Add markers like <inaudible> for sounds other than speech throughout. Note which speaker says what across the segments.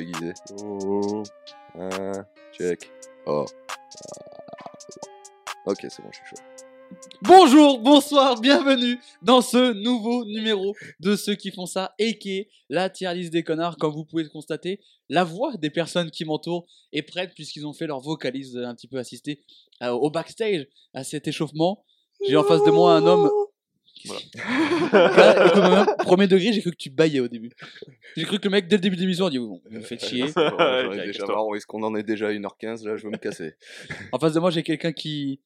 Speaker 1: idée. Oh, un, Ah, check. Oh. Ah, Ok, c'est bon, je suis chaud. <laughs>
Speaker 2: Bonjour, bonsoir, bienvenue dans ce nouveau numéro de ceux qui font ça et qui est la tier list des connards. Comme vous pouvez le constater, la voix des personnes qui m'entourent est prête puisqu'ils ont fait leur vocalise un petit peu assistée euh, au backstage à cet échauffement. J'ai en face de moi un homme. Là, écoute, même, premier degré, j'ai cru que tu baillais au début. J'ai cru que le mec, dès le début de l'émission, a dit Bon, vous me faites chier.
Speaker 1: J'en ai
Speaker 3: Ouais,
Speaker 1: déjà
Speaker 3: calme-toi.
Speaker 1: marre, est-ce qu'on en est déjà à 1h15 Là, je veux me casser.
Speaker 2: En face de moi, j'ai quelqu'un qui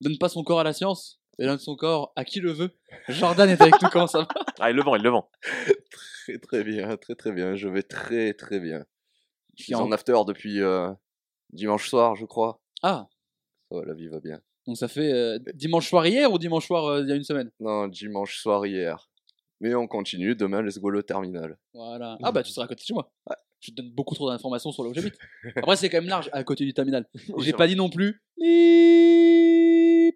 Speaker 2: donne pas son corps à la science et donne son corps à qui le veut. Jordan est avec nous, comment ça va
Speaker 3: Ah, il le vend, il le vend.
Speaker 1: <laughs> très très bien, très très bien. Je vais très très bien. Je suis
Speaker 2: Qui en-
Speaker 1: en after depuis euh, dimanche soir, je crois.
Speaker 2: Ah,
Speaker 1: Oh, la vie va bien.
Speaker 2: donc ça fait euh, dimanche soir hier ou dimanche soir euh, il y a une semaine
Speaker 1: Non, dimanche soir hier. Mais on continue, demain, let's go le terminal.
Speaker 2: Voilà. Ah bah tu seras à côté de chez moi. Je te donne beaucoup trop d'informations sur là
Speaker 1: <laughs>
Speaker 2: où j'habite. Après c'est quand même large à côté du terminal. J'ai
Speaker 3: c'est
Speaker 2: pas dit non plus. Bip.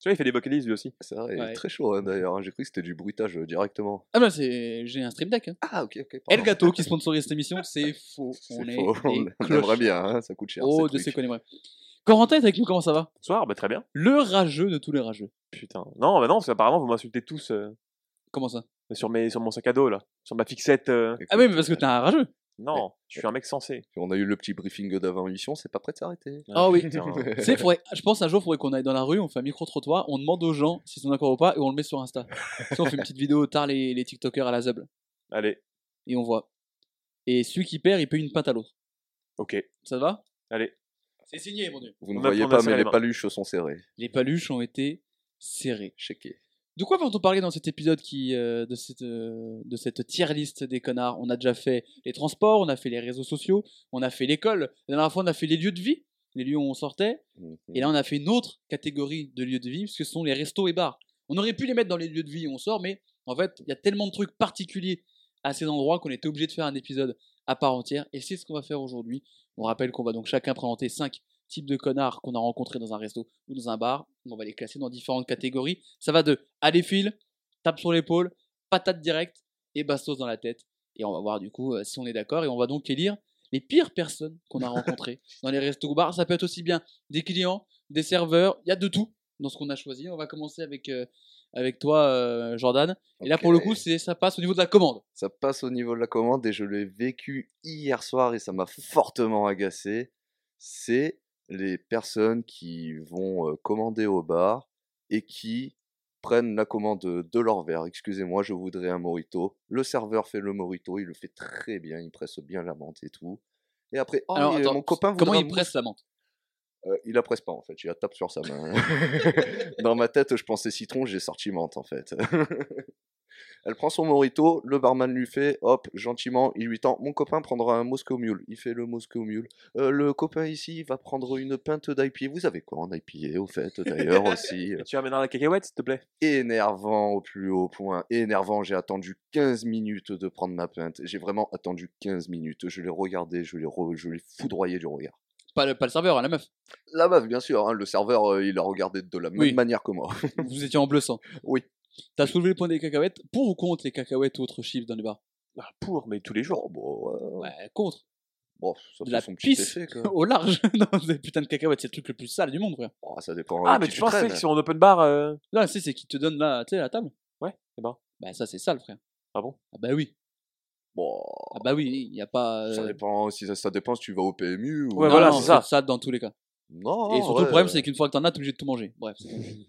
Speaker 3: Tu vois, il fait des vocalises lui aussi.
Speaker 1: C'est vrai, il est
Speaker 2: Ouais.
Speaker 1: très chaud hein, d'ailleurs. hein. J'ai cru que c'était du bruitage euh, directement.
Speaker 2: Ah bah c'est j'ai un stream deck. hein.
Speaker 1: Ah, ok, ok.
Speaker 2: Et
Speaker 1: pardon.
Speaker 2: le gâteau qui sponsorise cette émission,
Speaker 1: <laughs>
Speaker 2: c'est faux.
Speaker 1: C'est
Speaker 2: On est
Speaker 1: faux,
Speaker 2: des
Speaker 1: <laughs> on aimerait
Speaker 2: cloches.
Speaker 1: bien, hein, ça coûte cher.
Speaker 2: Oh
Speaker 1: ces
Speaker 2: de ces
Speaker 1: trucs.
Speaker 2: conneries. Corentin est avec nous, comment ça va
Speaker 3: Soir, bah très bien.
Speaker 2: Le rageux de tous les rageux.
Speaker 3: Putain. Non, bah non, parce qu'apparemment, vous m'insultez tous euh,
Speaker 2: Comment ça
Speaker 3: sur, mes, sur mon sac à dos, là. Sur ma fixette. euh,
Speaker 1: Écoute,
Speaker 2: Ah oui mais parce que t'es un rageux.
Speaker 3: Non, je suis un mec sensé.
Speaker 1: On a eu le petit briefing d'avant-émission, c'est pas prêt de
Speaker 2: <laughs>
Speaker 1: s'arrêter.
Speaker 2: Ah oui.
Speaker 3: putain.
Speaker 2: Tu sais, faudrait- je pense un jour, il faudrait qu'on aille dans la rue, on fait un micro-trottoir, on demande aux gens s'ils sont d'accord ou pas, et on le met sur Insta. Tu sais, on fait une petite vidéo tard les, les TikTokers à la Zeb,
Speaker 3: Allez,
Speaker 2: et on voit. Et celui qui perd, il paye une pinte à l'autre.
Speaker 3: ok.
Speaker 2: Ça te va
Speaker 3: Allez.
Speaker 2: C'est signé, mon dieu.
Speaker 1: Vous ne
Speaker 3: On
Speaker 1: voyez
Speaker 3: apprend
Speaker 1: pas,
Speaker 3: à
Speaker 1: mais les
Speaker 3: serrer les
Speaker 1: paluches sont serrées.
Speaker 2: Les paluches ont été serrées.
Speaker 1: Checké.
Speaker 2: De quoi va-t-on parler dans cet épisode qui, euh, de, cette, euh, de cette tier list des connards On a déjà fait les transports, on a fait les réseaux sociaux, on a fait l'école. La dernière fois, on a fait les lieux de vie, les lieux où on sortait. Et là, on a fait une autre catégorie de lieux de vie, puisque ce sont les restos et bars. On aurait pu les mettre dans les lieux de vie où on sort, mais en fait, il y a tellement de trucs particuliers à ces endroits qu'on était obligé de faire un épisode à part entière. Et c'est ce qu'on va faire aujourd'hui. On rappelle qu'on va donc chacun présenter cinq types de connards qu'on a rencontrés dans un resto ou dans un bar. On va les classer dans différentes catégories. Ça va de aller fil, tape sur l'épaule, patate directe et bastos dans la tête. Et on va voir du coup euh, si on est d'accord. Et on va donc élire les pires personnes qu'on a rencontrées dans les restos ou bars. Ça peut être aussi bien des clients des serveurs, il y a de tout dans ce qu'on a choisi. On va commencer avec, euh, avec toi, euh, Jordan. Et là, pour le coup, c'est ça passe au niveau de la commande.
Speaker 1: Ça passe au niveau de la commande et je l'ai vécu hier soir et ça m'a fortement agacé. C'est les personnes qui vont euh, commander au bar et qui prennent la commande euh, de leur verre. Excusez-moi, je voudrais un morito. Le serveur fait le morito, il le fait très bien, il presse bien la menthe et tout. Et après, oh,
Speaker 2: Alors,
Speaker 1: mais, euh,
Speaker 2: attends,
Speaker 1: mon copain
Speaker 2: Comment
Speaker 1: voudrait
Speaker 2: il
Speaker 1: un
Speaker 2: presse la menthe
Speaker 1: Euh, il la presse pas en fait, il la tape sur sa main. Dans ma tête, je pensais citron, j'ai sorti menthe en fait. <laughs> Elle prend son morito, le barman lui fait, hop, gentiment, il lui tend. Mon copain prendra un Moscow Mule, il fait le Moscow Mule. Euh, le copain ici il va prendre une pinte d'IPA. Vous avez quoi en IPA au fait d'ailleurs aussi
Speaker 3: Tu ramèneras la cacahuète, s'il te plaît
Speaker 1: Énervant au plus haut point, énervant. J'ai attendu 15 minutes de prendre ma pinte. J'ai vraiment attendu 15 minutes. Je l'ai regardé, je l'ai re- je l'ai foudroyé du regard.
Speaker 2: pas le, pas le serveur, hein,
Speaker 3: <laughs>
Speaker 2: la meuf.
Speaker 1: La meuf, bien sûr, hein, le serveur, euh, il a regardé de la même
Speaker 2: Oui.
Speaker 1: manière que moi. <laughs>
Speaker 2: Vous étiez en bleu sang.
Speaker 1: Oui.
Speaker 2: T'as soulevé le point des cacahuètes. Pour ou contre les cacahuètes ou autres chips dans les bars
Speaker 3: Ah, Pour, mais tous les jours.
Speaker 1: Genre, Oh, bon,
Speaker 3: Euh.
Speaker 1: ouais,
Speaker 2: Ouais, contre. <laughs>
Speaker 1: bon, ça
Speaker 2: De
Speaker 1: fait
Speaker 2: la
Speaker 1: son petit
Speaker 2: pisse.
Speaker 1: effet, quoi.
Speaker 2: <laughs> Au large. dans des putains de cacahuètes, c'est le truc le plus sale du monde, frère.
Speaker 1: Oh, ça dépend.
Speaker 3: Ah,
Speaker 1: avec
Speaker 3: mais
Speaker 1: qui
Speaker 3: tu penses
Speaker 1: traînes.
Speaker 3: que sur un open bar. euh,
Speaker 2: Là, tu sais, c'est qui te donne là, tu sais, la table
Speaker 3: Ouais, eh ben.
Speaker 2: Bah, ça, c'est sale, frère.
Speaker 3: Ah bon
Speaker 2: Ah, bah oui.
Speaker 1: Bon,
Speaker 2: Ah, bah oui, il n'y a pas. euh,
Speaker 1: ça dépend si ça, ça dépend si tu vas au PMU ou.
Speaker 3: Ouais,
Speaker 2: non,
Speaker 3: voilà,
Speaker 2: non,
Speaker 3: c'est ça.
Speaker 2: sale dans tous les cas.
Speaker 1: Non.
Speaker 2: Et surtout,
Speaker 1: Oh, ouais. euh,
Speaker 2: le problème, c'est qu'une fois que t'en as, t'es obligé de tout manger. Bref.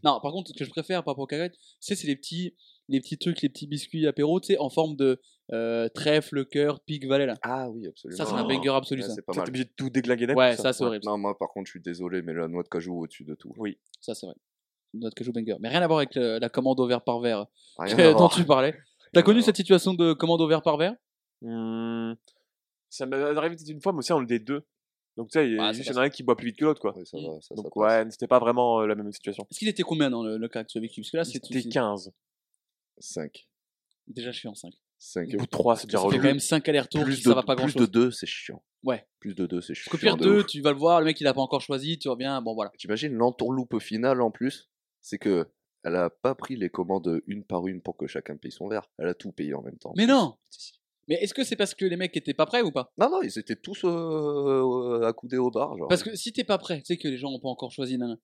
Speaker 2: non, par contre, ce que je préfère par rapport aux cacahuètes, tu sais, c'est les petits, les petits trucs, les petits biscuits apéro, tu sais, en forme de euh, trèfle, cœur, pic, valet, là.
Speaker 1: Ah oui, absolument.
Speaker 2: Ça, c'est un
Speaker 3: Oh.
Speaker 2: banger absolu,
Speaker 1: Ouais,
Speaker 2: ça.
Speaker 1: c'est pas
Speaker 3: ça, T'es
Speaker 1: mal.
Speaker 3: obligé de tout déglaguer d'un
Speaker 2: Ouais,
Speaker 3: coup,
Speaker 2: ça, c'est horrible.
Speaker 1: Non, moi, par contre, je suis désolé, mais la noix de cajou au-dessus de
Speaker 2: <laughs>
Speaker 1: tout.
Speaker 2: Ça, c'est vrai. Notre cajou banger. Mais rien à voir avec le- la commande au verre par verre
Speaker 1: Rien à
Speaker 2: que- <laughs> dont
Speaker 1: voir.
Speaker 2: tu parlais. T'as
Speaker 1: à
Speaker 2: connu
Speaker 1: voir.
Speaker 2: cette situation de commande au verre par verre
Speaker 3: Hmm, Ça m'est arrivé peut-être une fois, mais aussi, on le dit deux. Donc, tu sais, il y
Speaker 2: Ouais,
Speaker 3: a
Speaker 2: c'est
Speaker 3: juste
Speaker 2: pas
Speaker 3: il y en a un qui boit plus vite que l'autre, quoi.
Speaker 1: Ouais, ça va, ça, ça
Speaker 3: Donc,
Speaker 1: passe.
Speaker 3: ouais, c'était pas vraiment euh, la même situation.
Speaker 2: Est-ce qu'il était combien dans le, le cas que tu as vécu Parce que là, c'est
Speaker 3: C'était
Speaker 2: c'est-
Speaker 3: 15.
Speaker 1: 5.
Speaker 2: déjà chiant, 5.
Speaker 1: 5.
Speaker 3: Au bout de 3, c'est déjà
Speaker 2: Ça fait quand
Speaker 3: relou.
Speaker 2: même 5 allers-retours,
Speaker 1: Plus
Speaker 2: puis ça va pas
Speaker 1: de- plus de
Speaker 2: grand-chose.
Speaker 1: 2, c'est chiant.
Speaker 2: Ouais.
Speaker 1: Plus de 2, c'est
Speaker 2: Parce
Speaker 1: chiant.
Speaker 2: qu'au pire,
Speaker 1: de
Speaker 2: deux,
Speaker 1: ouf.
Speaker 2: tu vas le voir, le mec il a pas encore choisi, tu reviens, bon voilà.
Speaker 1: T'imagines l'entourloupe finale en plus C'est que elle euh, a pas pris les commandes une par une pour que chacun paye son verre. Elle a tout payé en même temps.
Speaker 2: Mais non Mais est-ce que c'est parce que les mecs étaient pas prêts ou pas
Speaker 1: Non, non, ils étaient tous euh, accoudés au bar. Genre.
Speaker 2: Parce que si t'es pas prêt, tu sais que les gens ont pas encore choisi, nan, nan,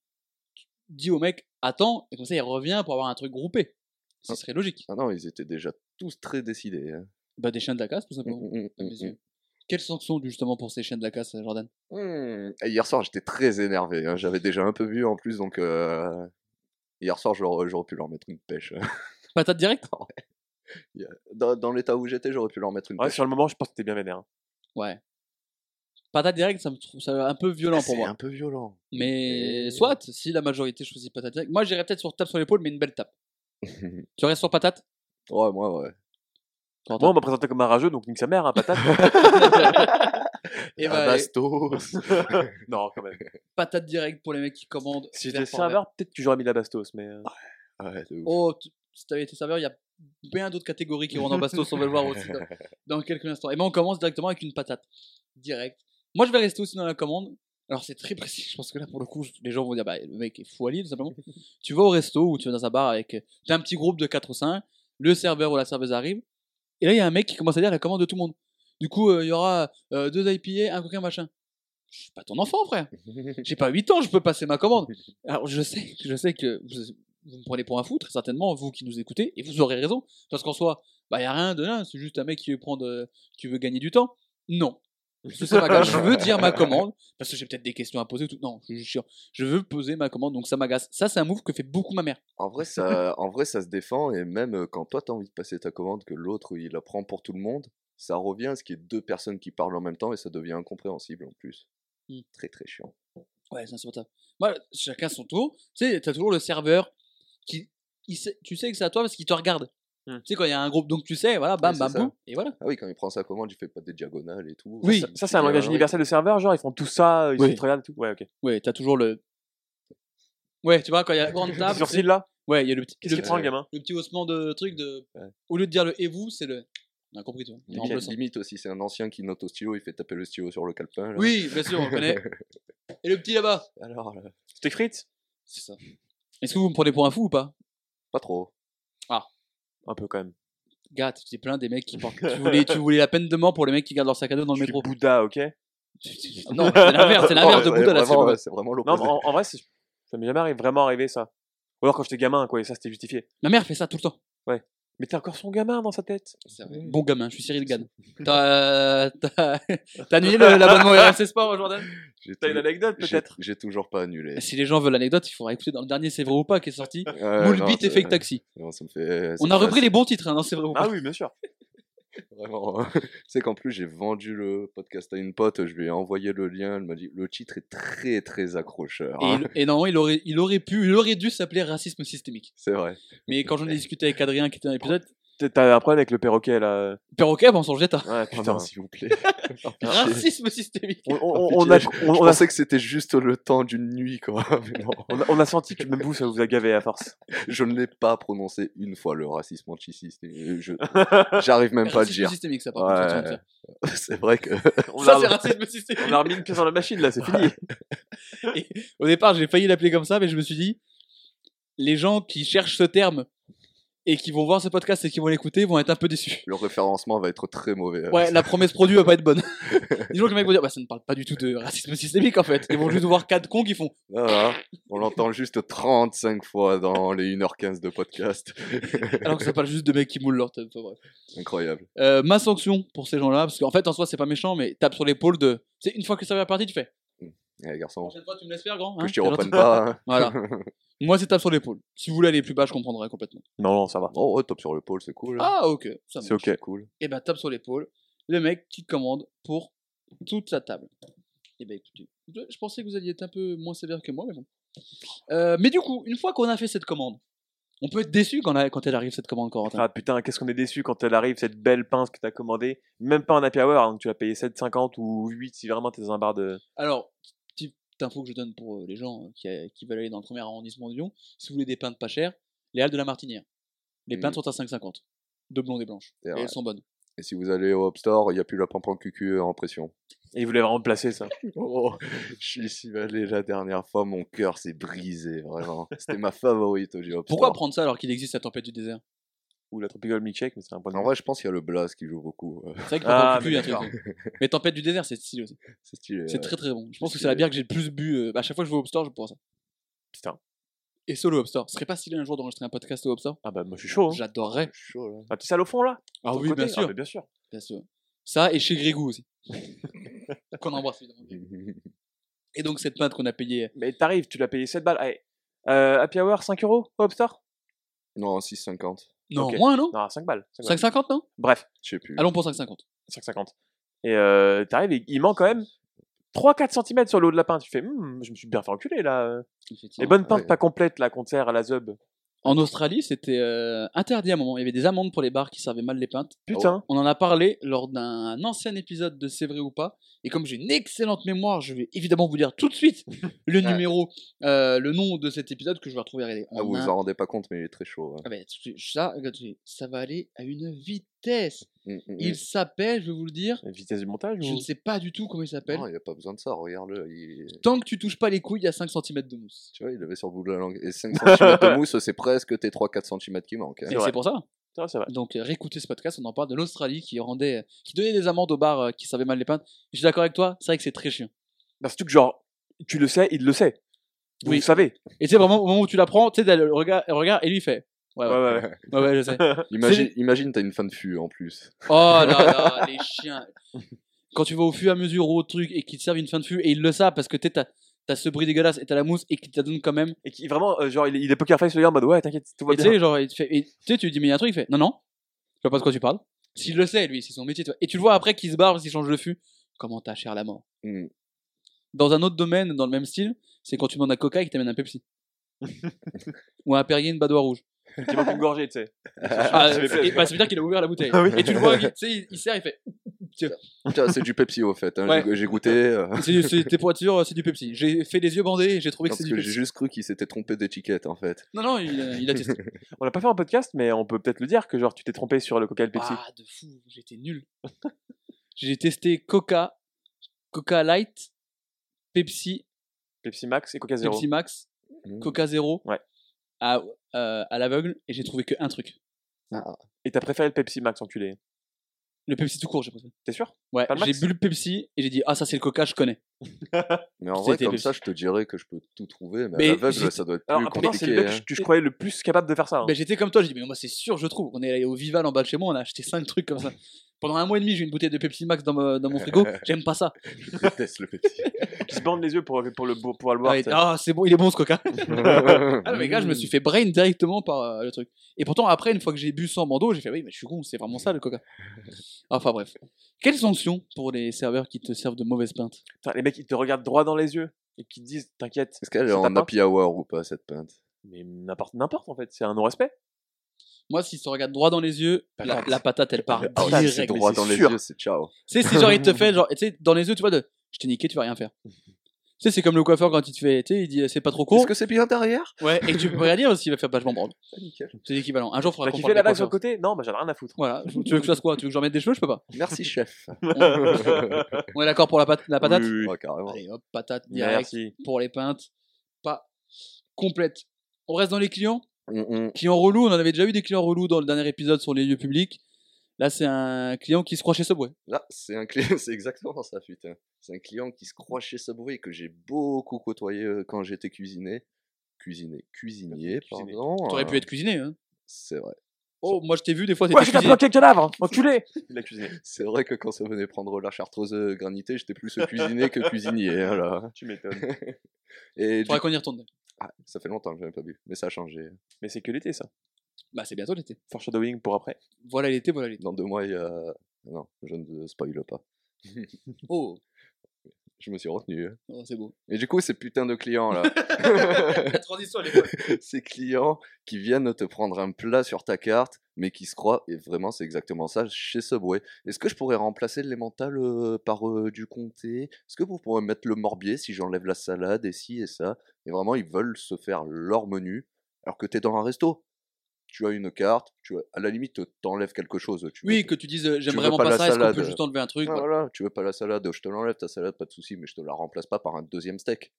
Speaker 2: tu dis au mec, attends, et comme ça il revient pour avoir un truc groupé. Ce
Speaker 1: Ah.
Speaker 2: serait logique.
Speaker 1: Ah non, ils étaient déjà tous très décidés. hein.
Speaker 2: Bah, des chiens de la casse, tout simplement.
Speaker 1: Mm, mm,
Speaker 2: à
Speaker 1: mm,
Speaker 2: mes yeux. Quelles sanctions justement pour ces chiens de la casse, Jordan
Speaker 1: mm. Et Hier soir, j'étais très énervé. hein. J'avais déjà un peu vu en plus, donc euh, hier soir, j'aurais j'aurais pu leur mettre une pêche. hein.
Speaker 2: Patate directe
Speaker 1: <laughs> Dans, dans l'état où j'étais, j'aurais pu leur mettre une
Speaker 3: Ouais,
Speaker 1: pêche.
Speaker 3: sur le moment, je pense que t'es bien vénère. hein.
Speaker 2: Ouais. Patate directe, ça me trouve ça un peu violent pour
Speaker 1: Ah, C'est
Speaker 2: moi.
Speaker 1: un peu violent.
Speaker 2: Mais
Speaker 1: Et-
Speaker 2: soit, si la majorité choisit patate directe, moi j'irais peut-être sur tape sur l'épaule, mais une belle tape.
Speaker 1: <laughs> ouais,
Speaker 2: Tu restes sur patate
Speaker 1: moi, ouais.
Speaker 3: Moi, on m'a présenté comme un rageux, donc nique sa mère, hein, <laughs> patate.
Speaker 2: Et
Speaker 1: Un
Speaker 2: bah,
Speaker 1: bastos. <laughs>
Speaker 3: non, quand même.
Speaker 2: patate directe pour les mecs qui commandent.
Speaker 3: Si
Speaker 2: vers
Speaker 3: j'étais
Speaker 2: par vers.
Speaker 3: serveur, peut-être que j'aurais mis la bastos, mais. euh,
Speaker 1: Ouais, de ouf.
Speaker 2: Oh, tu- si t'avais été serveur, il y a bien d'autres catégories qui vont dans Bastos, on va le voir aussi dans,
Speaker 1: <laughs>
Speaker 2: dans quelques instants. Et ben on commence directement avec une patate. Direct. Moi, je vais rester aussi dans la commande. Alors, c'est très précis. Je pense que là, pour le coup, je- les gens vont dire bah, le mec est fou à Lille, tout simplement.
Speaker 1: <laughs>
Speaker 2: tu vas au resto ou tu vas dans un bar avec. T'as un petit groupe de 4 ou 5. Le serveur ou la serveuse arrive. Et là, il y a un mec qui commence à dire la commande de tout le monde. Du coup, euh, il y aura euh, deux IPA, un coquin, machin. Je suis pas ton enfant,
Speaker 1: <laughs>
Speaker 2: frère. J'ai pas 8 ans, je peux passer ma commande. Alors je sais, je sais que vous, vous me prenez pour un fou, très certainement, vous qui nous écoutez, et vous aurez raison, parce qu'en soi, bah y a rien de là, c'est juste un mec qui veut prendre, euh, qui veut gagner du temps. Non, Parce que c'est pas grave, je veux dire
Speaker 1: <laughs>
Speaker 2: ma commande, parce que j'ai peut-être des questions à poser. ou Tout. Non, je suis chiant. Je veux poser ma commande, donc ça m'agace. Ça, c'est un move que fait beaucoup ma mère.
Speaker 1: En vrai,
Speaker 2: <laughs>
Speaker 1: ça, en vrai, ça se défend, et même euh, quand toi t'as envie de passer ta commande, que l'autre il la prend pour tout le monde, ça revient à ce qu'il y ait deux personnes qui parlent en même temps, et ça devient incompréhensible en plus.
Speaker 2: Mm.
Speaker 1: Très très chiant.
Speaker 2: Ouais, c'est insupportable. Moi, chacun son tour. Tu sais, t'as toujours le serveur qui, il sait- tu sais que c'est à toi parce qu'il te regarde.
Speaker 3: Hmm.
Speaker 2: Tu sais quand il y a un groupe, donc tu sais, voilà, bam,
Speaker 1: Mmh. c'est
Speaker 2: bam,
Speaker 1: ça.
Speaker 2: boum, et voilà.
Speaker 1: Ah oui, quand il prend sa commande, il fait pas des diagonales et tout. <laughs>
Speaker 2: Oui.
Speaker 1: Ça,
Speaker 3: Ça, c'est un
Speaker 1: Et,
Speaker 3: langage
Speaker 1: euh,
Speaker 3: universel de serveur, genre, ils font tout ça, ils
Speaker 2: Oui.
Speaker 3: se regardent et tout. Ouais, ok.
Speaker 2: Ouais, t'as toujours le. Ouais, tu vois, quand il y a
Speaker 1: <laughs>
Speaker 2: la grande
Speaker 3: Petit
Speaker 2: table. c'est-
Speaker 3: sourcil là
Speaker 2: Ouais, il y a le petit,
Speaker 3: Qu'est-ce
Speaker 2: le,
Speaker 3: qu'il
Speaker 2: petit-
Speaker 3: prend,
Speaker 2: <laughs>
Speaker 3: le gamin
Speaker 2: le petit haussement de truc de.
Speaker 1: Ouais.
Speaker 2: Au lieu de dire le et vous, c'est le. On a compris, tu vois. il
Speaker 1: limite,
Speaker 2: remplace ça.
Speaker 1: limite aussi, c'est un ancien qui note au stylo, il fait taper le stylo sur le calepin. là.
Speaker 2: Oui, bien sûr, on connaît. Et le petit là-bas
Speaker 1: Alors,
Speaker 2: euh,
Speaker 1: là,
Speaker 3: Steak frites
Speaker 2: C'est ça. Est-ce que vous me prenez pour un fou ou pas
Speaker 1: <laughs> pas trop.
Speaker 3: Un peu quand même.
Speaker 2: Gars, tu t'es plein des mecs qui portent. tu, voulais, tu voulais la peine de mort pour les mecs qui gardent leur sac à dos dans le
Speaker 3: Je suis
Speaker 2: métro.
Speaker 3: Bouddha, ok
Speaker 2: non,
Speaker 1: <laughs>
Speaker 2: c'est l'inverse, c'est
Speaker 1: Non,
Speaker 2: l'inverse de
Speaker 1: ouais,
Speaker 2: Bouddha là, c'est
Speaker 1: vraiment,
Speaker 2: pas-
Speaker 1: ouais, C'est vraiment
Speaker 3: Non,
Speaker 1: l'opposé.
Speaker 3: mais en, en vrai, c'est- ça m'est jamais arrivé- vraiment arrivé ça. Ou alors quand j'étais gamin, quoi, et ça c'était justifié.
Speaker 2: Ma mère fait ça tout le temps.
Speaker 3: Mais t'es encore son gamin dans sa tête.
Speaker 2: Bon gamin, je suis
Speaker 1: <laughs>
Speaker 2: Cyril Gann. T'as t'as- t'as annulé le- l'abonnement RMC Sport, Jordan
Speaker 1: J'ai
Speaker 3: T'as
Speaker 1: tou-
Speaker 3: une anecdote
Speaker 1: j'ai-
Speaker 3: peut-être
Speaker 1: J'ai toujours pas annulé.
Speaker 2: Si les gens veulent l'anecdote, il faudra écouter dans le dernier C'est vrai ou pas qui est sorti.
Speaker 1: Euh,
Speaker 2: Moule
Speaker 1: non,
Speaker 2: Beat et
Speaker 1: ça-
Speaker 2: Fake Taxi.
Speaker 1: non, ça me fait- ça
Speaker 2: On
Speaker 1: me
Speaker 2: a
Speaker 1: fait
Speaker 2: repris
Speaker 1: assez-
Speaker 2: les bons titres hein, dans C'est vrai ou pas.
Speaker 3: Ah oui, bien sûr.
Speaker 1: Vraiment. hein. <laughs> C'est qu'en plus, j'ai vendu le podcast à une pote, je lui ai envoyé le lien, elle m'a dit le titre est très très accrocheur.
Speaker 2: Et,
Speaker 1: hein.
Speaker 2: il- et non, il aurait, il aurait pu, il aurait dû s'appeler racisme systémique.
Speaker 1: C'est
Speaker 2: <laughs>
Speaker 1: vrai.
Speaker 2: Mais quand j'en ai discuté avec Adrien qui était dans l'épisode,
Speaker 3: T'as- T'as un problème avec le perroquet là.
Speaker 2: perroquet, bon, on s'en jette à
Speaker 3: Ouais,
Speaker 1: Ah
Speaker 3: putain.
Speaker 1: non, s'il vous
Speaker 2: <laughs>
Speaker 1: plaît.
Speaker 2: racisme systémique.
Speaker 3: Hein On, on-
Speaker 1: Pitié,
Speaker 3: on a, on,
Speaker 1: Je
Speaker 3: on a,
Speaker 1: pensais que c'était juste le temps d'une nuit, quoi. <laughs> Mais non,
Speaker 3: on a- on a senti que même vous, ça vous a gavé à force.
Speaker 1: je ne l'ai pas prononcé une fois le racisme antichiste. et Je...
Speaker 2: <laughs>
Speaker 1: J'arrive même pas à le
Speaker 2: Racisme
Speaker 1: dire.
Speaker 2: systémique, ça, par contre,
Speaker 1: Ouais.
Speaker 2: c'est en train de faire.
Speaker 1: <laughs> C'est vrai que.
Speaker 2: <laughs>
Speaker 3: On,
Speaker 2: Ça,
Speaker 3: a,
Speaker 2: c'est racisme systémique.
Speaker 3: on a remis une pièce dans la machine là, c'est fini.
Speaker 2: Au départ, j'ai failli l'appeler comme ça, mais je me suis dit, les gens qui cherchent ce terme et qui vont voir ce podcast et qui vont l'écouter vont être un peu déçus.
Speaker 1: Le référencement va être très mauvais. hein.
Speaker 2: Ouais, la promesse produit va pas
Speaker 1: <laughs>
Speaker 2: être bonne. Disons que les mecs vont dire, bah, ça ne parle pas du tout de racisme systémique, en fait. Ils vont juste voir quatre cons qui font,
Speaker 1: Voilà. hein. On l'entend juste 35 fois dans les 1h15 de podcast.
Speaker 2: alors que ça parle juste de mecs qui moulent leur tête. Enfin, bref.
Speaker 1: Incroyable.
Speaker 2: Euh, ma sanction pour ces gens-là, parce qu'en fait, en soi, c'est pas méchant, mais tape sur l'épaule de. C'est une fois que ça va partie, tu fais.
Speaker 1: Eh, garçon,
Speaker 2: Prochaine fois, tu me laisses faire, grand. hein,
Speaker 1: que je t'y
Speaker 2: t'es
Speaker 1: reprenne
Speaker 2: gentil.
Speaker 1: pas. hein.
Speaker 2: Voilà. Moi, c'est tape sur l'épaule. Si vous voulez aller plus bas, je comprendrai complètement.
Speaker 3: Non, non, ça va.
Speaker 1: <laughs> Oh, ouais, top sur le pôle, c'est cool. hein.
Speaker 2: Ah, ok. Ça
Speaker 3: C'est
Speaker 2: marche.
Speaker 3: ok.
Speaker 1: cool.
Speaker 2: Et ben, tape sur l'épaule. Le mec qui commande pour toute la table. Et ben, écoutez, je je pensais que vous alliez être un peu moins sévère que moi, mais bon. Euh, mais du coup, une fois qu'on a fait cette commande, on peut être déçu quand, la- quand elle arrive, cette commande, Corentin.
Speaker 3: Ah putain, qu'est-ce qu'on est déçu quand elle arrive, cette belle pince que t'as commandée. Même pas en happy hour, hein, donc tu as payé 7,50 ou 8 si vraiment t'es dans un bar de.
Speaker 2: Alors, petite info que je donne pour euh, les gens euh, qui, euh, qui veulent aller dans le premier arrondissement de Lyon, si vous voulez des pintes pas chères, les halles de la Martinière. Les pintes
Speaker 1: Mm.
Speaker 2: sont à 5,50. De blondes et blanches.
Speaker 1: C'est
Speaker 2: Et
Speaker 1: vrai.
Speaker 2: elles sont bonnes.
Speaker 1: Et si vous allez au Hop Store, il n'y a plus la pampon QQ en pression.
Speaker 3: Et ils voulaient vraiment placer ça.
Speaker 1: <laughs> Oh, je suis allé la dernière fois, mon cœur s'est brisé, vraiment. C'était ma favorite au Hop
Speaker 2: Pourquoi
Speaker 1: Store.
Speaker 2: prendre ça alors qu'il existe la tempête du désert
Speaker 3: ou la Tropical Milkshake, mais c'est un point de
Speaker 1: En vrai, je pense qu'il y a le Blast qui joue beaucoup. euh, <laughs>
Speaker 2: C'est vrai que
Speaker 3: Ah,
Speaker 2: t'as plus
Speaker 3: mais
Speaker 2: un truc. Mais Tempête du désert, c'est stylé aussi.
Speaker 1: c'est stylé.
Speaker 2: C'est
Speaker 1: ouais.
Speaker 2: très très bon. Je pense que
Speaker 1: stylé.
Speaker 2: c'est la bière que j'ai le plus bu. euh, à chaque fois que je vais au Hop Store, je prends ça.
Speaker 3: Putain.
Speaker 2: Et solo Hop Store. Ce serait pas stylé un jour d'enregistrer un podcast au Hop Store
Speaker 3: Ah bah moi je suis chaud. hein.
Speaker 2: J'adorerais.
Speaker 1: chaud là.
Speaker 3: Un petit salle au fond là
Speaker 2: Ah
Speaker 3: Sur le
Speaker 2: oui,
Speaker 3: côté
Speaker 2: bien sûr.
Speaker 3: bah, bien sûr.
Speaker 2: Bien sûr. Ça et chez Grégou <laughs> aussi. qu'on embrasse évidemment.
Speaker 1: <laughs>
Speaker 2: Et donc cette pinte qu'on a payée.
Speaker 3: Mais t'arrives, tu l'as payé 7 balles. Allez. Euh, happy Hour, 5 euros au Hopstar
Speaker 1: non, 6,50.
Speaker 2: Non,
Speaker 3: Ok.
Speaker 2: moins non
Speaker 3: Non, 5 balles. 5 balles.
Speaker 2: 5,50 non
Speaker 3: Bref,
Speaker 1: Je sais plus.
Speaker 2: Allons pour 5,50.
Speaker 3: 5,50. Et euh, t'arrives, et il manque quand même 3-4 cm sur le haut de la pinte. Tu fais, Hum, je me suis bien fait enculer là. Les
Speaker 2: Effectivement.
Speaker 3: bonnes pintes
Speaker 1: ouais.
Speaker 3: pas complètes là qu'on te sert à la Zub.
Speaker 2: En Australie, c'était euh, interdit à un moment. Il y avait des amendes pour les bars qui servaient mal les pintes.
Speaker 3: Putain.
Speaker 2: On en a parlé lors d'un ancien épisode de C'est vrai ou pas. Et comme j'ai une excellente mémoire, je vais évidemment vous dire tout de suite le
Speaker 1: Ouais.
Speaker 2: numéro, euh, le nom de cet épisode que je vais retrouver.
Speaker 1: Ah, vous
Speaker 2: On a-
Speaker 1: vous en rendez pas compte, mais il est très chaud. ouais.
Speaker 2: Ah ben, tu- ça, regarde, tu- ça va aller à une vitesse.
Speaker 1: Mm, mm, mm.
Speaker 2: Il s'appelle, je vais vous le dire,
Speaker 3: La Vitesse du montage
Speaker 2: je
Speaker 3: ou-
Speaker 2: ne sais pas du tout comment il s'appelle.
Speaker 1: Oh. Non, il n'y a pas besoin de ça, regarde-le. il-
Speaker 2: Tant que tu touches pas les couilles, il y a 5 cm de mousse.
Speaker 1: Tu vois, il avait sur le bout de la langue. Et 5 <laughs> cm de mousse, c'est presque tes 3-4 cm qui manquent. hein.
Speaker 2: Et
Speaker 3: vrai.
Speaker 2: c'est pour ça.
Speaker 3: Ça, c'est vrai.
Speaker 2: Donc euh, réécoutez ce podcast, on en parle de l'Australie qui rendait, euh, qui donnait des amendes aux bars euh, qui savaient mal les peintes. Je suis d'accord avec toi, c'est vrai que c'est très chiant.
Speaker 3: Bah, surtout que genre, tu le sais, il le sait. Vous
Speaker 2: Oui.
Speaker 3: le savez.
Speaker 2: Et c'est vraiment au moment où tu l'apprends, tu sais, t'as le regard, le regard et lui il fait. Ouais, Ah, ouais,
Speaker 3: ouais.
Speaker 2: ouais, ouais, je <laughs> sais.
Speaker 1: Imagine, imagine t'as une fin de fût en plus.
Speaker 2: Oh là là, les chiens. Quand tu vas au fur et à mesure ou au truc et qu'ils te servent une fin de fût et ils le savent parce que tu t'as, t'as ce bruit dégueulasse et t'as la mousse et qu'ils te la donnent quand même.
Speaker 3: Et qui vraiment, euh, genre, il, est- il est poker face, le gars, en mode ouais, t'inquiète, tout va
Speaker 2: Et tu sais,
Speaker 3: bien.
Speaker 2: genre, il te fait, et tu sais, tu lui dis, mais il y a un truc, il fait, non, non, je vois pas de quoi tu parles. S'il le sait, lui, c'est son métier, tu vois. Et tu le vois après qu'il se barre, qu'il change de fût. Comment t'as cher la mort
Speaker 1: Mm.
Speaker 2: Dans un autre domaine, dans le même style, c'est quand tu demandes un coca et qu'il t'amène un
Speaker 3: <laughs>
Speaker 2: Pepsi. Ou un Perrier, une badoire rouge.
Speaker 3: Il manque une gorgée, tu sais.
Speaker 2: Ah,
Speaker 3: je vais
Speaker 2: et- bah, ça veut dire qu'il a ouvert la bouteille.
Speaker 3: Ah oui.
Speaker 2: Et tu le vois, il- tu sais, il, il sert, il
Speaker 3: <laughs>
Speaker 2: fait.
Speaker 1: Putain, c'est du Pepsi au fait. hein.
Speaker 2: Ouais.
Speaker 1: J'ai- J'ai goûté. euh,
Speaker 2: C'est, c'est, t'es pour être sûr, c'est du Pepsi. J'ai fait les yeux bandés et j'ai trouvé que
Speaker 1: parce
Speaker 2: c'est
Speaker 1: que
Speaker 2: du
Speaker 1: j'ai
Speaker 2: Pepsi.
Speaker 1: juste cru qu'il s'était trompé d'étiquette en fait.
Speaker 2: Non, non, il, euh, il a testé.
Speaker 3: On l'a pas fait en podcast, mais on peut peut-être le dire que genre, tu t'es trompé sur le coca et le <laughs> Pepsi.
Speaker 2: Ah, de fou, j'étais nul. j'ai testé Coca, Coca Light, Pepsi,
Speaker 3: Pepsi Max et Coca Zero.
Speaker 2: Pepsi Max,
Speaker 1: Mm.
Speaker 2: Coca Zero.
Speaker 3: Mmh. Ouais.
Speaker 2: À, euh, à l'aveugle et j'ai trouvé que un truc.
Speaker 3: Et t'as préféré le Pepsi Max, enculé.
Speaker 2: Le Pepsi tout court, j'ai préféré.
Speaker 3: T'es sûr
Speaker 2: Ouais,
Speaker 3: Pas le
Speaker 2: j'ai
Speaker 3: Max
Speaker 2: bu le Pepsi et j'ai dit ah ça c'est le Coca, je connais.
Speaker 1: Mais en vrai,
Speaker 2: C'était
Speaker 1: comme
Speaker 2: Pepsi.
Speaker 1: ça, je te dirais que je peux tout trouver. Mais,
Speaker 2: Mais
Speaker 1: à l'aveugle,
Speaker 2: j'étais-
Speaker 1: ça doit être
Speaker 3: Alors,
Speaker 1: plus
Speaker 3: pourtant, c'est le
Speaker 1: compliqué.
Speaker 3: mec que
Speaker 1: hein.
Speaker 3: je- je croyais le plus capable de faire ça. hein.
Speaker 2: Ben, j'étais comme toi, j'ai dit, mais moi c'est sûr, je trouve. On est allé au Vival en bas de chez moi, on a acheté 5 trucs
Speaker 3: <laughs>
Speaker 2: comme ça. Pendant un mois et demi, j'ai eu une bouteille de Pepsi Max dans, ma- dans mon frigo, j'aime pas ça.
Speaker 1: Je déteste le
Speaker 2: <laughs>
Speaker 1: Pepsi.
Speaker 3: Qui se bande les yeux pour, pour, le, pour le boire.
Speaker 2: Ah, et-
Speaker 3: tu sais.
Speaker 2: ah, c'est bon, il est bon ce
Speaker 3: <laughs>
Speaker 2: coca. Ah, mais
Speaker 1: mais
Speaker 2: les gars, je me suis fait brain directement par euh, le truc. Et pourtant, après, une fois que j'ai bu sans bandeau, j'ai fait, oui, mais je suis con, c'est vraiment ça le
Speaker 3: <laughs>
Speaker 2: coca. Enfin bref. Quelles sanctions pour les serveurs qui te servent de mauvaises pintes
Speaker 3: Putain, les mecs, ils te regardent droit dans les yeux et qui te disent T'inquiète.
Speaker 1: Est-ce qu'elle est
Speaker 3: Ça t'a
Speaker 1: en
Speaker 3: pas
Speaker 1: happy hour ou pas cette pinte
Speaker 3: Mais n'importe, n'importe en fait, c'est un non-respect.
Speaker 2: Moi, s'ils te regardent droit dans les yeux, la,
Speaker 3: Patate.
Speaker 2: la patate, elle
Speaker 3: <laughs>
Speaker 2: part
Speaker 1: Ah,
Speaker 3: ouais,
Speaker 1: C'est
Speaker 2: direct.
Speaker 1: droit
Speaker 3: mais
Speaker 1: dans
Speaker 3: c'est
Speaker 1: les
Speaker 3: sûr.
Speaker 1: yeux, c'est ciao.
Speaker 2: Tu sais, si genre il
Speaker 3: <laughs>
Speaker 2: te fait, genre, tu sais, dans les yeux, tu vois, de je t'ai niqué, tu vas rien faire. Tu sais, c'est comme le coiffeur quand il te fait, tu sais, il dit c'est pas trop
Speaker 1: Est-ce
Speaker 2: court.
Speaker 1: que c'est bien derrière
Speaker 2: Ouais, et tu peux rien dire parce qu'il va faire, bah, je m'en branle.
Speaker 1: Ah, nickel.
Speaker 2: C'est l'équivalent. Un jour, il faudra
Speaker 3: T'as
Speaker 2: qu'on
Speaker 3: kiffé
Speaker 2: parle
Speaker 3: Bah, la
Speaker 2: des
Speaker 3: blague sur le
Speaker 2: coiffeurs.
Speaker 3: côté Non, bah j'en ai rien à foutre.
Speaker 2: Voilà. Tu veux que je fasse quoi Tu veux que j'en mette des cheveux Je peux
Speaker 3: <laughs>
Speaker 2: pas.
Speaker 1: Merci chef.
Speaker 2: On est d'accord pour la, pat- la <laughs> patate
Speaker 3: Oui, oui, oui.
Speaker 1: Ouais, carrément.
Speaker 2: Allez, hop, patate direct
Speaker 3: Merci.
Speaker 2: pour les peintes. Pas complète. On reste dans les clients.
Speaker 1: Mm, mm.
Speaker 2: Clients relous, on en avait déjà eu des clients relous dans le dernier épisode sur les lieux publics. Là, c'est un client qui se croit chez Subway.
Speaker 1: Là, c'est un client, <laughs> c'est exactement ça, putain. C'est un client qui se croit chez Subway que j'ai beaucoup côtoyé euh, quand j'étais cuisiné. Cuisiné, cuisinier,
Speaker 3: Cuisiné.
Speaker 1: pardon.
Speaker 2: T'aurais pu
Speaker 1: euh,
Speaker 2: être cuisiné. Hein.
Speaker 1: C'est vrai.
Speaker 2: Oh, moi je t'ai vu des fois. t'étais
Speaker 3: Ouais, je
Speaker 2: cuisinier.
Speaker 3: t'apprends quelques cadavre, enculé Il a cuisiné.
Speaker 1: C'est vrai que quand ça venait prendre la chartreuse granitée, j'étais plus cuisiné
Speaker 2: <laughs>
Speaker 1: que cuisinier. hein, là.
Speaker 3: Tu m'étonnes.
Speaker 1: Et du-
Speaker 2: Faudrait qu'on y retourne.
Speaker 1: Ah, ça fait longtemps que j'avais pas bu, mais ça a changé.
Speaker 3: Mais c'est que l'été, ça.
Speaker 2: Bah, c'est bientôt l'été.
Speaker 3: Foreshadowing pour après.
Speaker 2: Voilà l'été, voilà l'été.
Speaker 1: Dans deux mois, il y a. Non, je ne spoil pas.
Speaker 2: <laughs> Oh,
Speaker 1: Je me suis retenu. hein.
Speaker 2: oh, c'est beau.
Speaker 1: Et du coup, ces putains de clients là,
Speaker 2: <laughs> La transition, elle est bonne.
Speaker 1: <laughs> ces clients qui viennent te prendre un plat sur ta carte, mais qui se croient, et vraiment c'est exactement ça, chez Subway. Est-ce que je pourrais remplacer l'émental euh, par euh, du comté Est-ce que vous pourrez mettre le morbier si j'enlève la salade et ci et ça Et vraiment, ils veulent se faire leur menu, alors que t'es dans un resto. Tu as une carte, tu as- à la limite, t'enlèves quelque chose. Tu
Speaker 2: Oui,
Speaker 1: veux-
Speaker 2: que tu dises, euh, j'aime
Speaker 1: veux
Speaker 2: vraiment
Speaker 1: pas
Speaker 2: pas,
Speaker 1: la
Speaker 2: ça, est-ce qu'on peut
Speaker 1: salade
Speaker 2: juste enlever un truc
Speaker 1: Ah,
Speaker 2: voilà.
Speaker 1: voilà, tu veux pas la salade, je te l'enlève ta salade, pas de souci, mais je te la remplace pas par un deuxième steak.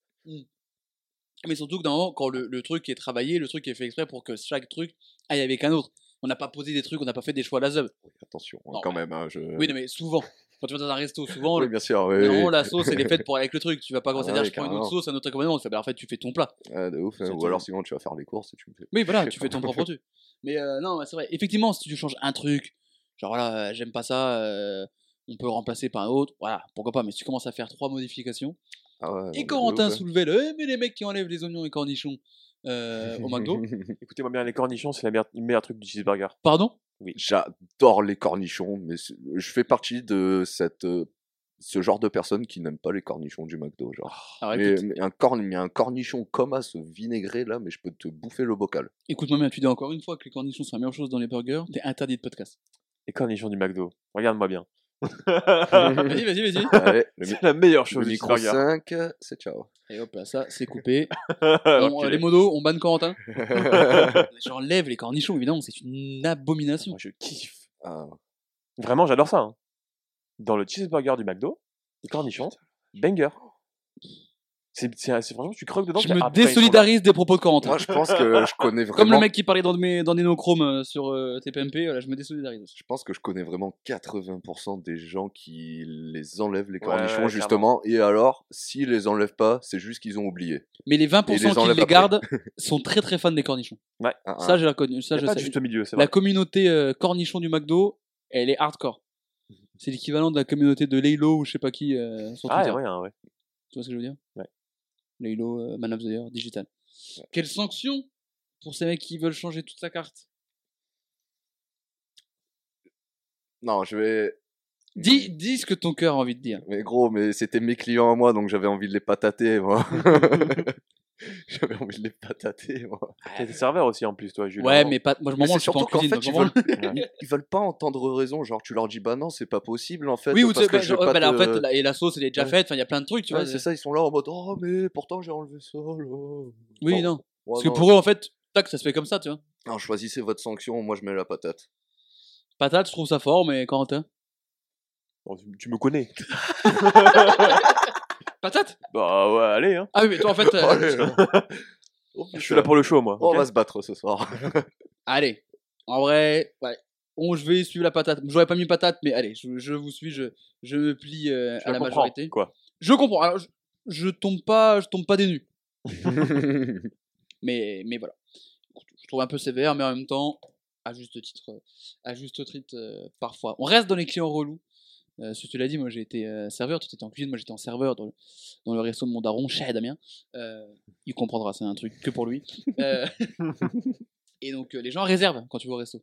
Speaker 2: Mais surtout que normalement, quand le, le truc est travaillé, le truc est fait exprès pour que chaque truc aille avec un autre. On on n'a pas posé des trucs, on n'a pas fait des choix à la zeub.
Speaker 1: Attention, hein,
Speaker 2: Non,
Speaker 1: quand
Speaker 2: ouais.
Speaker 1: même. hein, je...
Speaker 2: Oui, non, mais souvent, quand tu vas dans un resto, souvent,
Speaker 1: Oui, bien sûr. oui,
Speaker 2: le-
Speaker 1: oui.
Speaker 2: en gros, la sauce, elle est
Speaker 1: <laughs>
Speaker 2: faite pour aller avec le truc. Tu vas pas commencer à
Speaker 1: Ouais,
Speaker 2: dire, je prends une
Speaker 1: carrément.
Speaker 2: autre sauce, un autre accompagnement. On te fait, bah, en fait, tu fais ton plat.
Speaker 1: Ah, de ouf. hein.
Speaker 2: C'est
Speaker 1: Ou
Speaker 2: tout.
Speaker 1: alors, sinon, tu vas faire les courses et tu me fais.
Speaker 2: Oui, voilà, tu fais
Speaker 1: <laughs>
Speaker 2: ton propre truc. Mais euh, non, c'est vrai. Effectivement, si tu changes un truc, genre voilà, euh, j'aime pas ça, euh, on peut le remplacer par un autre. Voilà, pourquoi pas. Mais si tu commences à faire trois modifications.
Speaker 1: Ah ouais, non, mais
Speaker 2: et
Speaker 1: de
Speaker 2: Corentin
Speaker 1: ouf, hein.
Speaker 2: soulevait le, eh, mais les mecs qui enlèvent les oignons et cornichons euh, au McDo.
Speaker 3: Écoutez-moi bien, les cornichons, c'est la meilleure- le meilleur truc du cheeseburger.
Speaker 2: Pardon
Speaker 1: <laughs> J'adore les cornichons, mais c'est- je fais partie de cette, euh, ce genre de personnes qui n'aiment pas les cornichons du McDo. Genre.
Speaker 2: Alors
Speaker 1: mais,
Speaker 2: Ah,
Speaker 1: euh,
Speaker 2: écoute,
Speaker 1: mais un corn- mais un cornichon comme à ce vinaigré là, mais je peux te bouffer le
Speaker 2: <laughs>
Speaker 1: bocal. <laughs>
Speaker 2: écoute-moi bien, tu dis encore une fois que les cornichons sont la meilleure chose dans les burgers, t'es interdit de podcast.
Speaker 3: Les cornichons du McDo. Regarde-moi bien.
Speaker 2: Vas-y, vas-y, vas-y.
Speaker 1: Allez, le, mi-
Speaker 3: c'est la meilleure
Speaker 1: le
Speaker 3: chose du
Speaker 1: micro
Speaker 3: cheeseburger.
Speaker 1: 5, c'est
Speaker 2: <laughs>
Speaker 1: ciao.
Speaker 2: Et hop là, ça, c'est coupé. <laughs> On- euh,
Speaker 3: Enculé.
Speaker 2: les modos, on banne Corentin. J'enlève les cornichons, évidemment, c'est une abomination.
Speaker 3: Moi, je kiffe.
Speaker 1: Ah,
Speaker 3: Vraiment, j'adore ça. hein. Dans le cheeseburger du McDo, les cornichons, banger. C'est, c'est- c'est- franchement, tu croques dedans.
Speaker 2: Je
Speaker 3: tu fais,
Speaker 2: me
Speaker 3: ah, putain, ils sont
Speaker 2: désolidarise des propos de Corentin.
Speaker 1: moi, je pense que je connais vraiment.
Speaker 2: Comme le mec qui parlait dans, de mes, dans Nenochrome euh, sur euh, TPMP, euh, là, je me désolidarise aussi.
Speaker 1: Je pense que je connais vraiment 80% des gens qui les enlèvent les
Speaker 3: Ouais,
Speaker 1: cornichons
Speaker 3: ouais,
Speaker 1: justement. Et alors, s'ils les enlèvent pas, c'est juste qu'ils ont oublié.
Speaker 2: Mais les 20%
Speaker 1: Et les
Speaker 2: qui
Speaker 1: enlève
Speaker 2: les
Speaker 1: après.
Speaker 2: gardent sont très très fans des cornichons.
Speaker 1: Ah, ah.
Speaker 2: Ça, j'ai reconnu.
Speaker 3: là.
Speaker 2: Ça,
Speaker 3: Y a
Speaker 2: je
Speaker 3: pas
Speaker 2: sais.
Speaker 3: de juste milieu, c'est
Speaker 2: La
Speaker 3: vrai.
Speaker 2: communauté euh, cornichon du McDo, elle est hardcore. C'est l'équivalent de la communauté de Laylo ou je sais pas qui euh, sur
Speaker 3: Ah,
Speaker 2: Twitter.
Speaker 3: ouais, hein, ouais.
Speaker 2: Tu vois ce que je veux dire
Speaker 3: Ouais.
Speaker 2: Laylo, euh, Man of the Year, digital. Quelle sanction pour ces mecs qui veulent changer toute sa carte
Speaker 1: Non, je vais.
Speaker 2: dis, dis ce que ton cœur a envie de dire.
Speaker 1: Mais gros, mais c'était mes clients à moi, donc j'avais envie de les patater, moi.
Speaker 2: <laughs>
Speaker 1: <laughs> j'avais envie de les patater, moi.
Speaker 3: T'as été serveur aussi en plus, toi, Julien.
Speaker 2: Ouais, mais pas, moi je m'en
Speaker 1: Mais
Speaker 2: mange,
Speaker 1: c'est
Speaker 2: je suis pas en
Speaker 1: surtout qu'en
Speaker 2: cuisine.
Speaker 1: fait,
Speaker 2: donc
Speaker 1: ils
Speaker 2: vraiment-
Speaker 1: veulent, ils- <laughs> ils veulent pas entendre raison. Genre, tu leur dis, bah non, c'est pas possible, en fait.
Speaker 2: Oui, ou tu
Speaker 1: parce
Speaker 2: sais,
Speaker 1: que
Speaker 2: bah,
Speaker 1: je vais
Speaker 2: genre,
Speaker 1: pas
Speaker 2: bah, là, en
Speaker 1: te-
Speaker 2: fait, la- et la sauce, elle est déjà
Speaker 1: Ouais.
Speaker 2: faite. Enfin, il y a plein de trucs, tu
Speaker 1: Ouais,
Speaker 2: vois.
Speaker 1: c'est ça, ils sont là en mode, oh, mais pourtant j'ai enlevé ça, là.
Speaker 2: Oui,
Speaker 1: Bon,
Speaker 2: non.
Speaker 1: ouais,
Speaker 2: Parce que
Speaker 1: non,
Speaker 2: pour eux, en fait, tac, ça se fait comme ça, tu vois.
Speaker 1: non, choisissez votre sanction, moi je mets la patate.
Speaker 2: Patate, je trouve ça fort, mais
Speaker 1: <laughs>
Speaker 2: Corentin.
Speaker 3: Bon, Oh, tu, tu me connais.
Speaker 2: Patate
Speaker 3: Bah ouais, allez, hein.
Speaker 2: Ah oui, mais toi, en fait. euh,
Speaker 1: <laughs> Allez, Oh,
Speaker 3: Je suis là
Speaker 1: putain.
Speaker 3: pour le show, moi.
Speaker 1: On
Speaker 3: ok
Speaker 1: va se battre ce
Speaker 2: <laughs>
Speaker 1: soir.
Speaker 2: Allez. En vrai, ouais. On, je vais suivre la patate. J'aurais pas mis patate, mais allez, je, je vous suis, je, je me plie euh,
Speaker 3: Je
Speaker 2: à
Speaker 3: la
Speaker 2: la
Speaker 3: comprends,
Speaker 2: majorité.
Speaker 3: Quoi.
Speaker 2: Je comprends. Alors, je, je tombe pas, je tombe pas des nues. Mais, mais voilà. Je trouve un peu sévère, mais en même temps, à juste titre, euh, à juste titre euh, parfois. On reste dans les clients relous. Euh, si tu l'as dit, moi j'ai été euh, serveur, toi t'étais en cuisine, moi j'étais en serveur dans le, dans le resto de mon daron, chez Damien. Euh, il comprendra, c'est un truc que pour lui. Euh,
Speaker 3: <laughs>
Speaker 2: et donc euh, les gens réservent quand tu vas au resto.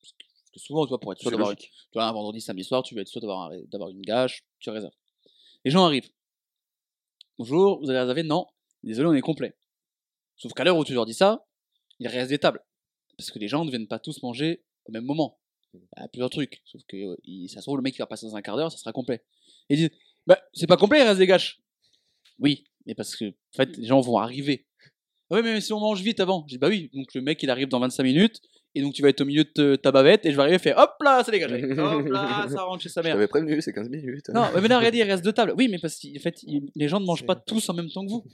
Speaker 2: Parce que- parce que souvent, tu vois, pour être sûr
Speaker 3: C'est
Speaker 2: d'avoir
Speaker 3: logique.
Speaker 2: tu vois, un vendredi, samedi soir, tu veux être sûr d'avoir un ré- d'avoir une gâche, tu réserves. Les gens arrivent. Bonjour, vous avez réservé Non, désolé, on est complet. Sauf qu'à l'heure où tu leur dis ça, il reste des tables. Parce que les gens ne viennent pas tous manger au même moment. Il y a plusieurs trucs. Sauf que euh, il- ça se trouve, le mec qui va passer dans un quart d'heure, ça sera complet. Et ils disent Bah, c'est pas complet, il reste des gâches. Oui, mais parce que, en fait, les gens vont arriver. Ah Oui, mais si on mange vite avant. Je dis Bah oui, donc le mec, il arrive dans 25 minutes. Et donc, tu vas être au milieu de te- ta bavette. Et je vais arriver et faire Hop là, c'est dégage. Hop là, ça rentre chez sa
Speaker 1: Je
Speaker 2: mère.
Speaker 1: t'avais prévenu, c'est 15 minutes.
Speaker 2: Non, mais non, regardez, il reste deux tables. Oui, mais parce qu'en fait, il- les gens ne mangent pas tous en même temps
Speaker 1: <laughs>
Speaker 2: que vous.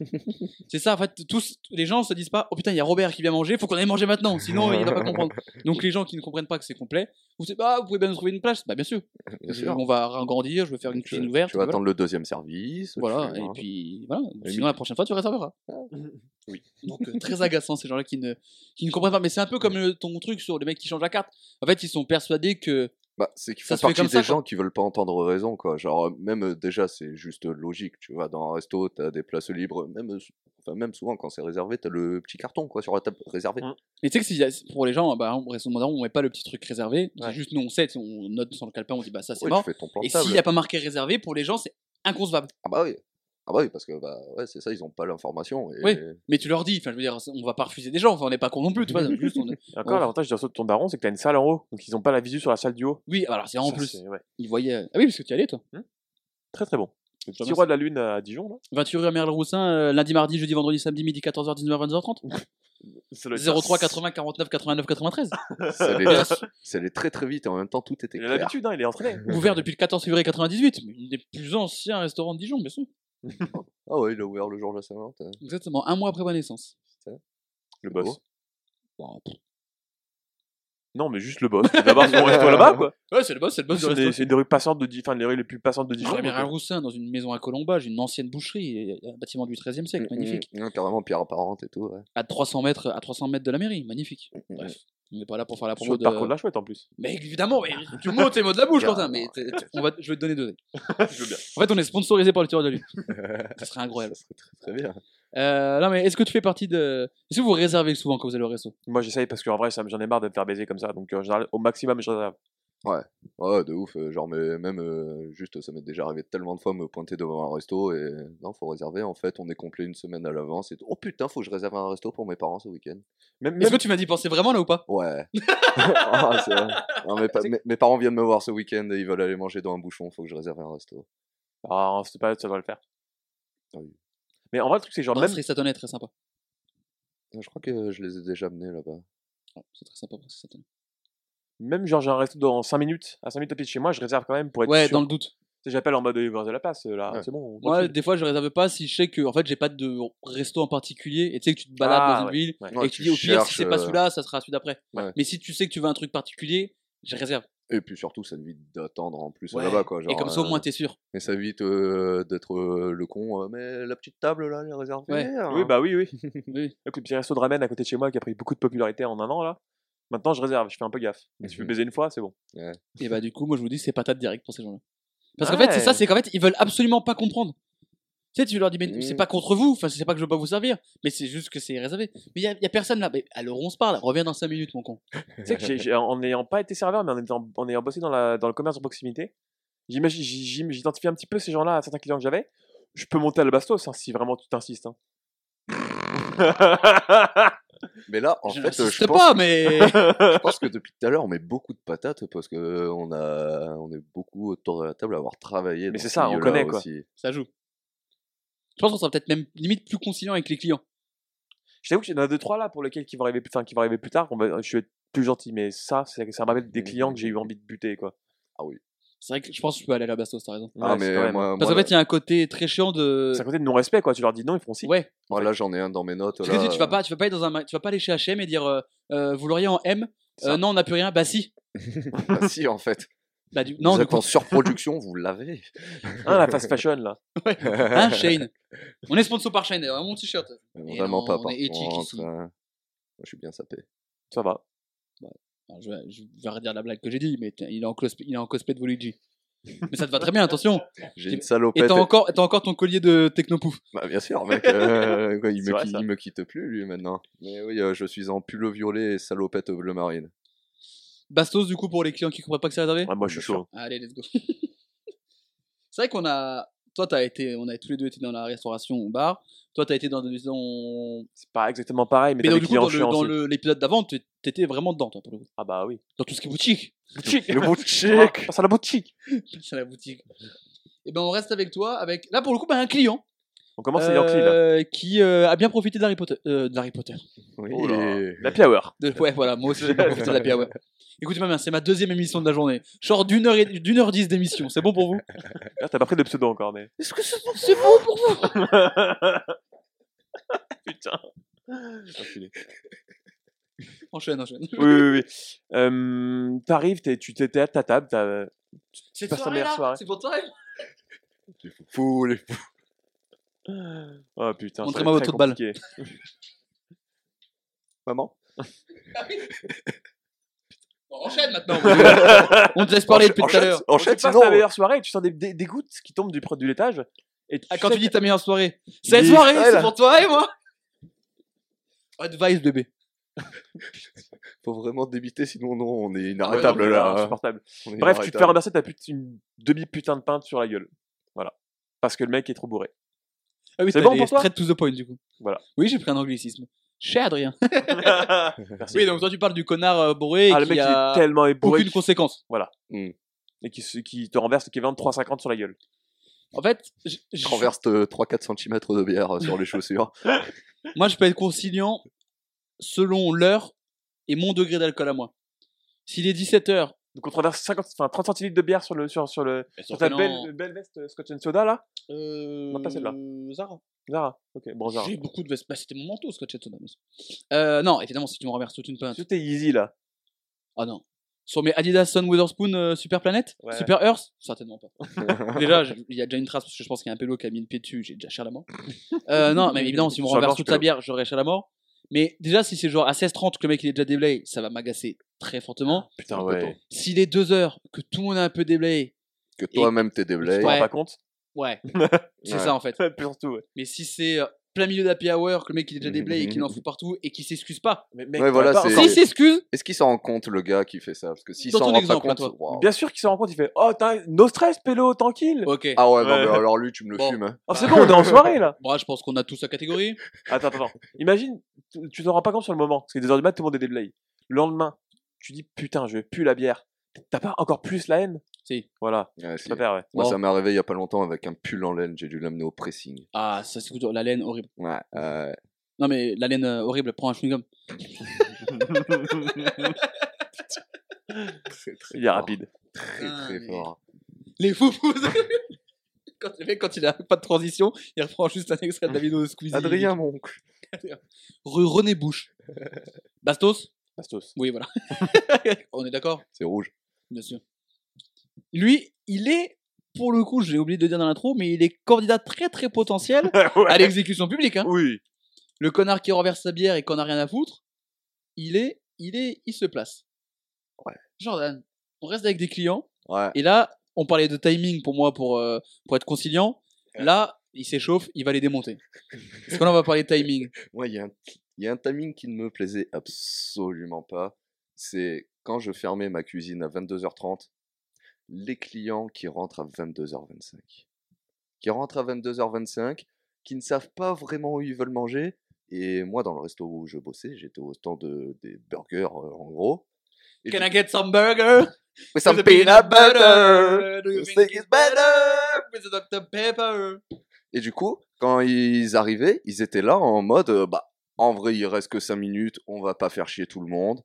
Speaker 2: C'est ça, en fait, tous, les gens se disent pas, oh putain, il y a Robert qui vient manger, faut qu'on aille manger maintenant, sinon il va pas comprendre. Donc les gens qui ne comprennent pas que c'est complet, vous dites, bah, vous pouvez bien nous trouver une place. Bah, bien sûr,
Speaker 1: Bien
Speaker 2: Je-
Speaker 1: sûr.
Speaker 2: on va grandir, je veux faire une
Speaker 1: Donc,
Speaker 2: cuisine
Speaker 1: euh,
Speaker 2: ouverte.
Speaker 1: Tu vas
Speaker 2: voilà.
Speaker 1: attendre le deuxième service. tu
Speaker 2: Voilà,
Speaker 1: vas-
Speaker 2: et puis voilà.
Speaker 1: hein. Et
Speaker 2: Sinon, la prochaine fois, tu réserveras.
Speaker 1: <laughs> Oui.
Speaker 2: Donc, euh, très agaçant ces gens-là qui ne, qui ne comprennent pas. Mais c'est un peu comme le- ton truc sur les mecs qui changent la carte. En fait, ils sont persuadés que.
Speaker 1: Bah, c'est qu'ils
Speaker 2: Ça
Speaker 1: font
Speaker 2: se fait
Speaker 1: partie
Speaker 2: comme
Speaker 1: des
Speaker 2: ça, quoi.
Speaker 1: gens qui veulent pas entendre raison, quoi. Genre, euh, même euh, déjà, c'est juste logique. Tu vas dans un resto, t'as des places libres. Même, euh, sou- enfin, même souvent, quand c'est réservé, t'as le petit carton, quoi, sur la table réservée.
Speaker 3: Mm.
Speaker 2: Et tu sais que si- pour les gens, bah, on reste au mandarin, on met pas le petit truc réservé. C'est
Speaker 3: Ouais.
Speaker 2: Juste nous, on sait, on note sur le calepin, on dit bah ça c'est
Speaker 1: Ouais,
Speaker 2: mort.
Speaker 1: tu fais ton plan
Speaker 2: Et
Speaker 1: de table.
Speaker 2: s'il n'y a pas marqué réservé, pour les gens, c'est inconcevable.
Speaker 1: Ah bah oui. Ah bah oui, parce que, bah, ouais, c'est ça, ils ont pas l'information. Et...
Speaker 2: Oui. Mais tu leur dis, enfin, je veux dire, on va pas refuser des gens, enfin, on n'est pas con non plus, tu vois. juste, on-
Speaker 3: Et encore,
Speaker 2: Ouais.
Speaker 3: l'avantage du resto de ton daron, c'est que t'as une salle en haut. Donc ils ont pas la visu sur la salle du haut.
Speaker 2: Oui, alors c'est en
Speaker 3: Ça,
Speaker 2: plus.
Speaker 3: c'est- ouais.
Speaker 2: Ils voyaient. Ah oui, parce que tu y allais, toi.
Speaker 3: Très très bon. Le
Speaker 2: te
Speaker 3: petit roi de la lune à Dijon, là.
Speaker 2: 28 rue Merle Roussin, euh, lundi, mardi, jeudi, vendredi, samedi, midi, 14h, 19h, 22h30.
Speaker 3: Ça doit être ça.
Speaker 2: 03 80 49 89 93.
Speaker 1: C'est allé-
Speaker 2: <laughs> Bien sûr.
Speaker 1: c'est allé très très vite et en même temps, tout était
Speaker 3: Il a
Speaker 1: clair.
Speaker 3: l'habitude, hein, il est entraîné.
Speaker 2: Ouvert depuis le 14 février 98. mais Une des plus anciens restaurants de Dijon, bien sûr.
Speaker 1: Ah ouais, il a ouvert le jour de la Saint-Valentin.
Speaker 2: Exactement, un mois après ma naissance.
Speaker 3: <laughs> Le
Speaker 1: boss.
Speaker 3: boss.
Speaker 2: Bon, pff.
Speaker 3: Non, mais juste le boss. Tu vas voir
Speaker 2: <laughs>
Speaker 3: son resto là-bas, quoi.
Speaker 2: Ouais, c'est le boss, c'est le boss de
Speaker 3: C'est des,
Speaker 2: restauration.
Speaker 3: c'est des rues passantes de Dijon, enfin, les rues les plus passantes de Dijon.
Speaker 2: J'aurais
Speaker 3: donc,
Speaker 2: bien un
Speaker 3: euh,
Speaker 2: roussin dans une maison à Colombage, une ancienne boucherie, un bâtiment du XIIIe siècle, magnifique.
Speaker 1: Mm, mm, carrément, pierre apparente et tout.
Speaker 3: mm.
Speaker 1: ouais.
Speaker 2: À 300 mètres, à 300 mètres de la mairie, magnifique.
Speaker 1: Mm,
Speaker 2: Bref, on n'est pas là pour faire la
Speaker 3: Sur
Speaker 2: promo
Speaker 3: le
Speaker 2: de.
Speaker 3: parcours de la chouette en plus.
Speaker 2: Mais évidemment, mais tu montes tes mots de la bouche, Quentin. Mais
Speaker 1: Carrément.
Speaker 2: t'es- t'es- on va, je vais te donner deux.
Speaker 3: <laughs> Je veux bien.
Speaker 2: En fait, on est sponsorisé par le tueur de lui.
Speaker 1: mm.
Speaker 2: Ça serait <laughs> incroyable.
Speaker 1: Ça serait très, très bien.
Speaker 2: Euh, non, mais est-ce que tu fais partie de. Est-ce que vous réservez souvent quand vous allez au resto
Speaker 3: Moi, j'essaye parce qu'en vrai, ça me- j'en ai marre de me faire baiser comme ça. Donc, euh, en général, au maximum, je réserve.
Speaker 1: Ouais, de ouf. euh, Genre, mais même euh, juste, ça m'est déjà arrivé tellement de fois me pointer devant un resto et non, faut réserver. En fait, on est complet une semaine à l'avance. Et... Oh putain, faut que je réserve un resto pour mes parents ce week-end.
Speaker 3: Même, même-
Speaker 2: Est-ce que tu m'as dit penser vraiment là ou pas
Speaker 1: Ouais.
Speaker 2: <laughs>
Speaker 1: Ah, c'est vrai. Non, mes, pa- mes- mes parents viennent me voir ce week-end et ils veulent aller manger dans un bouchon. Faut que je réserve un resto.
Speaker 3: Ah, en cette période, ça doit le faire. Ah
Speaker 1: Oui.
Speaker 3: Mais en vrai, le truc, c'est genre, même,
Speaker 2: Brasserie Satonnet, très sympa.
Speaker 1: Je crois que je les ai déjà amenés là-bas.
Speaker 2: Ouais, C'est très sympa, Brasserie Satonnet.
Speaker 3: même genre, j'ai un resto dans 5 minutes, à 5 minutes à pied de chez moi, je réserve quand même pour être
Speaker 2: Ouais,
Speaker 3: sûr.
Speaker 2: dans le doute.
Speaker 3: Tu sais, J'appelle en mode de de la place, euh, là,
Speaker 1: Ouais.
Speaker 3: c'est bon. on
Speaker 2: Moi,
Speaker 3: continue.
Speaker 2: des fois, je réserve pas si je sais que en fait, j'ai pas de resto en particulier et tu sais que tu te balades
Speaker 3: Ah,
Speaker 2: dans une
Speaker 3: ouais.
Speaker 2: ville
Speaker 3: Ouais.
Speaker 2: et que tu dis au pire, si c'est pas celui-là, ça sera celui d'après.
Speaker 1: euh, Ouais.
Speaker 2: Mais si tu sais que tu veux un truc particulier, je réserve.
Speaker 1: Et puis surtout, ça évite d'attendre en plus
Speaker 2: Ouais.
Speaker 1: là-bas. Quoi, genre,
Speaker 2: et comme ça, au
Speaker 1: euh,
Speaker 2: moins, t'es
Speaker 1: <laughs>
Speaker 2: sûr.
Speaker 1: Mais ça évite euh, d'être euh, le con. euh, mais la petite table là, elle est réservée.
Speaker 2: Ouais.
Speaker 1: hein.
Speaker 3: Oui, bah oui, oui.
Speaker 2: Oui.
Speaker 3: Donc, le petit resto de ramen à côté de chez moi qui a pris beaucoup de popularité en un an, là. Maintenant, je réserve, je fais un peu gaffe. Mais si je veux
Speaker 1: Mhm.
Speaker 3: baiser une fois, c'est bon.
Speaker 2: Et bah, du coup, moi, je vous dis, c'est patate direct pour ces gens-là. Parce qu'en
Speaker 3: Ouais.
Speaker 2: fait, c'est ça, c'est qu'en fait, ils veulent absolument pas comprendre. Tu sais, tu leur dis, mais
Speaker 1: Mm.
Speaker 2: c'est pas contre vous, enfin, c'est pas que je veux pas vous servir, mais c'est juste que c'est réservé. Mais il y, a- y a personne là. Mais alors, on se parle, reviens dans 5 minutes, mon con.
Speaker 3: tu sais que j'ai- j'ai- en n'ayant pas été serveur, mais en étant, en ayant bossé dans, la, dans le commerce de proximité, j'imagine- j'im- j'im- j'identifie un petit peu ces gens-là à certains clients que j'avais. Je peux monter à le bastos hein, si vraiment tu t'insistes. hein.
Speaker 2: bah,
Speaker 1: Mais là, en fait, euh,
Speaker 2: n'insiste
Speaker 1: je pense,
Speaker 2: pas,
Speaker 1: <laughs>
Speaker 2: mais.
Speaker 1: je pense que depuis tout à l'heure, on met beaucoup de patates parce que euh, on a, on est beaucoup autour de la table à avoir travaillé.
Speaker 3: Mais
Speaker 1: dans
Speaker 3: c'est
Speaker 1: ce
Speaker 3: ça, on
Speaker 1: milieu-là
Speaker 3: connaît, quoi.
Speaker 1: aussi.
Speaker 2: ça joue. Je pense qu'on sera peut-être même limite plus conciliant avec les clients.
Speaker 3: je t'avoue qu'il y en a deux, trois là pour lesquels qui vont arriver, plus- enfin, qui vont arriver plus tard. on va- je suis plus gentil, mais ça, c'est- ça me rappelle
Speaker 1: Mmh.
Speaker 3: des clients que j'ai eu envie de buter. quoi.
Speaker 2: C'est vrai que je pense que je peux aller à la Bastos, t'as raison.
Speaker 1: Ah,
Speaker 3: Ouais, c'est
Speaker 1: mais
Speaker 3: quand même-
Speaker 1: moi,
Speaker 2: Parce
Speaker 1: moi,
Speaker 2: qu'en fait, il y a un côté très chiant de.
Speaker 3: C'est à côté de non-respect, quoi. Tu leur dis non, ils font si.
Speaker 2: Ouais.
Speaker 1: moi, là, j'en ai un dans mes notes.
Speaker 2: Parce que
Speaker 1: là,
Speaker 2: tu, tu vas pas, tu vas pas aller dans un, ma- tu vas pas aller chez H&M et dire, euh, euh, vous l'auriez en M. Euh,
Speaker 3: Ça.
Speaker 2: non, on n'a plus rien. Bah si.
Speaker 1: euh, <laughs> bah, si, en fait.
Speaker 2: Bah, du-
Speaker 1: Non,
Speaker 2: Non, du coup,
Speaker 1: en surproduction, vous l'avez.
Speaker 3: Hein, la fast fashion, là. <laughs>
Speaker 2: hein,
Speaker 1: <laughs>
Speaker 2: Shane. On est sponsor par Shane. euh, Mon t-shirt.
Speaker 1: Vraiment
Speaker 2: non,
Speaker 1: pas,
Speaker 2: on
Speaker 1: par
Speaker 2: est éthique
Speaker 1: contre,
Speaker 2: ici.
Speaker 1: hein. Moi, je suis bien sapé.
Speaker 3: Ça va.
Speaker 2: Alors, Je, vais- je vais redire la blague que j'ai dit, mais t'es- il est en cosplay, il est en cosplay de Voluigi. Mais ça te va très bien,
Speaker 3: <laughs>
Speaker 2: attention.
Speaker 1: J'ai
Speaker 2: Et-
Speaker 1: une
Speaker 2: Et
Speaker 1: salopette.
Speaker 2: t'as encore, t'as encore ton collier de Technopouf.
Speaker 1: Bah, bien sûr, mec. euh, quoi, il,
Speaker 3: C'est
Speaker 1: me
Speaker 3: vrai,
Speaker 1: qui-
Speaker 3: ça.
Speaker 1: il me quitte plus, lui, maintenant. Mais oui, euh, je suis en pull violet et salopette bleu marine.
Speaker 2: Bastos, du coup, pour les clients qui comprennent pas que c'est réservé.
Speaker 3: Ouais, moi, je suis
Speaker 1: Bien sûr.
Speaker 3: chaud. hein.
Speaker 2: Allez, let's go. <laughs> c'est vrai qu'on a. Toi, t'as été. On a tous les deux été dans la restauration au bar. Toi, t'as été dans. dans...
Speaker 3: C'est pas exactement pareil, mais,
Speaker 2: Mais
Speaker 3: t'as
Speaker 2: donc, du
Speaker 3: des
Speaker 2: coup,
Speaker 3: clients
Speaker 2: dans le-
Speaker 3: chiants
Speaker 2: dans
Speaker 3: aussi.
Speaker 2: le- l'épisode d'avant, t'é- t'étais vraiment dedans, toi, pour le coup.
Speaker 3: Ah bah oui.
Speaker 2: Dans tout ce qui est <laughs> boutique.
Speaker 3: Boutique.
Speaker 2: <laughs>
Speaker 1: Le
Speaker 3: Ah, Passe à la boutique.
Speaker 2: C'est la boutique. Et ben, on reste avec toi. Avec... Là, pour le coup, ben, un client.
Speaker 3: On commence à Yankee, là.
Speaker 2: euh, Qui euh, a bien profité d'Harry Potter. euh, d'Harry Potter.
Speaker 1: Oui.
Speaker 3: Oh là. La Hour.
Speaker 2: De- Ouais, voilà, moi aussi, j'ai bien profité de la
Speaker 3: <laughs>
Speaker 2: PA, ouais. Écoutez, ma mère, c'est ma deuxième émission de la journée. Genre d'une heure, et- d'une heure dix d'émission. C'est bon pour vous
Speaker 3: Là, t'as pas pris de pseudo encore, mais.
Speaker 2: Est-ce que c'est bon pour vous
Speaker 3: Putain.
Speaker 2: <laughs> Enchaîne, enchaîne.
Speaker 3: Oui, oui, oui. Euh, T'arrives, t'es- tu t'étais à ta table, t'as.
Speaker 2: Cette
Speaker 3: Passe ta meilleure
Speaker 2: soirée-là,
Speaker 3: soirée.
Speaker 2: C'est pour toi
Speaker 1: Les fous, les fous.
Speaker 3: Oh putain. ça va
Speaker 2: Montrez-moi
Speaker 3: être
Speaker 2: votre
Speaker 3: très
Speaker 2: balle.
Speaker 3: compliqué.
Speaker 1: Maman
Speaker 2: Bon, enchaîne maintenant.
Speaker 3: <laughs>
Speaker 2: on- on te laisse parler depuis tout à
Speaker 1: Enchaîne-
Speaker 2: l'heure.
Speaker 3: Tu
Speaker 1: Enchaîne,
Speaker 3: passes ta
Speaker 1: sinon.
Speaker 3: meilleure soirée et tu sens des, des, des gouttes qui tombent du, de l'étage. Et
Speaker 2: Ah, quand
Speaker 3: sais
Speaker 2: tu dis
Speaker 3: que-
Speaker 2: ta meilleure soirée, cette
Speaker 3: Dis-
Speaker 2: soirée,
Speaker 3: Ouais,
Speaker 2: c'est
Speaker 3: là.
Speaker 2: pour toi et moi. Advice bébé.
Speaker 1: Faut vraiment débiter, sinon, non, on est
Speaker 3: Ah ouais, non,
Speaker 1: inarrêtable
Speaker 3: mais
Speaker 1: là. hein.
Speaker 3: insupportable.
Speaker 1: On est
Speaker 3: Bref, tu te fais
Speaker 1: inarrêtable.
Speaker 3: renverser ta pute- une demi putain de pinte sur la gueule. Voilà. Parce que le mec est trop bourré.
Speaker 2: Ah oui,
Speaker 3: C'est
Speaker 2: t'as
Speaker 3: bon
Speaker 2: les
Speaker 3: pour toi
Speaker 2: straight to the point du coup.
Speaker 3: Voilà.
Speaker 2: Oui, j'ai pris un anglicisme. Chez
Speaker 3: <laughs>
Speaker 2: Adrien.
Speaker 3: Merci.
Speaker 2: Oui, donc toi tu parles du connard euh, bourré
Speaker 3: ah,
Speaker 2: et
Speaker 3: le
Speaker 2: qui
Speaker 3: mec
Speaker 2: a
Speaker 3: il est tellement bourré
Speaker 2: aucune conséquence.
Speaker 3: et qui, se- qui te renverse l'équivalent de 3,50 sur la gueule.
Speaker 2: En fait, j- j-
Speaker 1: Je renverse euh, 3-4 cm de bière euh, sur les chaussures.
Speaker 2: <laughs> moi je peux être conciliant selon l'heure et mon degré d'alcool à moi. S'il est 17h,
Speaker 3: Donc on traverse 50, enfin, 30 centilitres de bière sur, le, sur, sur, le, sur ta belle, belle veste euh, Scotch and Soda là
Speaker 2: euh,
Speaker 3: Non, pas celle-là.
Speaker 2: Zara.
Speaker 3: Zara. Ok, bon Zara.
Speaker 2: J'ai beaucoup de vestes. Bah, c'était mon manteau, Scotch Soda. mais- Euh, non, évidemment, si tu me renverses toute une pinte.
Speaker 3: Tout est easy là.
Speaker 2: Ah non. Sur mes Adidas Sun Witherspoon euh, Super Planet
Speaker 3: Ouais.
Speaker 2: Super Earth Certainement pas. déjà, j'ai- il y a déjà une trace parce que je pense qu'il y a un pélo qui a mis une pied dessus, j'ai déjà cher la mort. Euh, non, mais évidemment, si on me
Speaker 3: Sur la
Speaker 2: renverse
Speaker 3: planche,
Speaker 2: toute
Speaker 3: pélo.
Speaker 2: la bière, j'aurais cher la mort. Mais déjà, si c'est genre à 16h30 que le mec il est déjà déblayé, ça va m'agacer très fortement.
Speaker 3: Putain, ouais.
Speaker 2: S'il est 2h, que tout le monde a un peu déblayé,
Speaker 1: Que toi-même t'es
Speaker 3: Tu t'en
Speaker 1: déblayé.
Speaker 2: Ouais.
Speaker 3: rends pas compte <laughs>
Speaker 2: ouais, c'est
Speaker 1: Ouais.
Speaker 2: ça en fait.
Speaker 3: Surtout, ouais.
Speaker 2: Mais si c'est euh, plein milieu d'happy hour, que le mec il est déjà déblayé et qu'il en fout partout et qu'il s'excuse pas.
Speaker 3: Mais mec,
Speaker 1: Ouais, voilà,
Speaker 3: t'aurais pas-
Speaker 1: c'est-
Speaker 3: Enfin,
Speaker 2: S'il s'excuse,
Speaker 1: Est-ce qu'il s'en rend compte le gars qui fait ça Parce que s'il
Speaker 2: Dans
Speaker 1: s'en
Speaker 2: ton
Speaker 1: rend pas
Speaker 2: exemple, à
Speaker 1: compte,
Speaker 2: toi.
Speaker 1: waouh.
Speaker 3: Bien sûr qu'il s'en rend compte, il fait Oh, t'as- no stress, pélo, tranquille.
Speaker 2: ok.
Speaker 1: Ah ouais, non,
Speaker 3: Ouais.
Speaker 1: mais alors lui, tu me le
Speaker 2: Bon.
Speaker 1: fumes. hein.
Speaker 3: Ah, c'est bon, on
Speaker 1: <laughs>
Speaker 3: est en soirée là.
Speaker 2: Bon, je pense qu'on a tous sa catégorie.
Speaker 3: Attends, attends, attends. Imagine, tu- tu t'en rends pas compte sur le moment, parce que 2h du mat, tout le monde est déblayé. Le lendemain, tu dis Putain, je pue la bière. T'as pas encore plus la haine
Speaker 2: Si.
Speaker 3: Voilà,
Speaker 1: Ouais, si.
Speaker 3: c'est pas père, ouais.
Speaker 1: Moi,
Speaker 2: Bon.
Speaker 1: ça m'est arrivé il y a pas longtemps avec un pull en laine. J'ai dû l'amener au pressing.
Speaker 2: Ah, ça c'est la laine horrible.
Speaker 1: Ouais. euh,
Speaker 2: Non mais la laine euh, horrible, prends un chewing-gum.
Speaker 1: très, très
Speaker 3: Il est
Speaker 1: fort.
Speaker 3: rapide. <laughs>
Speaker 1: Très,
Speaker 2: Ah,
Speaker 1: très
Speaker 2: mais-
Speaker 1: fort.
Speaker 2: Les fous <laughs> Quand le mec, quand il a pas de transition, il reprend juste un extrait de la vidéo de Squeezie.
Speaker 1: Adrien, mon oncle.
Speaker 2: Rue René Bouche. Bastos
Speaker 3: Bastos.
Speaker 1: <laughs>
Speaker 2: Oui, voilà. On est d'accord
Speaker 1: C'est rouge.
Speaker 2: Bien sûr. Lui, il est, pour le coup, j'ai oublié de le dire dans l'intro, mais il est candidat très très potentiel à
Speaker 3: Ouais.
Speaker 2: l'exécution publique. hein.
Speaker 3: Oui.
Speaker 2: Le connard qui renverse sa bière et qu'on a rien à foutre, il est, il est, il se place.
Speaker 1: Ouais.
Speaker 2: Jordan, on reste avec des clients.
Speaker 1: Ouais.
Speaker 2: Et là, on parlait de timing pour moi, pour, euh, pour être conciliant. Là, il s'échauffe, il va les démonter. Parce que là, on va parler
Speaker 1: <laughs>
Speaker 2: de timing.
Speaker 1: Ouais, il y, a un- il y a un timing qui ne me plaisait absolument pas. C'est quand je fermais ma cuisine à 22h30, les clients qui rentrent à 22h25. Qui rentrent à 22h25, qui ne savent pas vraiment où ils veulent manger. Et moi, dans le resto où je bossais, j'étais au stand de, des burgers, euh, en gros. Et
Speaker 2: Can
Speaker 1: du-
Speaker 2: I get some burger?
Speaker 1: With some
Speaker 2: With a
Speaker 1: peanut butter!
Speaker 2: Do you
Speaker 1: You
Speaker 2: think
Speaker 1: think it's better!
Speaker 2: with the Dr. Pepper?
Speaker 1: Et du coup, quand ils arrivaient, ils étaient là en mode euh, bah en vrai, il reste que 5 minutes, on va pas faire chier tout le monde.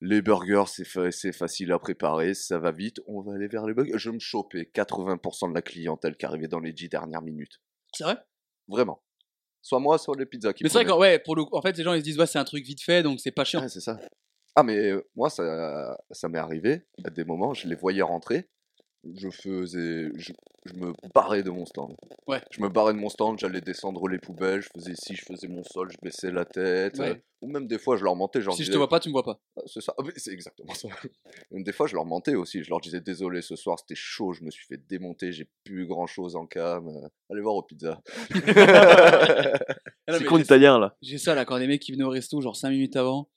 Speaker 1: Les burgers, c'est fa- c'est facile à préparer, ça va vite, on va aller vers les burgers. Je me chopais 80% de la clientèle qui arrivait dans les 10 dernières minutes.
Speaker 2: C'est vrai?
Speaker 1: Vraiment. Soit moi, soit les pizzas qui
Speaker 2: Mais c'est vrai
Speaker 1: prenaient.
Speaker 2: qu'en ouais, pour le coup, en fait, les gens ils se disent, ouais, c'est un truc vite fait, donc c'est pas chiant.
Speaker 1: Ouais, c'est ça. Ah, mais euh, moi, ça, ça m'est arrivé à des moments, je les voyais rentrer. Je faisais. Je, je me barrais de mon stand.
Speaker 2: Ouais.
Speaker 1: Je me barrais de mon stand, j'allais descendre les poubelles, je faisais ci, je faisais mon sol, je baissais la tête.
Speaker 2: Ouais.
Speaker 1: euh, ou même des fois, je leur mentais, genre.
Speaker 2: si je te vois pas, tu me vois pas.
Speaker 1: C'est ça. Ah oui, c'est exactement ça. <laughs> Même des fois, je leur mentais aussi. Je leur disais, désolé, ce soir, c'était chaud, je me suis fait démonter, j'ai plus grand chose en cam. euh, Allez voir aux pizzas.
Speaker 2: Ah non,
Speaker 3: C'est
Speaker 2: mais
Speaker 3: con
Speaker 2: j'ai-
Speaker 3: italien là.
Speaker 2: J'ai ça là, quand des mecs qui venaient au resto genre 5 minutes avant,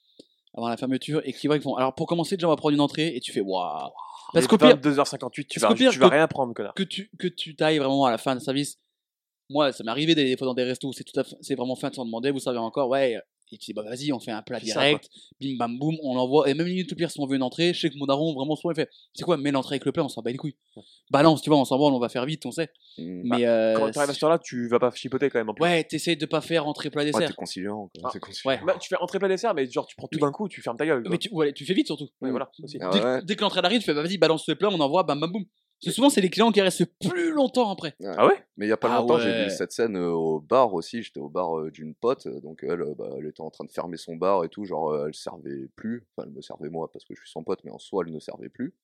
Speaker 2: avant la fermeture, et qui voient qu'ils font. Alors pour commencer, déjà on va prendre une entrée, et tu fais waouh. Parce qu'au pire,
Speaker 3: 2h58, tu vas,
Speaker 2: parce qu'au pire,
Speaker 3: tu vas
Speaker 2: que-
Speaker 3: rien prendre, connard.
Speaker 2: que tu que tu t'ailles vraiment à la fin de service. Moi, ça m'est arrivé d'aller des fois dans des restos où c'est tout à fait, c'est vraiment fin de s'en demander, vous savez encore, ouais. Et tu dis bah vas-y, on fait un plat
Speaker 3: Fais ça,
Speaker 2: direct, bim bam boum, on l'envoie. Et même minute au pire, si on veut une entrée, je sais que mon daron vraiment souvent il fait, c'est quoi, mets l'entrée avec le plat, on s'en bat les couilles. Balance, tu vois, on s'en va, on va faire vite, on sait.
Speaker 1: Mm.
Speaker 2: Mais euh,
Speaker 3: Quand t'arrives à ce heure-là, tu vas pas chipoter quand même. En plus.
Speaker 2: ouais, t'essayes de pas faire entrée plat
Speaker 1: Ouais,
Speaker 2: dessert.
Speaker 1: t'es conciliant. quoi,
Speaker 3: Ah,
Speaker 1: t'es conciliant.
Speaker 2: ouais.
Speaker 3: Bah, tu fais entrer plein dessert, mais genre tu prends tout d'un coup, tu fermes ta gueule. quoi.
Speaker 2: Mais tu, Mm. ouais, tu fais vite surtout.
Speaker 3: Ouais, voilà, aussi.
Speaker 1: Ah
Speaker 2: dès,
Speaker 1: ouais.
Speaker 2: dès que l'entrée arrive, tu fais bah, vas-y, balance le plat, on envoie, bam bam boum. Parce que souvent, c'est les clients qui restent plus longtemps après.
Speaker 3: Ah ouais
Speaker 1: Mais il n'y a pas
Speaker 2: Ah
Speaker 1: longtemps, j'ai
Speaker 2: ouais.
Speaker 1: vu cette scène euh, au bar aussi. J'étais au bar euh, d'une pote, euh, donc elle, euh, bah, elle était en train de fermer son bar et tout. Genre, euh, elle servait plus. Enfin, elle me servait moi parce que je suis son pote, mais en soi, elle ne servait plus.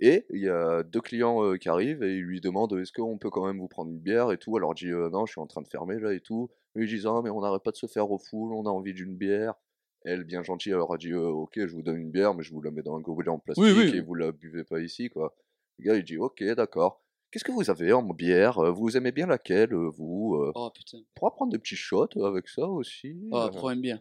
Speaker 1: Et il y a deux clients euh, qui arrivent et ils lui demandent euh, est-ce qu'on peut quand même vous prendre une bière et tout. Elle leur dit euh, non, je suis en train de fermer là et tout. Et ils disent ah, mais on n'arrête pas de se faire au full, on a envie d'une bière. Elle, bien gentille, elle leur a dit euh, ok, je vous donne une bière, mais je vous la mets dans un gobelet en plastique
Speaker 2: oui.
Speaker 1: et vous la buvez pas ici, quoi. Le gars, il dit ok, d'accord. Qu'est-ce que vous avez en bière Euh, Vous aimez bien laquelle, euh, vous Euh,
Speaker 2: Oh putain.
Speaker 1: On pourra prendre des petits shots euh, avec ça aussi.
Speaker 2: Oh,
Speaker 1: euh.
Speaker 2: prends une bière.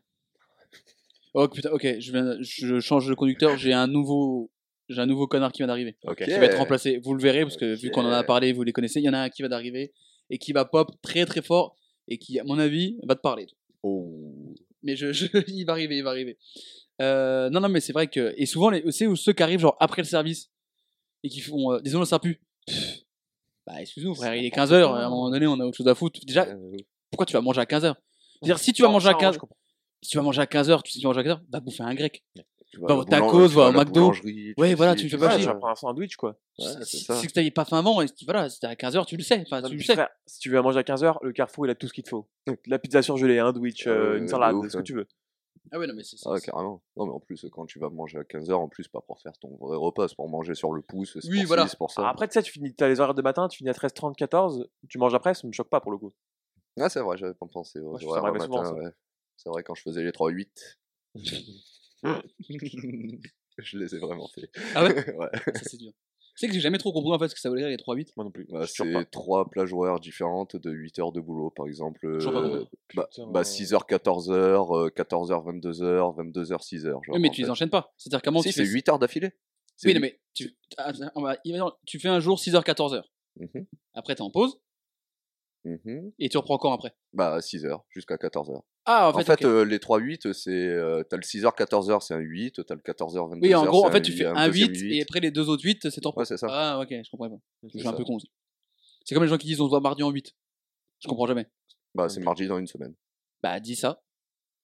Speaker 2: Oh putain, ok, je, viens- je change de conducteur, j'ai un nouveau. J'ai un nouveau connard qui vient d'arriver.
Speaker 1: Ok.
Speaker 2: Qui va être remplacé. Vous le verrez parce que vu
Speaker 1: Ok.
Speaker 2: qu'on en a parlé, vous les connaissez. Il y en a un qui va d'arriver et qui va pop très très fort et qui, à mon avis, va te parler.
Speaker 1: Oh.
Speaker 2: Mais je, <laughs> je- il va arriver, il va arriver. Euh, non, non, mais c'est vrai que. Et souvent, les, c'est où ceux qui arrivent genre après le service et qui font. euh, Désolé, ça pue. Pff, Bah, excuse-nous, frère, il est 15h. À un moment donné, on a autre chose à foutre. Déjà,
Speaker 1: Euh,
Speaker 2: pourquoi tu vas manger à 15h C'est-à-dire, si tu vas
Speaker 3: Non,
Speaker 2: manger à
Speaker 3: ça,
Speaker 2: 15
Speaker 3: je comprends.
Speaker 2: si tu vas manger à 15h, tu sais que tu vas manger à 15h, va bouffer un grec.
Speaker 1: tu vas
Speaker 2: Bah,
Speaker 1: à la
Speaker 2: au tacos,
Speaker 1: boulang- tu
Speaker 2: va
Speaker 1: vas
Speaker 2: au
Speaker 1: à la
Speaker 2: McDo.
Speaker 1: boulangerie,
Speaker 2: Ouais,
Speaker 1: vas
Speaker 2: voilà,
Speaker 1: ci,
Speaker 2: tu fais
Speaker 1: vas
Speaker 2: pas
Speaker 1: ça.
Speaker 3: Ouais,
Speaker 2: chier.
Speaker 3: tu vas prendre un sandwich quoi.
Speaker 1: Ouais, c'est
Speaker 2: si
Speaker 1: ça.
Speaker 2: si que t'avais pas faim avant, et si- voilà, si t'es à 15h, tu le sais. Enfin,
Speaker 3: Non,
Speaker 2: Ah, tu
Speaker 3: mais
Speaker 2: le sais. Mm.
Speaker 3: frère, si tu veux manger à 15h, le Carrefour il a tout ce qu'il te faut. La pizza surgelée, un sandwich, euh,
Speaker 1: Euh,
Speaker 3: une
Speaker 1: de
Speaker 3: salade,
Speaker 1: ouf,
Speaker 3: ce que
Speaker 1: ouais.
Speaker 3: tu veux.
Speaker 2: Ah ouais, non, mais c'est ça.
Speaker 1: Ah, carrément. Non, mais en plus, quand tu vas manger à 15h, en plus, pas pour faire ton vrai repas, c'est pour manger sur le pouce, c'est
Speaker 2: Oui,
Speaker 1: pour,
Speaker 2: voilà. Ah,
Speaker 1: ci, c'est pour ça.
Speaker 3: Après, tu sais, tu finis, t'as les horaires de matin, tu finis à 13, 30, 14, tu manges après, ça me choque pas pour le coup.
Speaker 1: Ah, c'est vrai, j'avais pas pensé. aux
Speaker 3: Moi, je- ça
Speaker 1: horaires
Speaker 3: m'arrivait
Speaker 1: matin,
Speaker 3: souvent, ça.
Speaker 1: ouais. C'est vrai, quand je faisais les 3-8.
Speaker 2: <laughs>
Speaker 1: je les ai vraiment fait.
Speaker 2: Ah ouais
Speaker 1: <laughs> Ouais.
Speaker 2: Ça, c'est dur. Tu sais que j'ai jamais trop compris en fait ce que ça voulait dire les 3-8.
Speaker 3: Moi non plus.
Speaker 1: Bah,
Speaker 3: je suis sûr pas.
Speaker 1: c'est trois plages horaires différentes de 8 heures de boulot, par exemple.
Speaker 2: Toujours pas
Speaker 1: euh,
Speaker 2: compris.
Speaker 1: bah,
Speaker 3: Putain,
Speaker 1: bah,
Speaker 3: euh,
Speaker 1: 6h, 14h, 14h, 22h, 22h, 6h.
Speaker 2: Oui, mais tu les enchaînes pas. C'est-à-dire comment
Speaker 1: Si,
Speaker 2: tu
Speaker 1: c'est
Speaker 2: fais
Speaker 1: 8 heures d'affilée. C'est
Speaker 2: Oui, non,
Speaker 1: huit-
Speaker 2: mais tu... Attends, on va- imaginons, tu fais un jour 6h, 14h.
Speaker 1: Mhm,
Speaker 2: Après, t'es en pause
Speaker 1: mhm.
Speaker 2: et tu reprends quand après
Speaker 1: Bah, 6h jusqu'à 14h.
Speaker 2: Ah,
Speaker 1: En fait,
Speaker 2: ok.
Speaker 1: euh, les 3-8, c'est. euh, t'as le 6h, 14h, c'est un 8. T'as le 14h, 22h.
Speaker 2: Oui, en gros,
Speaker 1: c'est
Speaker 2: en fait, tu fais un 8,
Speaker 1: deuxième
Speaker 2: et après les deux autres 8, c'est ton
Speaker 1: Ouais, c'est ça.
Speaker 2: Ah, ok, je comprends pas. Je suis un
Speaker 1: ça.
Speaker 2: peu con aussi. C'est comme les gens qui disent on se voit mardi en 8. Je comprends jamais. Mmh.
Speaker 1: Bah, c'est mardi dans une semaine.
Speaker 2: Bah, dis ça.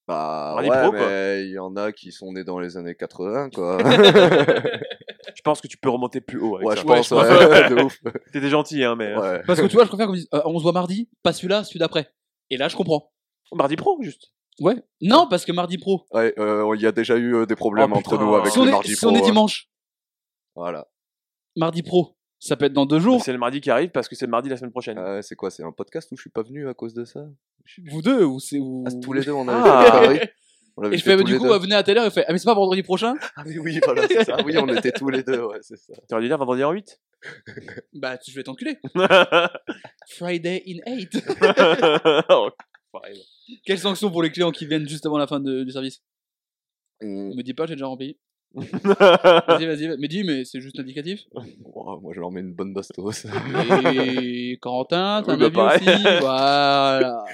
Speaker 1: Bah,
Speaker 3: Mardi
Speaker 1: ouais,
Speaker 3: pro, quoi.
Speaker 1: mais il y en a qui sont nés dans les années 80,
Speaker 2: <laughs>
Speaker 1: quoi.
Speaker 3: Je pense que tu peux remonter plus haut.
Speaker 1: <laughs>
Speaker 3: Avec
Speaker 1: ouais,
Speaker 3: ça.
Speaker 1: je pense,
Speaker 3: Ouais,
Speaker 1: ouais, <laughs> de ouf.
Speaker 3: T'étais gentil, hein, mais. euh,
Speaker 1: Ouais.
Speaker 2: Parce que tu vois, je préfère qu'on me dise euh, on se voit mardi, pas celui-là, celui d'après. Et là, je comprends.
Speaker 3: hein. Mardi pro, juste.
Speaker 2: Ouais. Non, parce que mardi pro.
Speaker 1: Ouais, euh, il y a déjà eu euh, des problèmes
Speaker 3: Oh,
Speaker 1: entre
Speaker 3: putain.
Speaker 1: nous avec
Speaker 2: Si
Speaker 1: le
Speaker 2: on, est,
Speaker 1: mardi
Speaker 2: si
Speaker 1: pro.
Speaker 2: on est
Speaker 1: ouais.
Speaker 2: dimanche,
Speaker 1: Voilà.
Speaker 2: mardi pro, ça peut être dans deux jours.
Speaker 3: C'est le mardi qui arrive parce que c'est le mardi la semaine prochaine.
Speaker 1: Euh, c'est quoi C'est un podcast où je suis pas venu à cause de ça
Speaker 2: Vous deux, ou c'est. Ou...
Speaker 1: Ah, c'est
Speaker 2: <laughs>
Speaker 1: tous les deux, on avait
Speaker 3: Ah.
Speaker 1: fait pareil. On l'avait
Speaker 2: Mmh. Et je fais,
Speaker 1: tous
Speaker 2: du
Speaker 1: les
Speaker 2: coup,
Speaker 1: deux.
Speaker 2: euh, venez à telle heure, il fait, ah, mais c'est pas vendredi prochain
Speaker 1: Ah, mais oui, voilà, c'est ça. Oui, on était tous les deux, ouais, c'est ça.
Speaker 3: Tu aurais dû dire vendredi en 8
Speaker 2: Bah, tu je
Speaker 1: <laughs>
Speaker 2: vais t'enculer. Friday in <laughs> 8.
Speaker 3: Oh, pareil.
Speaker 2: Quelle sanction pour les clients qui viennent juste avant la fin de- du service
Speaker 1: Mm.
Speaker 2: Me dis pas, j'ai déjà rempli.
Speaker 1: <laughs>
Speaker 2: Vas-y, vas-y, mais dis, mais c'est
Speaker 1: <laughs>
Speaker 2: juste indicatif.
Speaker 1: Oh, moi, je leur mets une bonne
Speaker 2: <laughs>
Speaker 1: bastos.
Speaker 2: Et Corentin, t'as
Speaker 3: Oui, bah,
Speaker 2: un avis
Speaker 3: pareil.
Speaker 2: aussi Voilà.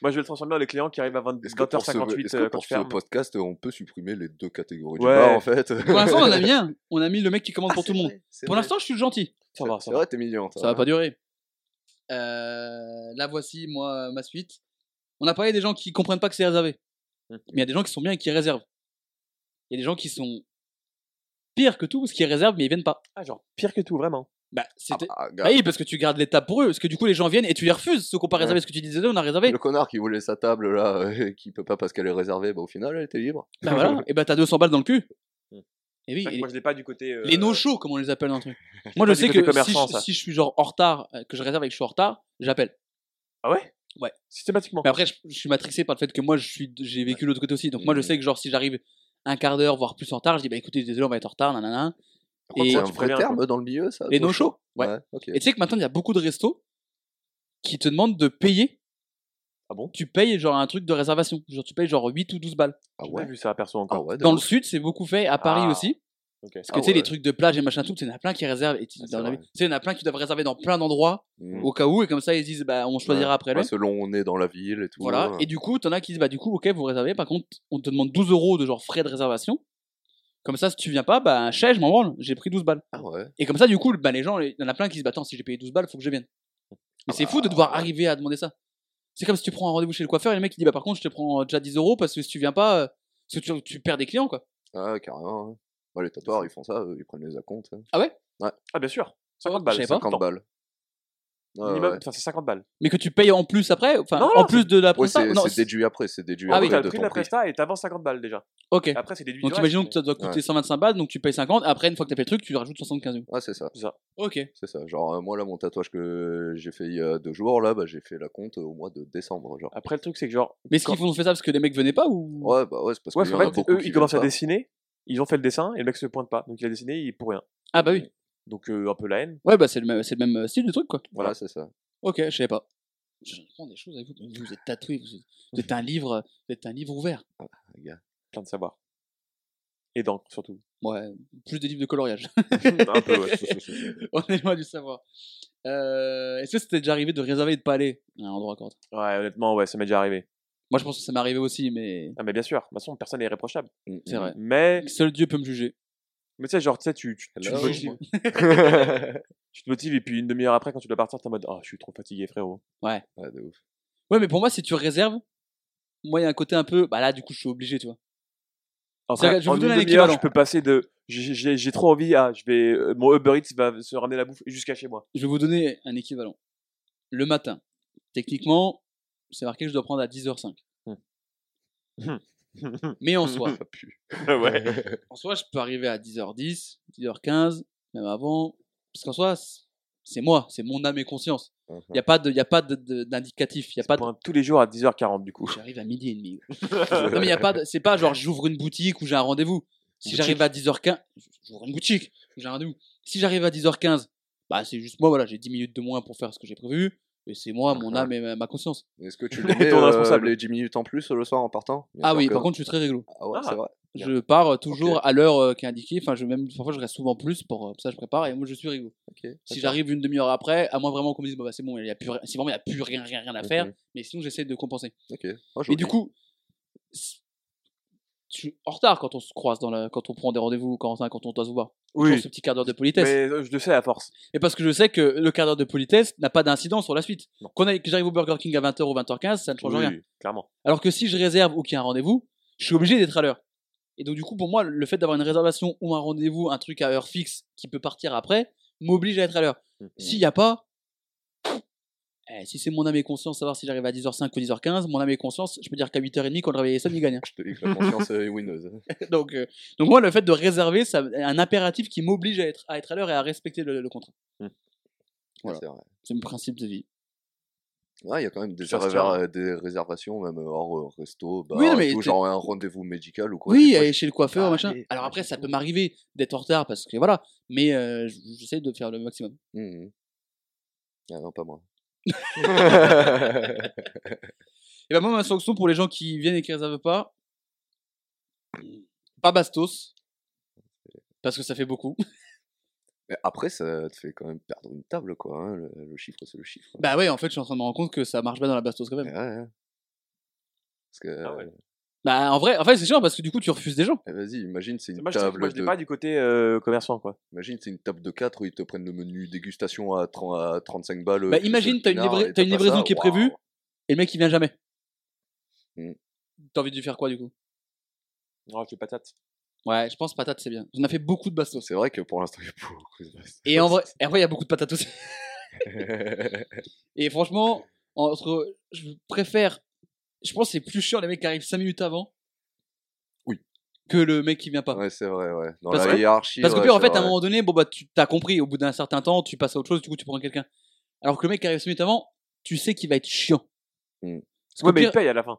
Speaker 3: Moi, je vais le transformer en les clients qui arrivent à 20
Speaker 1: Est-ce que pour, ce,
Speaker 3: 20h58
Speaker 1: est-ce que
Speaker 3: euh, quand
Speaker 1: pour
Speaker 3: tu
Speaker 1: ce
Speaker 3: fermes.
Speaker 1: podcast, on peut supprimer les deux catégories
Speaker 3: Ouais.
Speaker 1: du bar, en fait
Speaker 2: Pour l'instant, on <laughs> en a mis un. On a mis le mec qui
Speaker 1: <laughs>
Speaker 2: commande pour tout le monde. Pour l'instant, je suis le gentil.
Speaker 3: Ça va, ça
Speaker 1: C'est
Speaker 3: va.
Speaker 1: vrai, t'es hein. mignon. toi.
Speaker 2: Ça va pas durer. Euh, là, voici, moi, ma suite. On a parlé des gens qui comprennent pas que c'est réservé.
Speaker 3: Mm.
Speaker 2: Mais il y a des gens qui sont bien et qui réservent. Il y a des gens qui sont pires que tout, parce qu'ils réservent, mais ils viennent pas.
Speaker 3: Ah, genre pire que tout, vraiment.
Speaker 2: Bah, c'était.
Speaker 1: Ah,
Speaker 2: Bah
Speaker 1: gars,
Speaker 2: oui, parce que tu gardes les tables pour eux, parce que du coup les gens viennent et tu les refuses, ceux qui n'ont pas réservé, ce que tu disais, on a réservé.
Speaker 1: Le connard qui voulait sa table là, <laughs> euh, qui peut pas parce qu'elle est réservée, bah au final elle était libre.
Speaker 2: Bah <laughs> voilà, et bah t'as 200 balles dans le cul. Hum.
Speaker 3: Mm.
Speaker 2: Et oui,
Speaker 3: C'est vrai que
Speaker 2: et-
Speaker 3: Moi, je l'ai pas du côté. euh,
Speaker 2: les no-show, comme on les appelle dans le truc.
Speaker 3: <laughs>
Speaker 2: Moi, je
Speaker 3: pas du
Speaker 2: sais
Speaker 3: côté
Speaker 2: que si
Speaker 3: commerçant,
Speaker 2: je,
Speaker 3: ça.
Speaker 2: si je suis genre en retard, euh, que je réserve et que je suis en retard, j'appelle.
Speaker 3: Ah ouais
Speaker 2: Ouais. Bah,
Speaker 3: Systématiquement.
Speaker 2: Mais après, je, je suis matrixé par le fait que moi, je suis, j'ai vécu l'autre côté aussi. Donc moi, je
Speaker 1: Mm.
Speaker 2: sais que genre si j'arrive un quart d'heure, voire plus en retard, je dis bah écoutez, désolé, on va être en retard, nanana.
Speaker 1: Par contre,
Speaker 2: Et-
Speaker 1: c'est un
Speaker 3: Tu
Speaker 1: vrai
Speaker 3: préviens,
Speaker 1: terme dans le milieu, ça
Speaker 2: Les
Speaker 1: no
Speaker 2: no-show ouais.
Speaker 1: Ouais, ok.
Speaker 2: Et tu sais que maintenant, il y a beaucoup de restos qui te demandent de payer.
Speaker 3: Ah bon
Speaker 2: Tu payes genre un truc de réservation. Genre tu payes genre 8 ou 12 balles.
Speaker 1: Ah
Speaker 3: J'ai pas
Speaker 1: ouais
Speaker 3: vu ça, perso,
Speaker 1: Ah
Speaker 3: encore.
Speaker 1: ouais,
Speaker 2: Dans le sud, c'est beaucoup fait, à Paris
Speaker 3: Ah.
Speaker 2: aussi.
Speaker 3: Ok.
Speaker 2: Parce que
Speaker 1: Ah
Speaker 2: tu sais, les
Speaker 1: ouais.
Speaker 2: trucs de plage et machin tout, il y en a plein qui réservent. Et tu
Speaker 1: Ah, c'est
Speaker 2: dans la
Speaker 1: vrai.
Speaker 2: vie- tu sais, il y en a plein qui doivent réserver dans plein d'endroits
Speaker 1: Mm.
Speaker 2: au cas où, et comme ça, ils disent, bah, on choisira après
Speaker 1: Ouais,
Speaker 2: le.
Speaker 1: selon où on est dans la ville et tout. euh,
Speaker 2: Voilà.
Speaker 1: ouais.
Speaker 2: Et du coup, t'en as qui disent, bah, du coup, ok, vous réservez. Par contre, on te demande 12 euros de genre frais de réservation. Comme ça, si tu viens pas, bah, chais, je m'en branle, j'ai pris 12 balles.
Speaker 1: Ah ouais.
Speaker 2: Et comme ça, du coup, bah, les gens, il y en a plein qui disent, bah, attends, si j'ai payé 12 balles, faut que je vienne. Mais c'est fou de devoir arriver à demander ça. C'est comme si tu prends un rendez-vous chez le coiffeur et le mec il dit, bah, par contre, je te prends déjà 10 euros parce que si tu viens pas, euh, parce que tu, tu perds des clients, quoi.
Speaker 1: Ah, carrément. ouais. Ouais, les tatoueurs, ils font ça, eux, ils prennent les acomptes. hein.
Speaker 3: Ah, bien sûr. 50
Speaker 2: Oh, Je
Speaker 3: balles.
Speaker 2: savais pas.
Speaker 1: 50
Speaker 3: Attends,
Speaker 1: balles. Ouais,
Speaker 3: minimum,
Speaker 1: ouais.
Speaker 3: enfin, c'est 50 balles.
Speaker 2: Mais que tu payes en plus après, enfin,
Speaker 3: Non, non,
Speaker 2: en plus de la
Speaker 1: Ouais,
Speaker 2: presta-
Speaker 1: c'est
Speaker 2: non,
Speaker 1: c'est déduit après, c'est déduit
Speaker 2: Ah
Speaker 1: après
Speaker 2: oui,
Speaker 3: t'as
Speaker 1: de
Speaker 3: le prix de
Speaker 1: ton
Speaker 3: la
Speaker 1: prix.
Speaker 3: presta et t'avances 50 balles déjà.
Speaker 2: Ok.
Speaker 1: Ah,
Speaker 3: Après, c'est déduit.
Speaker 2: Donc
Speaker 3: du
Speaker 2: imaginons que
Speaker 3: reste,
Speaker 2: ça doit coûter 125 balles, donc tu payes 50. Après, une fois que t'as payé le truc, tu rajoutes 75 euros.
Speaker 1: Ouais, c'est ça,
Speaker 2: Ok.
Speaker 1: c'est ça. Genre, euh, moi, là, mon tatouage que j'ai fait il y a deux jours, là, bah, j'ai fait la compte au mois de décembre, genre.
Speaker 3: mais- Après, le truc, c'est que genre.
Speaker 2: Mais est-ce qu'ils ont fait ça parce que les mecs venaient pas ou
Speaker 1: Ouais, bah ouais, c'est parce
Speaker 3: Ouais,
Speaker 1: qu'il
Speaker 3: parce
Speaker 1: y en
Speaker 3: qu'en
Speaker 1: a
Speaker 3: fait,
Speaker 1: beaucoup
Speaker 3: eux,
Speaker 1: qui
Speaker 3: ils
Speaker 1: viennent
Speaker 3: commencent à
Speaker 1: pas.
Speaker 3: dessiner, ils ont fait le dessin et le mec se pointe pas. Donc il a dessiné, il est pour rien.
Speaker 2: Ah bah oui.
Speaker 3: Donc euh, un peu la haine.
Speaker 2: Ouais, bah c'est le même, c'est le même euh, style de truc quoi.
Speaker 1: Voilà, c'est ça.
Speaker 2: Ok, je savais pas. J'apprends des choses avec vous. Vous êtes tatoué, vous êtes, vous êtes un livre, vous êtes un livre ouvert.
Speaker 1: les gars.
Speaker 3: Plein de savoir. Et d'encre,
Speaker 2: <laughs>
Speaker 3: surtout.
Speaker 2: Ouais, plus des livres de coloriage. <laughs>
Speaker 3: un peu, ouais.
Speaker 2: On est loin du savoir. Euh, est-ce que c'était déjà arrivé de réserver et de pas aller à un endroit quand
Speaker 3: Ouais, honnêtement, ouais, ça m'est déjà arrivé.
Speaker 2: Moi, je pense que ça m'est arrivé aussi, mais
Speaker 3: Ah, mais bien sûr, de toute façon, personne n'est irréprochable.
Speaker 1: Mm,
Speaker 2: c'est
Speaker 1: mm.
Speaker 2: vrai.
Speaker 3: Mais,
Speaker 2: Seul Dieu peut me juger.
Speaker 3: mais tu sais, genre, tu sais, tu, tu, tu te
Speaker 1: Hello.
Speaker 3: motives,
Speaker 1: <laughs>
Speaker 3: <laughs> tu te motives et puis une demi-heure après, quand tu dois partir, t'es en mode, oh, je suis trop fatigué, frérot.
Speaker 1: Ouais, de ouf.
Speaker 2: Ouais, mais pour moi, si tu réserves, moi, il y a un côté un peu. Bah là, du coup, je suis obligé, tu vois.
Speaker 3: Enfin,
Speaker 2: C'est-à-dire, je vais
Speaker 3: en
Speaker 2: vous
Speaker 3: une
Speaker 2: donner un
Speaker 3: demi-heure, je
Speaker 2: équivalent.
Speaker 3: peux passer de, j'ai- j'ai j'ai trop envie, ah, je vais, euh, mon Uber Eats va se ramener la bouffe jusqu'à chez
Speaker 1: <laughs>
Speaker 3: moi.
Speaker 2: Je vais vous donner un équivalent. Le matin, techniquement, c'est marqué que je dois prendre à 10h05.
Speaker 3: Hmm. Hmm.
Speaker 2: Mais en soi,
Speaker 1: Ça pue.
Speaker 3: <laughs> ouais.
Speaker 2: en soi, je peux arriver à 10h10, 10h15, même avant. Parce qu'en soi, c'est- c'est moi, c'est mon âme et conscience. Il n'y a pas de- y a pas de- de- d'indicatif. Il y a pas de.
Speaker 3: Point tous les jours à
Speaker 2: <laughs>
Speaker 3: 10h40 du coup.
Speaker 2: J'arrive à midi et demi. non,
Speaker 1: <laughs>
Speaker 2: mais il y a pas de- C'est pas genre j'ouvre une boutique ou j'ai un rendez-vous. Si
Speaker 3: Boutique.
Speaker 2: j'arrive à 10h15, j'ouvre une boutique ou j'ai un rendez-vous. Si j'arrive à 10h15, bah c'est juste moi, voilà, j'ai 10 minutes de moins pour faire ce que j'ai prévu. Et c'est moi, mon âme et ma, ma conscience.
Speaker 1: Est-ce que
Speaker 2: <laughs>
Speaker 1: tu
Speaker 3: Ton
Speaker 1: les mets euh,
Speaker 3: responsable.
Speaker 1: les 10 minutes en plus euh, le soir en partant Bien
Speaker 2: Ah
Speaker 1: sûr
Speaker 2: oui,
Speaker 1: que
Speaker 2: par
Speaker 1: non.
Speaker 2: contre, je suis très réglo.
Speaker 1: Ah ouais,
Speaker 3: Ah.
Speaker 1: c'est vrai. Bien.
Speaker 2: Je pars euh, toujours à l'heure euh, qui est indiquée. Enfin, je même parfois je reste souvent plus pour euh, ça. Je prépare et moi je suis réglo.
Speaker 1: Ok,
Speaker 2: Si
Speaker 1: d'accord.
Speaker 2: j'arrive une demi-heure après, à moins vraiment qu'on me dise bon, bah, c'est bon, il y a plus rien- si vraiment il n'y a plus rien, rien, rien à faire.
Speaker 1: Mhm.
Speaker 2: Mais sinon j'essaie de compenser.
Speaker 1: Ok. Oh,
Speaker 2: Mais du
Speaker 1: joli.
Speaker 2: coup, c- je suis en retard quand on se croise dans la, quand on prend des rendez-vous, quand, enfin, quand on doit se voir. Toujours
Speaker 3: Oui.
Speaker 2: ce petit quart d'heure de politesse.
Speaker 3: Mais euh, je le sais à force.
Speaker 2: Et parce que je sais que le quart d'heure de politesse n'a pas d'incidence sur la suite.
Speaker 3: Non.
Speaker 2: Qu'on aille- que j'arrive au Burger King à 20h ou 20h15, ça ne change
Speaker 3: Oui,
Speaker 2: rien.
Speaker 3: Clairement.
Speaker 2: Alors que si je réserve ou qu'il y a un rendez-vous, je suis obligé d'être à l'heure. Et donc, du coup, pour moi, le fait d'avoir une réservation ou un rendez-vous, un truc à heure fixe qui peut partir après, m'oblige à être à l'heure.
Speaker 3: Mmh. Mm.
Speaker 1: Mhm.
Speaker 2: S'il n'y a pas, eh, si c'est mon âme et conscience, savoir si j'arrive à 10h05 ou 10h15, mon âme et conscience, je peux dire qu'à 8h30, quand le réveil sonne, il
Speaker 3: <laughs>
Speaker 2: gagne.
Speaker 1: <laughs> Je te dis que la conscience euh, est
Speaker 2: <laughs>
Speaker 1: winneuse.
Speaker 2: donc, euh, donc, moi, le fait de réserver, c'est un impératif qui m'oblige à être, à être à l'heure et à respecter le, le contrat. Voilà.
Speaker 1: C'est vrai.
Speaker 2: C'est mon principe de vie.
Speaker 1: Ouais, il y a quand même des,
Speaker 3: Ça se
Speaker 1: réserv-
Speaker 3: tient.
Speaker 1: euh, des réservations, même hors euh, resto, bar,
Speaker 2: Oui, non, mais
Speaker 1: et tout,
Speaker 2: t'es-
Speaker 1: genre un rendez-vous médical ou quoi. des
Speaker 2: Oui,
Speaker 1: fois,
Speaker 2: aller chez le coiffeur,
Speaker 1: Ah,
Speaker 2: machin.
Speaker 1: allez,
Speaker 2: Alors
Speaker 1: allez,
Speaker 2: après, ça
Speaker 1: c'est
Speaker 2: peut
Speaker 1: bon.
Speaker 2: m'arriver d'être en retard parce que voilà, mais euh, j- j'essaie de faire le maximum.
Speaker 1: je- Mhm. Ah non, pas
Speaker 2: <laughs>
Speaker 1: moi.
Speaker 2: Et ben moi, ma sanction pour les gens qui viennent et qui réservent pas, pas Bastos, parce que ça fait beaucoup. <laughs>
Speaker 1: Mais après, ça te fait quand même perdre une table, quoi. hein, Le, le chiffre, c'est le chiffre.
Speaker 2: bah ouais, en fait, je suis en train de me rendre compte que ça marche pas dans la Bastos quand même.
Speaker 1: Ouais, ouais. Parce que,
Speaker 3: Ah ouais.
Speaker 1: euh,
Speaker 2: Bah en vrai, en fait, c'est chiant parce que du coup, tu refuses des gens.
Speaker 1: eh, vas-y, imagine, c'est
Speaker 3: C'est
Speaker 1: une
Speaker 3: dommage, c'est que
Speaker 1: table
Speaker 3: Moi je l'ai
Speaker 1: de...
Speaker 3: pas du côté euh, commerçant quoi.
Speaker 1: Imagine, c'est une table de 4 où ils te prennent le menu dégustation à, 30 à 35 balles.
Speaker 2: Bah
Speaker 1: plus
Speaker 2: imagine,
Speaker 1: le
Speaker 2: t'as une,
Speaker 1: pinard,
Speaker 2: livra-
Speaker 1: et
Speaker 2: t'as une
Speaker 1: pas ça,
Speaker 2: livraison qui est
Speaker 1: waouh.
Speaker 2: prévue et le mec il vient jamais.
Speaker 1: Mm.
Speaker 2: T'as envie de lui faire quoi du coup
Speaker 3: Non, je fais patate.
Speaker 2: Ouais, je pense patate c'est bien. On a fait beaucoup de Bastos.
Speaker 1: C'est vrai que pour l'instant, il y a beaucoup de bastos. <laughs>
Speaker 2: Et en vrai, et en vrai, il y a beaucoup de patates aussi. Et franchement, entre, je préfère. Je pense que c'est plus chiant les mecs qui arrivent 5 minutes avant.
Speaker 1: Oui.
Speaker 2: Que le mec qui vient pas.
Speaker 1: ouais, c'est vrai, ouais. Dans
Speaker 2: Parce
Speaker 1: la
Speaker 2: que-
Speaker 1: hiérarchie.
Speaker 2: Parce que
Speaker 1: ouais,
Speaker 2: puis, en
Speaker 1: c'est
Speaker 2: fait, à un
Speaker 1: vrai.
Speaker 2: moment donné, bon bah tu t'as compris. Au bout d'un certain temps, tu passes à autre chose. Du coup, tu prends quelqu'un. Alors que le mec qui arrive 5 minutes avant, tu sais qu'il va être chiant.
Speaker 1: Mm.
Speaker 2: Parce qu'au
Speaker 3: Ouais, mais
Speaker 2: pire-
Speaker 3: il paye à la fin.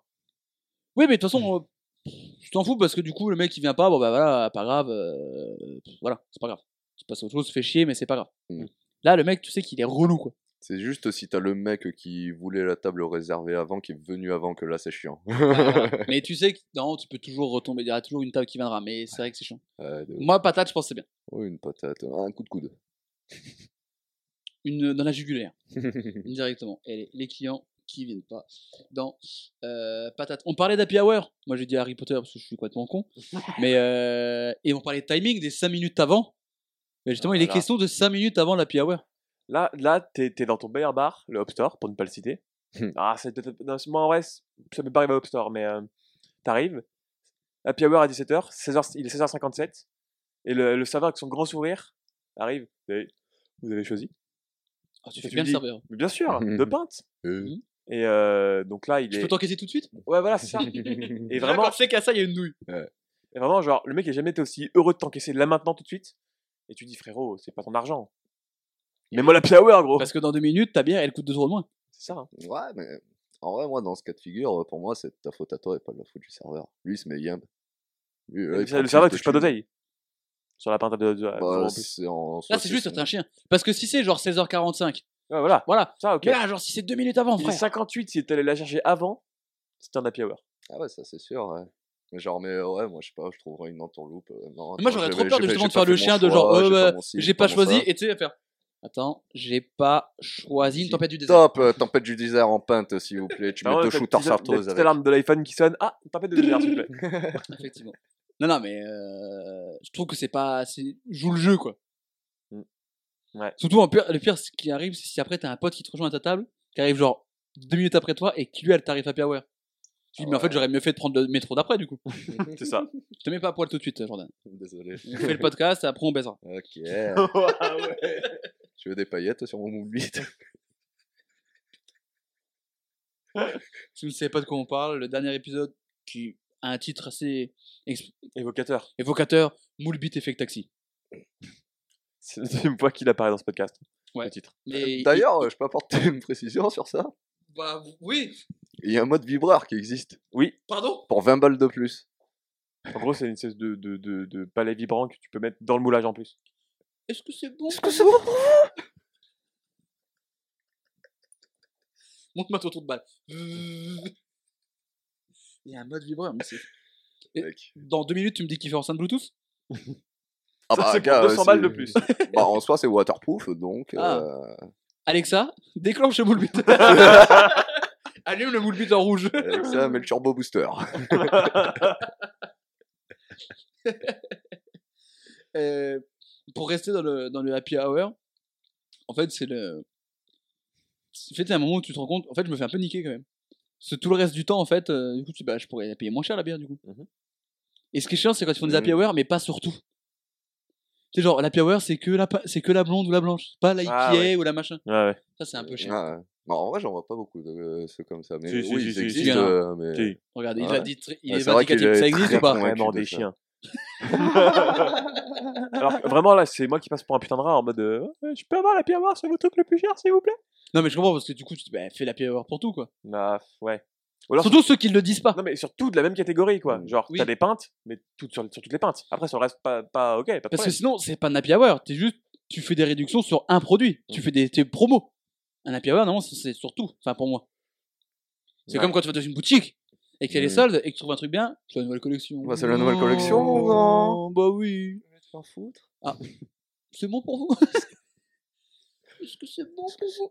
Speaker 2: Oui, mais de toute façon, euh, je t'en fous parce que du coup, le mec il vient pas, bon bah voilà, pas grave, euh, voilà, c'est pas grave. Tu passes à autre chose, fais chier, mais c'est pas grave.
Speaker 1: Mm.
Speaker 2: Là, le mec, tu sais qu'il est relou quoi.
Speaker 1: C'est juste si t'as le mec qui voulait la table réservée avant, qui est venu avant, que là c'est chiant. <laughs>
Speaker 2: Mais tu sais que non, tu peux toujours retomber. Il y aura toujours une table qui viendra, mais c'est vrai que c'est chiant.
Speaker 1: Euh, de-
Speaker 2: Moi, patate, je pense que c'est bien.
Speaker 1: Oh, une patate, un coup de coude.
Speaker 2: Une euh, dans la
Speaker 3: <laughs>
Speaker 2: jugulaire, directement. Et les, les clients qui viennent pas dans euh, patate. On parlait d'Happy Hour. Moi, j'ai dit Harry Potter parce que je suis complètement
Speaker 3: <laughs>
Speaker 2: con. mais euh, et on parlait de timing des 5 minutes avant. Mais justement,
Speaker 3: Ah,
Speaker 2: il est
Speaker 3: voilà.
Speaker 2: question de 5 minutes avant l'Happy Hour.
Speaker 3: Là, là t'es t'es dans ton meilleur bar, le Hopstore, pour ne pas le citer.
Speaker 1: Hmm.
Speaker 3: ah, c'est peut-être- non, c'est- moi en vrai, c'est- ça peut pas arriver à Hopstore, mais euh, t'arrives, happy hour à 17h, 16h, il est 16h57, et le, le serveur avec son grand sourire arrive. et vous avez choisi
Speaker 2: Ah, tu
Speaker 3: Et
Speaker 2: fais
Speaker 3: tu
Speaker 2: bien
Speaker 3: me
Speaker 2: le
Speaker 3: dis,
Speaker 2: serveur.
Speaker 3: Mais
Speaker 2: <laughs>
Speaker 3: bien sûr, de pinte.
Speaker 1: Euh.
Speaker 3: Et euh, donc là, il
Speaker 2: Je
Speaker 3: est.
Speaker 2: peux t'encaisser tout de suite
Speaker 3: Ouais, voilà,
Speaker 2: <laughs>
Speaker 3: c'est ça. Et vraiment,
Speaker 2: Quand c'est qu'à ça, il y a une nouille.
Speaker 3: et vraiment, genre, le mec n'a jamais été aussi heureux de t'encaisser là maintenant tout de suite. Et tu dis, frérot, c'est pas ton argent. Mais moi, l'happy hour, gros.
Speaker 2: Parce que dans 2 minutes, ta bière, elle coûte 2 euros de moins.
Speaker 3: C'est ça. hein.
Speaker 1: Ouais, mais en vrai, moi, dans ce cas de figure, euh, pour moi, c'est ta faute à toi et pas de la faute du serveur. Lui, il se met yimbe. Lui, là, il
Speaker 3: Le
Speaker 1: prend
Speaker 3: serveur, il
Speaker 1: plus
Speaker 3: touche pas
Speaker 1: thunes.
Speaker 3: d'oseille. Sur la pinte de. de-
Speaker 1: Bah,
Speaker 3: en plus.
Speaker 1: c'est en soi,
Speaker 3: Oh,
Speaker 2: Là, c'est juste
Speaker 1: son-
Speaker 2: être un chien. Parce que si c'est genre 16h45,
Speaker 3: Ouais, voilà.
Speaker 2: voilà.
Speaker 3: Ça, ok.
Speaker 2: Mais là, genre, si c'est 2 minutes avant,
Speaker 3: Il est
Speaker 2: frère.
Speaker 3: 58, si t'es allé la chercher avant, c'était un happy hour.
Speaker 1: Ah ouais, ça, c'est sûr, ouais. Mais Genre, mais ouais, moi, je sais pas, je trouverais une entourloupe. euh, non,
Speaker 2: Mais
Speaker 1: attends,
Speaker 2: Moi, j'aurais
Speaker 1: j'ai-
Speaker 2: trop
Speaker 1: j'ai
Speaker 2: peur
Speaker 1: pas-
Speaker 2: de justement
Speaker 1: j'ai
Speaker 2: de
Speaker 1: pas
Speaker 2: faire le
Speaker 1: fait mon
Speaker 2: chien de genre,
Speaker 1: choix,
Speaker 2: euh,
Speaker 1: j'ai
Speaker 2: bah,
Speaker 1: mon ci,
Speaker 2: j'ai pas
Speaker 1: mon
Speaker 2: choisi,
Speaker 1: ça.
Speaker 2: et tu sais, à faire. Attends, j'ai pas choisi une tempête du désert. Ah
Speaker 1: Top, euh, tempête du désert en pinte, s'il vous plaît. Tu
Speaker 3: Par
Speaker 1: mets
Speaker 3: contre,
Speaker 1: deux
Speaker 3: t'as
Speaker 1: shooters
Speaker 3: le petit- La
Speaker 1: sartos
Speaker 3: petite
Speaker 1: avec.
Speaker 3: alarme de l'iPhone qui sonne. Ah, une tempête de désert, s'il te
Speaker 2: <laughs>
Speaker 3: plaît.
Speaker 2: Effectivement. Non, non, mais euh, je trouve que c'est pas. c'est- Joue le jeu, quoi.
Speaker 1: Mmh.
Speaker 3: Mm. Ouais.
Speaker 2: Surtout, en pire- le pire, ce qui arrive, c'est si après, t'as un pote qui te rejoint à ta table, qui arrive genre 2 minutes après toi, et qui lui a le tarif happy hour. Tu dis, mais en fait, j'aurais mieux fait de prendre le métro d'après, du coup.
Speaker 3: C'est ça.
Speaker 2: Je te mets pas à poil tout de suite, Jordan. <laughs>
Speaker 1: Désolé.
Speaker 2: On fait le podcast, et après, on baisera.
Speaker 1: <laughs> Ok.
Speaker 2: <laughs>
Speaker 3: Ah ouais.
Speaker 1: <laughs> Tu veux des paillettes sur mon moulite
Speaker 2: Si vous ne savez pas de quoi on parle, le dernier épisode qui à un titre assez ex-
Speaker 3: Évocateur.
Speaker 2: évocateur, Moule Beat Effect Taxi.
Speaker 3: C'est la deuxième fois qu'il apparaît dans ce podcast.
Speaker 2: Ouais.
Speaker 3: Le titre.
Speaker 2: Mais-
Speaker 1: D'ailleurs, euh, je peux apporter une précision sur ça.
Speaker 2: Bah, oui,
Speaker 1: Il y a un mode vibreur qui existe
Speaker 2: pardon
Speaker 1: pour 20 balles de plus.
Speaker 3: En gros, c'est une espèce de, de, de, de palais vibrant que tu peux mettre dans le moulage en plus.
Speaker 2: Est-ce que c'est bon
Speaker 1: Est-ce que c'est bon pour
Speaker 2: Monte-moi ton tour de balle. Il y a un mode vibreur, mais c'est...
Speaker 1: vous, mec
Speaker 2: Dans deux minutes, tu me dis qu'il fait enceinte Bluetooth
Speaker 1: Ah
Speaker 3: Ça,
Speaker 1: bah,
Speaker 3: c'est pour
Speaker 1: gars,
Speaker 3: 200 balles
Speaker 1: c'est-
Speaker 3: de plus.
Speaker 1: Bah, en soi, c'est waterproof, donc.
Speaker 2: Ah.
Speaker 1: euh,
Speaker 2: Alexa, déclenche le moule beat. Allume le moule beat en rouge.
Speaker 1: avec ça, mets le turbo booster.
Speaker 2: Euh, pour rester dans le, dans le happy hour, en fait, c'est le. En fait, c'est un moment où tu te rends compte, en fait, je me fais un peu niquer quand même. Parce que tout le reste du temps, en fait, euh, du coup, tu, bah, je pourrais la payer moins cher la bière, du coup.
Speaker 3: Mhm.
Speaker 2: Et ce qui est chiant, c'est quand ils font des
Speaker 1: Mhm.
Speaker 2: happy hour, mais pas surtout. Tu sais, genre, l'happy hour, c'est que, la, pa- c'est que la blonde ou la blanche, pas la IPA
Speaker 3: Ah ouais.
Speaker 2: ou la machin.
Speaker 3: Ouais, ouais.
Speaker 2: Ça, c'est un peu chiant.
Speaker 1: Ah, ouais. Non, en vrai, j'en vois pas beaucoup de euh, ceux comme ça. Mais
Speaker 3: Si, si,
Speaker 1: oui,
Speaker 3: si,
Speaker 1: ils
Speaker 3: si, si,
Speaker 1: existent.
Speaker 2: il y en a.
Speaker 1: euh, mais...
Speaker 3: Si.
Speaker 2: Regardez,
Speaker 1: Ah
Speaker 2: il, a
Speaker 1: ouais.
Speaker 2: dit, tr- il
Speaker 1: Ah,
Speaker 2: est
Speaker 1: c'est vrai qu'il
Speaker 2: vindicatif.
Speaker 1: est
Speaker 2: Ça existe
Speaker 1: très
Speaker 2: ou pas
Speaker 1: convaincu
Speaker 3: Vraiment
Speaker 1: de
Speaker 3: des
Speaker 1: ça.
Speaker 2: <laughs>
Speaker 3: chiens. Alors, que vraiment, là, c'est moi qui passe pour un putain de rat en mode euh, Ouais, Je peux avoir la pierre sur votre truc le plus cher, s'il vous plaît
Speaker 2: Non, mais je comprends parce que du coup, tu te dis, bah, fais l'happy hour pour tout, quoi.
Speaker 3: Bah, ouais. Ou alors,
Speaker 2: Surtout ceux qui ne le disent pas.
Speaker 3: Non, mais surtout de la même catégorie, quoi.
Speaker 1: Mm.
Speaker 3: Genre,
Speaker 2: Mmh. Oui.
Speaker 3: t'as des pintes, mais toutes sur, sur toutes les pintes. Après, sur le reste, pas, pas ok, pas de
Speaker 2: Parce que
Speaker 3: problème.
Speaker 2: sinon, c'est pas un happy hour. T'es juste, tu fais des réductions sur un produit. Tu fais des, tes promos. Un happy hour, non, c'est sur tout. Enfin, pour moi. C'est
Speaker 3: Ouais.
Speaker 2: comme quand tu vas dans une boutique et qu'il y a les
Speaker 1: Mm.
Speaker 2: soldes et que tu trouves un truc bien. C'est la nouvelle collection.
Speaker 1: Bah, c'est la nouvelle
Speaker 2: Oh,
Speaker 1: collection, non
Speaker 2: Bah oui. Ah,
Speaker 1: foutre.
Speaker 2: C'est bon
Speaker 1: <laughs>
Speaker 2: pour vous <laughs> Est-ce que c'est bon pour vous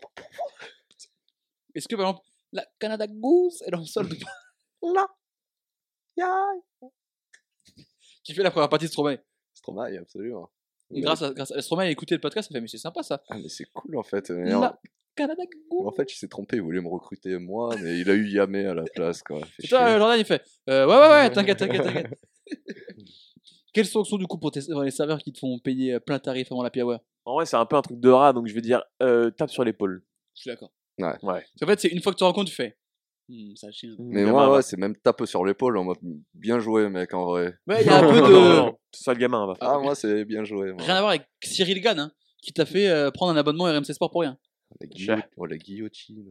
Speaker 2: Est-ce que, par exemple, la Canada Goose, elle est en solde ou pas
Speaker 1: Là.
Speaker 2: Qui fait la première partie de Stromae.
Speaker 1: Stromae, absolument.
Speaker 2: Grâce à, grâce à Stromae, elle a écouté le podcast, elle fait Mais c'est sympa ça.
Speaker 1: Ah, mais c'est cool en fait. mais en-
Speaker 2: La Canada Goose.
Speaker 1: En fait, il s'est trompé, il voulait me recruter moi, mais il a eu Yamé à la place. Quoi. Fait
Speaker 2: Putain,
Speaker 1: chier.
Speaker 2: euh, Jordan, il fait euh, Ouais, ouais,
Speaker 1: <laughs>
Speaker 2: ouais, t'inquiète, t'inquiète, t'inquiète. Quelles sanctions du coup pour, tes- pour les serveurs qui te font payer euh, plein tarif avant la hour
Speaker 3: En vrai, c'est un peu un truc de rat, donc je vais dire euh, tape sur l'épaule.
Speaker 2: Je suis d'accord.
Speaker 1: Ouais.
Speaker 3: Ouais.
Speaker 2: En fait, c'est une fois que tu te rends compte, tu fais Hmm, ça chie.
Speaker 1: mais
Speaker 3: Mmh, Gamin,
Speaker 1: moi,
Speaker 3: va.
Speaker 1: ouais, c'est même tape sur l'épaule en mode bien joué, mec, en vrai.
Speaker 2: Ouais, il y a un
Speaker 3: Non,
Speaker 2: peu
Speaker 3: non, non,
Speaker 2: de.
Speaker 3: non, Ça, le gamin, va.
Speaker 1: Ah, moi, c'est bien joué. Moi.
Speaker 2: Rien à voir avec Cyril Gann, hein, qui t'a fait euh, prendre un abonnement RMC Sport pour rien.
Speaker 1: La,
Speaker 3: Cher.
Speaker 1: guillo- oh, la guillotine.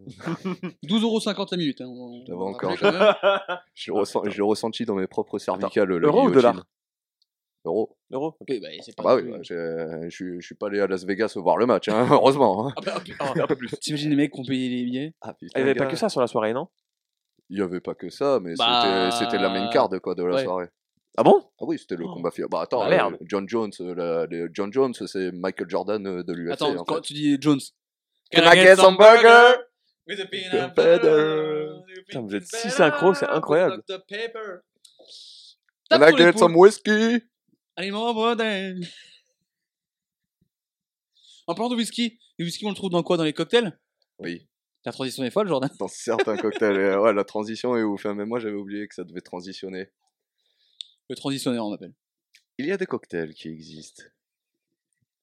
Speaker 2: 12,50€ la minute. Hein, on-
Speaker 1: Ça va
Speaker 2: on va
Speaker 1: encore,
Speaker 2: rappeler quand
Speaker 1: <laughs>
Speaker 2: même.
Speaker 1: J'ai
Speaker 3: Ah,
Speaker 1: ressent-
Speaker 3: putain.
Speaker 1: j'ai ressenti dans mes propres cervicales. la
Speaker 3: euro ou
Speaker 1: guillotine.
Speaker 3: dollar
Speaker 1: Euro.
Speaker 3: Euro.
Speaker 2: Oui, bah, c'est
Speaker 1: Ah
Speaker 2: pas
Speaker 1: bah
Speaker 2: non
Speaker 1: oui,
Speaker 2: plus-
Speaker 1: j'ai- je suis- je suis pas allé à Las Vegas voir le match, hein, <laughs> heureusement. hein.
Speaker 2: Ah bah,
Speaker 1: <laughs>
Speaker 2: ah, T'imagines les mecs qui ont payé les billets
Speaker 1: Ah, putain,
Speaker 3: Il n'y avait pas
Speaker 1: gars.
Speaker 3: que ça sur la soirée, non
Speaker 1: Il y avait pas que ça, mais
Speaker 2: Bah,
Speaker 1: c'était c'était la main card quoi, de la
Speaker 2: ouais.
Speaker 1: soirée.
Speaker 3: Ah bon
Speaker 1: Ah oui, c'était le
Speaker 3: Oh.
Speaker 1: combat final. Bah attends,
Speaker 3: Ah,
Speaker 1: euh,
Speaker 3: merde.
Speaker 1: John Jones, euh, la- les- John Jones, c'est Michael Jordan euh, de l'UFC.
Speaker 2: Attends, quand tu dis Jones.
Speaker 1: Can I get some burger?
Speaker 2: With a
Speaker 1: peanut butter.
Speaker 3: Putain, vous êtes si synchro, c'est incroyable.
Speaker 1: Can I get some whiskey
Speaker 2: <laughs> En parlant de whisky, le whisky on le trouve dans quoi Dans les cocktails
Speaker 1: Oui,
Speaker 2: La transition est folle, Jordan.
Speaker 1: dans certains cocktails. euh, ouais, la transition est ouf. hein, mais moi, j'avais oublié que ça devait transitionner.
Speaker 2: Le transitionneur, on appelle.
Speaker 1: Il y a des cocktails qui existent,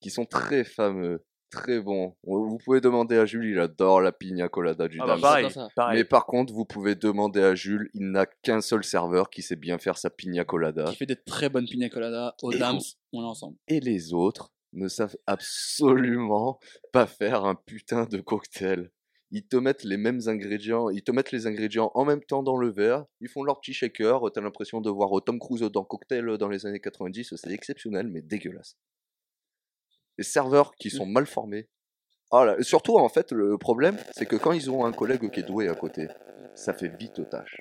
Speaker 1: qui sont très fameux, très bons. Vous pouvez demander à Jules, il adore la pina colada du
Speaker 3: Ah bah
Speaker 1: Dames.
Speaker 3: pareil,
Speaker 2: ça.
Speaker 3: pareil.
Speaker 1: Mais par contre, vous pouvez demander à Jules, il n'a qu'un seul serveur qui sait bien faire sa pina colada.
Speaker 2: Qui fait des très bonnes pina colada aux
Speaker 1: Ah. Et
Speaker 2: dames. On est ensemble.
Speaker 1: Et les autres ne savent absolument pas faire un putain de cocktail. Ils te mettent les mêmes ingrédients, ils te mettent les ingrédients en même temps dans le verre, ils font leur petit shaker, t'as l'impression de voir euh, Tom Cruise dans Cocktail euh, dans les années 90, c'est exceptionnel mais dégueulasse. Les serveurs
Speaker 2: Mmh.
Speaker 1: qui sont mal formés. Ah là, surtout en fait, le problème, c'est que quand ils ont un collègue qui est doué à côté, ça fait vite tâche.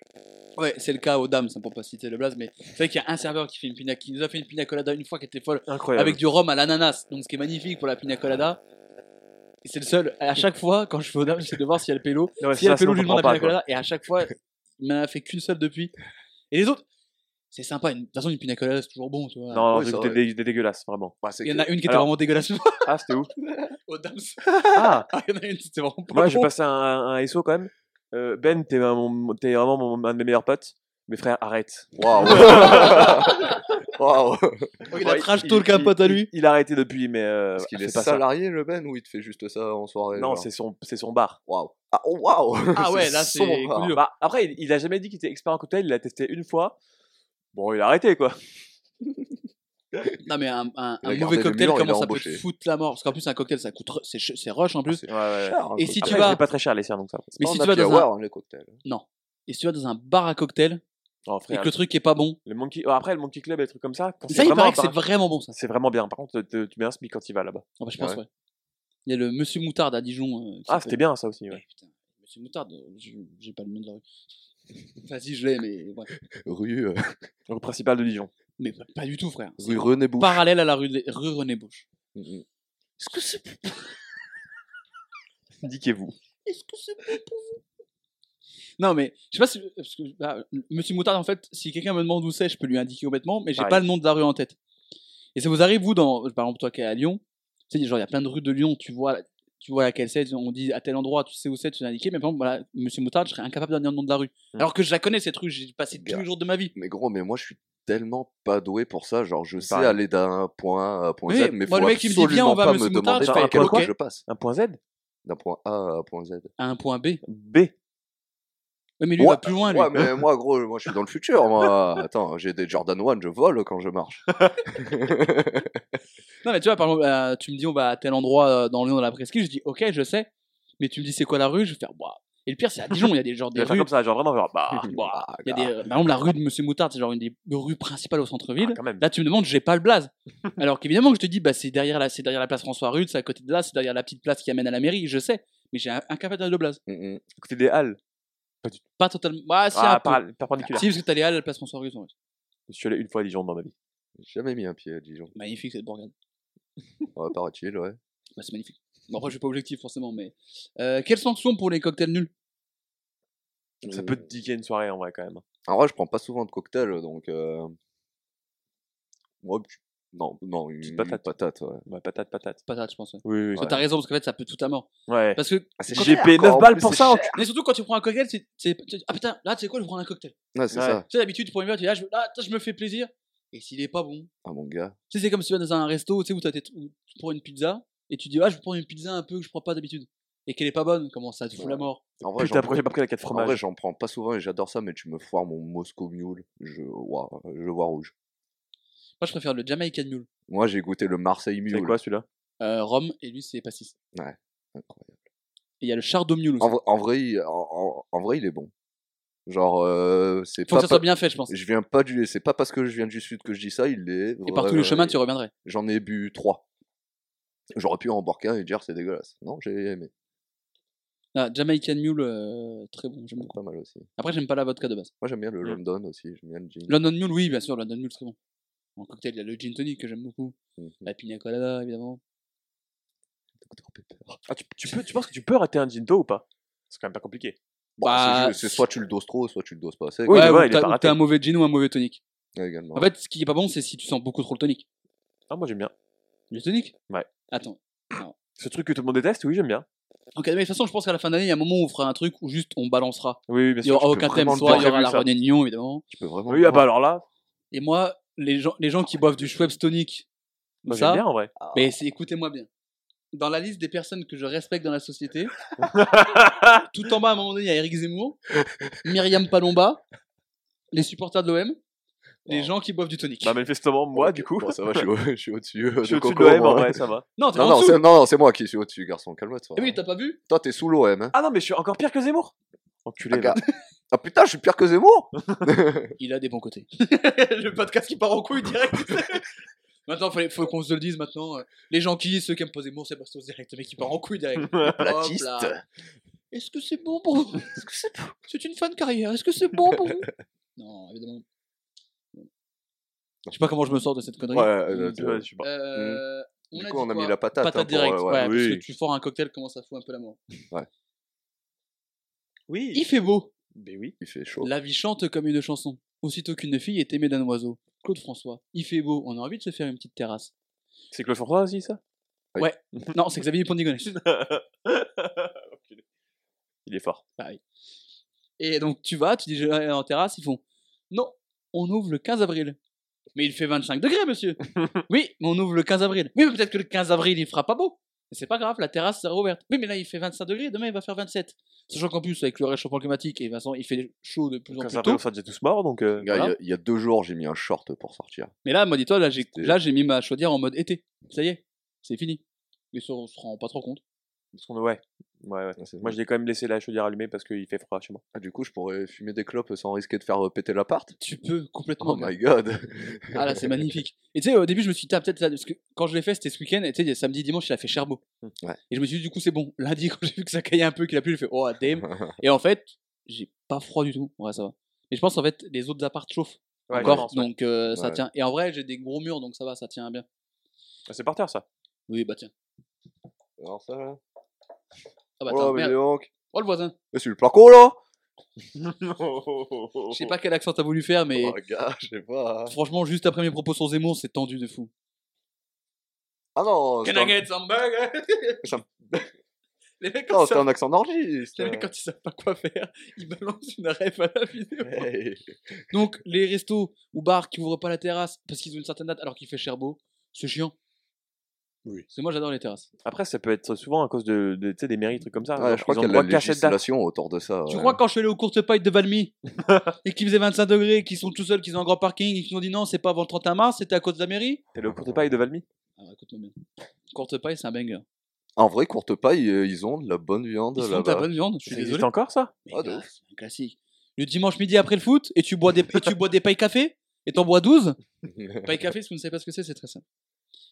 Speaker 2: Ouais, c'est le cas aux dames, ça pour pas citer le blaze, mais c'est vrai qu'il y a un serveur qui, fait une pina, qui nous a fait une pina colada une fois qui était folle
Speaker 3: Incroyable.
Speaker 2: avec du rhum à l'ananas, donc ce qui est magnifique pour la pina colada. Et c'est le seul.
Speaker 3: <laughs>
Speaker 2: À chaque fois, quand je fais aux dames, j'essaie de voir si elle pélo.
Speaker 3: Non, mais
Speaker 2: si elle
Speaker 3: ça,
Speaker 2: pélo,
Speaker 3: sinon,
Speaker 2: je lui demande
Speaker 3: t'en
Speaker 2: la pina
Speaker 3: prends pas, quoi.
Speaker 2: colada, et à chaque fois, il m'en a fait qu'une seule depuis. Et les autres, c'est sympa. une- De toute façon, une pina colada, c'est toujours bon, tu vois.
Speaker 3: Non,
Speaker 1: Oui, ça,
Speaker 3: c'était
Speaker 1: ouais.
Speaker 3: dé- dé- dégueulasse, vraiment.
Speaker 1: Bah, c'est
Speaker 2: Il y en
Speaker 1: que-
Speaker 2: a une qui était
Speaker 3: Alors-
Speaker 2: vraiment dégueulasse <laughs>
Speaker 3: Ah, c'était où
Speaker 2: aux dames.
Speaker 3: Ah
Speaker 2: Ah, Il y en a une, c'était vraiment pas
Speaker 3: Moi, j'ai
Speaker 2: bon.
Speaker 3: passé un, un SO quand même. Euh, ben, t'es un- mon- t'es vraiment mon- un de mes meilleurs potes. Mes frères, arrête.
Speaker 1: Waouh
Speaker 2: <laughs>
Speaker 1: <laughs> Waouh
Speaker 2: Oh, Il a
Speaker 3: Ouais,
Speaker 2: trash
Speaker 3: il-
Speaker 2: talk un
Speaker 3: il-
Speaker 2: pote à lui.
Speaker 3: Il, il a arrêté depuis, mais.
Speaker 2: Ah
Speaker 3: euh,
Speaker 2: bah,
Speaker 1: Est-ce qu'il
Speaker 3: fais
Speaker 1: est
Speaker 3: pas ça.
Speaker 1: salarié le Ben ou il te fait juste ça en soirée
Speaker 3: Non,
Speaker 1: genre
Speaker 3: c'est son, c'est son bar.
Speaker 1: Waouh. Ah, oh, waouh
Speaker 2: Ah ouais, là,
Speaker 1: sombre.
Speaker 2: c'est coup dur.
Speaker 3: Bah, après, il, il a jamais dit qu'il était expert en cocktail. Il l'a testé une fois. Bon, il a arrêté, quoi.
Speaker 2: Non, mais un, un-
Speaker 1: Il
Speaker 2: un
Speaker 1: a gardé
Speaker 2: mauvais
Speaker 1: le
Speaker 2: cocktail,
Speaker 1: mur, il
Speaker 2: comment
Speaker 1: l'a
Speaker 2: ça peut te
Speaker 1: embauché.
Speaker 2: foutre la mort Parce qu'en plus, un cocktail, ça coûte. re- C'est ch- c'est rush en plus.
Speaker 1: <laughs>
Speaker 3: Ouais, ouais.
Speaker 1: hein,
Speaker 2: Et si tu
Speaker 3: Après,
Speaker 2: vas.
Speaker 3: Ah, c'est pas très cher les serres, donc ça.
Speaker 2: Mais si tu vas dans un-
Speaker 1: les cocktails.
Speaker 2: Et si tu vas dans un bar à cocktail
Speaker 3: Oh,
Speaker 2: et
Speaker 3: frère,
Speaker 2: que le truc est pas bon,
Speaker 3: le monkey... oh, après, le Monkey Club et des trucs comme ça, quand
Speaker 2: ça
Speaker 3: c'est
Speaker 2: il
Speaker 3: vraiment,
Speaker 2: paraît que c'est
Speaker 3: apparent-
Speaker 2: vraiment bon ça.
Speaker 3: c'est vraiment bien. Par contre, te- tu mets un SMIC quand il va là-bas.
Speaker 2: Ah bah, je pense,
Speaker 1: Ouais.
Speaker 2: ouais. Il y a le Monsieur Moutarde à Dijon. euh, qui
Speaker 3: Ah,
Speaker 2: s'appelle-
Speaker 3: c'était bien ça aussi,
Speaker 2: Ouais,
Speaker 3: ouais.
Speaker 2: putain. Monsieur Moutarde, euh, je- j'ai pas le nom de la rue. <laughs> Enfin, si, je l'ai, mais. ouais.
Speaker 1: Rue, euh,
Speaker 3: Le principal de Dijon.
Speaker 2: Mais pas- pas du tout, frère.
Speaker 1: rue René Bouche.
Speaker 2: Parallèle à la rue, de- rue René Bouche.
Speaker 1: Mm, mm.
Speaker 2: Est-ce que c'est
Speaker 1: <laughs>
Speaker 3: Diquez-vous.
Speaker 2: Est-ce que c'est bon pour vous Non, mais je sais pas si. Parce que, bah, Monsieur Moutarde, en fait, si quelqu'un me demande où c'est, je peux lui indiquer complètement, mais j'ai
Speaker 3: Pareil.
Speaker 2: pas le nom de la rue en tête. Et ça vous arrive, vous, dans, par exemple, toi qui es à Lyon, tu sais, genre, il y a plein de rues de Lyon, tu vois, tu vois laquelle c'est, on dit à tel endroit, tu sais où c'est, tu l'as indiqué, mais par exemple, voilà, Monsieur Moutarde, je serais incapable de dire le nom de la rue.
Speaker 1: Mm.
Speaker 3: Hmm.
Speaker 2: Alors que je la connais, cette rue, j'ai passé tous
Speaker 1: Gars.
Speaker 2: les jours de ma vie.
Speaker 1: Mais gros, mais moi je suis tellement pas doué pour ça. Genre, je sais
Speaker 3: Pareil.
Speaker 1: aller d'un point A à un point
Speaker 2: Oui,
Speaker 1: Z, mais
Speaker 2: moi,
Speaker 1: faut
Speaker 2: le mec, il me dit,
Speaker 1: absolument
Speaker 2: viens, on va à
Speaker 1: pas
Speaker 2: Monsieur
Speaker 1: me
Speaker 2: Moutarde,
Speaker 1: demander
Speaker 3: je fais
Speaker 1: par
Speaker 3: un
Speaker 1: quel
Speaker 3: point
Speaker 1: point
Speaker 2: ok.
Speaker 1: je passe.
Speaker 3: Un point Z
Speaker 1: D'un point A à un point Z.
Speaker 2: À un point B. Ouais,
Speaker 3: B.
Speaker 2: mais lui, il
Speaker 1: Ouais,
Speaker 2: va plus loin, Ah, lui.
Speaker 1: Ouais, mais moi, gros, moi je suis dans le futur.
Speaker 2: <laughs>
Speaker 1: Moi, attends, j'ai des Jordan 1, je vole quand je marche.
Speaker 2: Non, mais tu vois, par exemple, euh, tu me dis on va à tel endroit euh, dans Lyon, dans la presqu'île, je dis ok, je sais. Mais tu me dis c'est quoi la rue, je vais faire bah. Et le pire, c'est à Dijon, il y a des, genre,
Speaker 3: Il
Speaker 2: des
Speaker 3: va faire
Speaker 2: rues.
Speaker 3: comme ça, genre vraiment, genre,
Speaker 2: <laughs>
Speaker 3: bah.
Speaker 2: bah,
Speaker 1: Ah,
Speaker 2: il y a des, euh, par exemple, la rue de Monsieur Moutard, c'est genre une des rues principales au centre-ville.
Speaker 3: ah, quand même.
Speaker 2: Là, tu me demandes, j'ai pas le
Speaker 3: <laughs>
Speaker 2: blaze. Alors qu'évidemment que je te dis, bah, c'est derrière, la- c'est derrière la place François Rude, c'est à côté de là, c'est derrière la petite place qui amène à la mairie, je sais. Mais j'ai un, un capable de blaze.
Speaker 1: Mm, mm.
Speaker 3: À côté des halles.
Speaker 2: Pas totalement. Bah, si,
Speaker 3: Ah,
Speaker 2: un peu.
Speaker 3: par- perpendiculaire.
Speaker 2: Si, parce que t'as les halles à la place François Rude. en fait.
Speaker 3: Je suis allé une fois à Dijon dans ma vie.
Speaker 1: J'ai jamais mis un pied à Dijon.
Speaker 2: Magnifique cette bourgade.
Speaker 1: Ouais, paraît-il, ouais.
Speaker 2: Bah, c'est magnifique. Bon, après, je suis pas objectif forcément, mais. Euh, quelles sanctions pour les cocktails nuls
Speaker 3: Ça
Speaker 2: Euh.
Speaker 1: Mm.
Speaker 3: peut te diquer une soirée en vrai quand même.
Speaker 1: En vrai, je prends pas souvent de cocktail, donc. Euh... Moi, tu- non, non, une,
Speaker 3: Petite
Speaker 1: une
Speaker 3: patate.
Speaker 1: patate. ouais.
Speaker 3: Ouais, patate, patate.
Speaker 2: Patate, je pense. ouais.
Speaker 3: Oui, oui.
Speaker 2: Parce que T'as raison, parce qu'en fait, ça peut tout à mort.
Speaker 3: Ouais.
Speaker 2: Parce que,
Speaker 1: Ah, c'est
Speaker 3: J'ai
Speaker 1: cher,
Speaker 3: payé
Speaker 1: quoi,
Speaker 3: 9
Speaker 1: en
Speaker 3: balles
Speaker 1: plus,
Speaker 3: pour
Speaker 1: c'est
Speaker 3: ça.
Speaker 1: cher.
Speaker 2: mais surtout quand tu prends un cocktail, c'est, c'est- tu dis, ah putain, là, tu sais quoi, je vais prendre un cocktail.
Speaker 1: Ouais, c'est
Speaker 3: Ouais.
Speaker 1: ça.
Speaker 2: Tu sais, d'habitude, tu prends une bière, tu dis, ah, je, là, putain, je me fais plaisir. Et s'il est pas bon,
Speaker 1: Ah, mon gars.
Speaker 2: tu sais, c'est comme si tu vas dans un resto, tu sais, où, t'as tes- où tu prends une pizza, et tu dis, ah, je vais prendre une pizza un peu que je prends pas d'habitude. Et qu'elle est pas bonne, comment ça te fout la mort
Speaker 1: En vrai,
Speaker 3: Putain,
Speaker 1: j'en
Speaker 3: pourquoi j'ai pas pris la 4
Speaker 1: en vrai,
Speaker 3: fromages
Speaker 1: j'en prends pas souvent et j'adore ça, mais tu me foires mon Moscow Mule. Je, Ouah, je vois rouge.
Speaker 2: Moi, je préfère le Jamaican Mule,
Speaker 1: Moi, j'ai goûté le Marseille
Speaker 3: C'est
Speaker 1: Mule.
Speaker 3: quoi celui-là
Speaker 2: euh, Rome, et lui, c'est pastis.
Speaker 1: Incroyable.
Speaker 2: Et il y a le Chardon Mule aussi.
Speaker 1: En, vrai- en vrai, il- en, en- en vrai, il est bon. Genre, euh, c'est
Speaker 2: Faut
Speaker 1: pas.
Speaker 2: que ça soit
Speaker 1: pa-
Speaker 2: bien fait, je pense.
Speaker 1: Je viens pas du. C'est pas parce que je viens du sud que je dis ça, il est. euh,
Speaker 2: Et par tous les chemins, tu reviendrais.
Speaker 1: J'en ai bu trois. J'aurais pu en boire qu'un et dire c'est dégueulasse. Non, j'ai aimé.
Speaker 2: Ah, Jamaican Mule, euh, très bon, j'aime beaucoup.
Speaker 1: Pas mal aussi.
Speaker 2: Après, j'aime pas la vodka de base.
Speaker 1: Moi j'aime bien le
Speaker 3: Mm.
Speaker 1: London aussi, j'aime bien le gin.
Speaker 2: London Mule, oui, bien sûr, London Mule, très bon. En cocktail, il y a le gin tonic que j'aime beaucoup.
Speaker 1: Mhm.
Speaker 2: La pina colada, évidemment.
Speaker 1: Dr Pepper.
Speaker 3: Ah, tu, tu peux, tu penses que tu peux rater un Ginto ou pas C'est quand même pas compliqué.
Speaker 1: Bon,
Speaker 2: Bah,
Speaker 1: c'est juste- c'est soit tu le doses trop, soit tu le doses pas assez.
Speaker 3: Oui,
Speaker 1: quoi.
Speaker 3: mais voilà,
Speaker 2: ou
Speaker 3: il est
Speaker 2: t'as
Speaker 3: pas
Speaker 2: ou
Speaker 3: raté.
Speaker 2: t'as un mauvais gin ou un mauvais tonic.
Speaker 1: Ouais, également.
Speaker 2: En fait, ce qui est pas bon, c'est si tu sens beaucoup trop le tonic.
Speaker 3: Ah, moi j'aime bien.
Speaker 2: Le tonic
Speaker 3: Ouais.
Speaker 2: Attends.
Speaker 3: Ce truc que tout le monde déteste, oui, j'aime bien.
Speaker 2: Ok, mais de toute façon, je pense qu'à la fin d'année, il y a un moment où on fera un truc où juste on balancera.
Speaker 3: Oui, oui, bien
Speaker 2: Il y
Speaker 3: sûr.
Speaker 2: aura
Speaker 1: peux
Speaker 2: aucun thème,
Speaker 1: vraiment
Speaker 2: soit il y aura
Speaker 3: prévu
Speaker 2: la
Speaker 3: ça.
Speaker 2: René Nyon, évidemment.
Speaker 1: tu peux vraiment.
Speaker 3: Oui, ah bah alors là,
Speaker 2: Et moi, les gens, les gens qui boivent du Schweppes tonic,
Speaker 3: moi, j'aime
Speaker 2: ça,
Speaker 3: bien en vrai.
Speaker 2: mais c'est- écoutez-moi bien. Dans la liste des personnes que je respecte dans la société,
Speaker 3: <laughs>
Speaker 2: tout en bas, à un moment donné, il y a Eric Zemmour, Myriam Palomba, les supporters de l'OM, les
Speaker 3: Oh.
Speaker 1: Wow.
Speaker 2: gens qui boivent du tonic.
Speaker 3: Bah, manifestement, moi, du coup.
Speaker 1: Bon, ça va,
Speaker 3: <laughs>
Speaker 1: je suis au- je suis au-dessus. euh,
Speaker 3: Je suis
Speaker 1: de
Speaker 3: au-dessus de
Speaker 1: Coco,
Speaker 3: l'OM en
Speaker 1: moi.
Speaker 3: vrai, ça va.
Speaker 2: Non,
Speaker 1: <laughs>
Speaker 2: t'es
Speaker 1: Non,
Speaker 2: en
Speaker 1: non,
Speaker 2: dessous.
Speaker 1: c'est non, non, c'est moi qui suis au-dessus, garçon. Calme-toi. hein.
Speaker 2: Eh oui, t'as pas vu
Speaker 1: Toi, t'es sous l'OM. Hein.
Speaker 3: Ah non, mais je suis encore pire que Zemmour.
Speaker 1: Ah,
Speaker 3: Enculé,
Speaker 1: gars.
Speaker 3: va.
Speaker 1: Ah, putain, je suis pire que Zemmour.
Speaker 2: Il a des
Speaker 1: <laughs>
Speaker 2: bons côtés. le podcast qui part en couille direct. <laughs> maintenant, faut, faut qu'on se le dise maintenant. euh, Les gens qui, ceux qui aiment pas Zemmour, c'est Bastos direct. Le mec qui part en
Speaker 1: <laughs>
Speaker 2: couille direct.
Speaker 1: Platiste.
Speaker 2: Hop là. Est-ce que c'est bon pour vous Est-ce que c'est C'est une fin de carrière. Est-ce que c'est bon
Speaker 1: <laughs>
Speaker 2: pour vous Non, évidemment. Je sais pas comment je me sors de cette connerie.
Speaker 1: Ouais, euh, Mmh.
Speaker 3: Tu vois, je suis pas-
Speaker 2: Euh, on
Speaker 1: Du
Speaker 2: a
Speaker 1: coup,
Speaker 2: dit
Speaker 1: on a
Speaker 2: quoi
Speaker 1: mis la patate. hein,
Speaker 2: patate
Speaker 1: pour-
Speaker 2: directe.
Speaker 1: ouais.
Speaker 2: ouais,
Speaker 3: oui.
Speaker 2: Parce que tu fores un cocktail, comment ça fout un peu la mort. Il
Speaker 3: Oui.
Speaker 2: fait beau.
Speaker 3: Mais oui.
Speaker 1: Il fait chaud.
Speaker 2: La vie chante comme une chanson. Aussitôt qu'une fille est aimée d'un oiseau. Claude François. Il fait beau. On a envie de se faire une petite terrasse.
Speaker 3: C'est Claude François aussi, ça
Speaker 2: Non, c'est Xavier Pondigonet.
Speaker 3: Enculé. Il est fort.
Speaker 2: Et donc tu vas, tu dis je vais aller en terrasse. Ils font non, on ouvre le 15 avril. Mais il fait 25 degrés, monsieur. oui, mais on ouvre le 15 avril. Oui, mais peut-être que le 15 avril il fera pas beau. Mais c'est pas grave, la terrasse sera ouverte. Oui, mais là, il fait 25 degrés, demain, il va faire 27. Sachant qu'en plus, avec le réchauffement climatique, et Vincent, il fait chaud de plus en
Speaker 3: Quand
Speaker 2: plus
Speaker 3: ça
Speaker 2: tôt.
Speaker 3: on sera déjà tous morts, donc. euh,
Speaker 1: Les gars, il y a-
Speaker 2: Voilà.
Speaker 1: il y, a deux jours, j'ai mis un short pour sortir.
Speaker 2: Mais là, moi, dis-toi, là, j'ai,
Speaker 1: C'est-
Speaker 2: là, j'ai mis ma chaudière en mode été. Ça y est, c'est fini. Mais ça, on se rend pas trop compte.
Speaker 3: parce qu'on- ouais. Ouais, ouais.
Speaker 1: Ah, c'est
Speaker 3: Moi, je l'ai quand même laissé la chaudière allumée parce qu'il fait froid chez moi.
Speaker 1: Ah, du coup, je pourrais fumer des clopes sans risquer de faire euh, péter l'appart.
Speaker 2: Tu peux complètement.
Speaker 1: Oh my god.
Speaker 2: Ah là, c'est magnifique. Et tu sais, au début, je me suis dit, Ah, peut-être, ça- parce que quand je l'ai fait, c'était ce week-end, et tu sais, il y a samedi, dimanche, il a fait Cherbourg.
Speaker 1: Mmh. Ouais.
Speaker 2: Et je me suis dit, du coup, c'est bon. <laughs> Lundi, quand j'ai vu que ça caillait un peu, qu'il a plu, j'ai fait, oh,
Speaker 1: <laughs>
Speaker 2: damn. et en fait, j'ai pas froid du tout. Ouais, ça va. Mais je pense, en fait, les autres apparts chauffent
Speaker 3: Ouais,
Speaker 2: encore,
Speaker 3: j'avance, ouais.
Speaker 2: donc euh, ça
Speaker 1: Ouais.
Speaker 2: tient. Et en vrai, j'ai des gros murs, donc ça va, ça tient bien.
Speaker 3: Ah, C'est par terre, ça.
Speaker 2: Oui, bah tiens.
Speaker 1: Alors ça, là.
Speaker 2: Ah bah,
Speaker 1: oh,
Speaker 2: attends,
Speaker 1: là, mais
Speaker 2: merde.
Speaker 1: dis donc.
Speaker 2: Oh, le voisin.
Speaker 1: Mais c'est le plan con, là
Speaker 2: Je sais pas quel accent t'as voulu faire, mais
Speaker 1: Oh, gars, je sais pas.
Speaker 2: franchement, juste après mes propos sur Zemmour, c'est tendu de fou.
Speaker 1: Ah non,
Speaker 2: Can
Speaker 1: c'était
Speaker 2: I
Speaker 1: un...
Speaker 2: get some burger
Speaker 1: c'est un-
Speaker 2: <laughs> Les mecs, quand,
Speaker 1: non,
Speaker 2: ils
Speaker 1: c'était un
Speaker 2: savent...
Speaker 1: accent nordiste.
Speaker 2: les mecs, quand ils savent pas quoi faire, <laughs> ils balancent une ref à la vidéo. <laughs>
Speaker 1: Hey.
Speaker 2: Donc, les restos ou bars qui ouvrent pas la terrasse parce qu'ils ont une certaine date alors qu'il fait cher beau, c'est chiant.
Speaker 1: Oui.
Speaker 2: C'est moi, j'adore les terrasses.
Speaker 3: Après, ça peut être souvent à cause de, de- tu sais, des mairies, trucs comme ça.
Speaker 1: Ouais,
Speaker 3: Genre,
Speaker 1: je crois
Speaker 3: ils ont
Speaker 1: qu'il y a de
Speaker 3: le
Speaker 1: la
Speaker 3: droit qu'à cette date.
Speaker 1: législation autour de ça.
Speaker 2: Tu
Speaker 1: ouais.
Speaker 2: crois quand je suis allé aux courtes pailles
Speaker 1: <laughs>
Speaker 2: de Valmy et qu'il faisait 25 degrés et qu'ils sont tout seuls, qu'ils ont un grand parking et qu'ils nous ont dit non, c'est pas avant le 31 mars, c'était à cause de la mairie
Speaker 3: T'es le cours de paille de Valmy
Speaker 2: Alors écoute-moi bien. Courte paille, c'est un banger.
Speaker 1: En vrai, courte paille, euh, ils ont de la bonne viande
Speaker 2: Ils font de la
Speaker 1: là-bas.
Speaker 2: bonne viande, je suis
Speaker 3: Ça
Speaker 2: désolé.
Speaker 3: existe encore, ça
Speaker 2: Mais
Speaker 1: Ah, de
Speaker 2: gars, c'est un classique. Le dimanche midi après le foot, et tu bois des, et tu bois des pailles café, et t'en bois 12. Paille café, si vous ne savez pas ce que c'est, c'est très simple.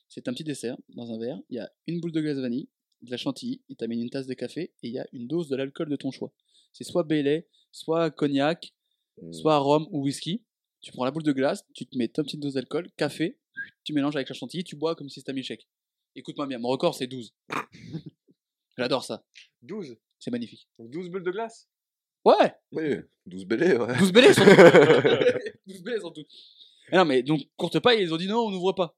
Speaker 2: C'est un petit dessert dans un verre. Il y a une boule de glace vanille, de la chantilly, il t'amène une tasse de café, et il y a une dose de l'alcool de ton choix. C'est soit Bailey, soit cognac,
Speaker 1: Mm.
Speaker 2: soit rhum ou whisky. Tu prends la boule de glace, tu te mets ta petite dose d'alcool, café, tu mélanges avec la chantilly, tu bois comme si c'était un milkshake. Écoute-moi bien, mon record c'est 12. J'adore ça,
Speaker 3: 12.
Speaker 2: c'est magnifique.
Speaker 3: 12 bulles de glace
Speaker 2: Ouais!
Speaker 1: Oui, 12 bélés, ouais.
Speaker 2: 12 bélés surtout 12 bélés surtout Ah Non mais donc courte paille ils ont dit non on n'ouvre pas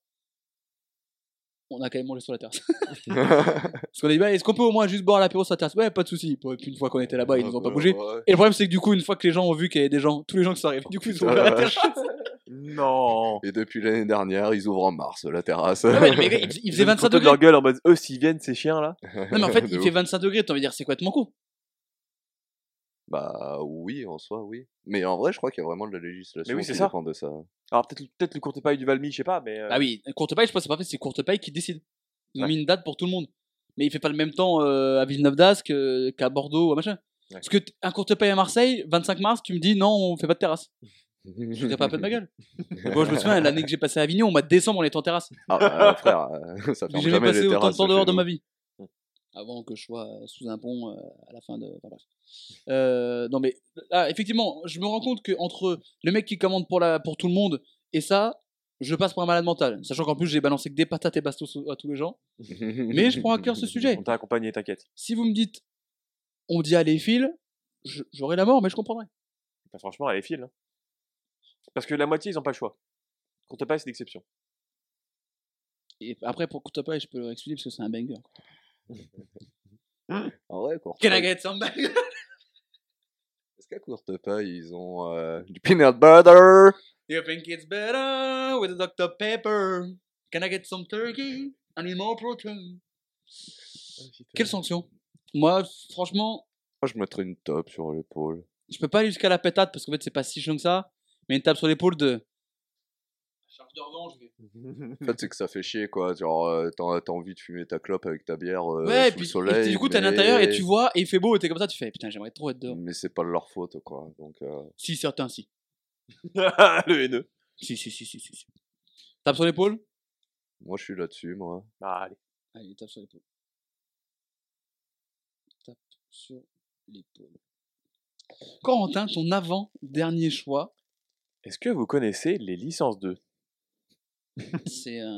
Speaker 2: on a quand même mangé sur la terrasse <laughs> parce qu'on a dit bah, est-ce qu'on peut au moins juste boire l'apéro sur la terrasse ouais pas de souci Et puis une fois qu'on était <laughs> là-bas ils nous ont pas bougé
Speaker 1: Ah bah Ouais.
Speaker 2: et le problème c'est que du coup une fois que les gens ont vu qu'il y avait des gens tous les gens qui sont arrivés du coup ils ont
Speaker 1: Ah
Speaker 2: ouvert la
Speaker 1: <laughs>
Speaker 2: terrasse
Speaker 3: Non
Speaker 1: Et depuis l'année dernière, ils ouvrent en mars la terrasse.
Speaker 2: Ouais, mais les gars, il, il faisait
Speaker 3: Ils ont
Speaker 2: 25
Speaker 3: foutu de
Speaker 2: degrés
Speaker 3: leur gueule en mode eux s'ils viennent ces chiens là.
Speaker 2: non
Speaker 1: <laughs>
Speaker 2: mais en fait
Speaker 1: De
Speaker 2: il
Speaker 1: ouf.
Speaker 2: fait 25 degrés t'as envie de dire c'est quoi de mon coup
Speaker 1: Bah oui, en soi, oui. Mais en vrai, je crois qu'il y a vraiment de la législation
Speaker 3: Mais oui, c'est
Speaker 1: qui
Speaker 3: ça.
Speaker 1: dépend de ça.
Speaker 3: Alors peut-être peut-être le courte paille du Valmy, je sais pas mais euh,
Speaker 2: ah oui courte paille je pense que c'est pas fait c'est courte paille qui décide ils ont
Speaker 3: Ouais.
Speaker 2: mis une date pour tout le monde mais il fait pas le même temps euh, à Villeneuve d'Ascq euh, qu'à Bordeaux à machin
Speaker 3: Ouais.
Speaker 2: Parce que t- un courte paille à Marseille, 25 mars, tu me dis non, on fait pas de terrasse. Je te pas un peu de ma
Speaker 3: <laughs>
Speaker 2: gueule. Bon, je me souviens, l'année que j'ai passée à Avignon, au mois de décembre, on était en terrasse.
Speaker 1: Ah, bah, frère, euh, <laughs> ça ferme
Speaker 2: J'ai jamais
Speaker 1: jamais
Speaker 2: passé
Speaker 1: les
Speaker 2: autant de
Speaker 1: terrasses.
Speaker 2: temps dehors
Speaker 1: chez
Speaker 2: de
Speaker 1: nous.
Speaker 2: ma vie. Avant que je sois euh, sous un pont euh, à la fin de. enfin, bref. Euh, non, mais là, effectivement, je me rends compte que entre le mec qui commande pour, la, pour tout le monde et ça, je passe pour un malade mental. Sachant qu'en plus, j'ai balancé que des patates et bastos à tous les gens. Mais
Speaker 1: <laughs>
Speaker 2: je prends à cœur ce sujet.
Speaker 3: on t'a accompagné, t'inquiète.
Speaker 2: Si vous me dites, on dit allez, file, je- j'aurai la mort, mais je comprendrai.
Speaker 3: Enfin, franchement, elle est file. hein. Parce que la moitié ils ont pas le choix. Courte paille c'est <laughs> l'exception.
Speaker 2: Et après, pour courte paille, je peux leur expliquer parce que c'est un banger.
Speaker 1: En vrai, courte
Speaker 2: Can I
Speaker 1: paille.
Speaker 2: get some banger
Speaker 1: Est-ce qu'à courte paille, ils ont euh, du peanut butter
Speaker 2: You think it's better with a Dr Pepper? Can I get some turkey? And more protein.
Speaker 1: Ah,
Speaker 2: Quelle sanction Moi, franchement,
Speaker 1: Moi, je mettrais une top sur
Speaker 2: <laughs>
Speaker 1: l'épaule.
Speaker 2: je peux pas aller jusqu'à la pétate parce qu'en fait, c'est pas si chiant que ça. Mais une tape sur l'épaule de. Charge de revanche.
Speaker 1: En fait, c'est que ça fait chier, quoi. Genre, euh, t'as t'as envie de fumer ta clope avec ta bière euh,
Speaker 2: Ouais, et
Speaker 1: sous
Speaker 2: puis,
Speaker 1: le soleil.
Speaker 2: et du coup, t'es à
Speaker 1: mais-
Speaker 2: l'intérieur et tu vois, et il fait beau, et t'es comme ça, tu fais putain, j'aimerais trop être dehors.
Speaker 1: Mais c'est pas de leur faute, quoi. Donc, euh,
Speaker 2: Si, certains, si.
Speaker 3: le haineux.
Speaker 2: Si, si, si, si, si. si. Tape sur l'épaule
Speaker 1: moi, je suis là-dessus, moi.
Speaker 3: Ah, allez.
Speaker 2: Allez, tape sur l'épaule. Tape sur l'épaule. Corentin, ton avant-dernier
Speaker 3: <laughs>
Speaker 2: choix,
Speaker 3: Est-ce que vous connaissez les licences 2
Speaker 2: c'est un,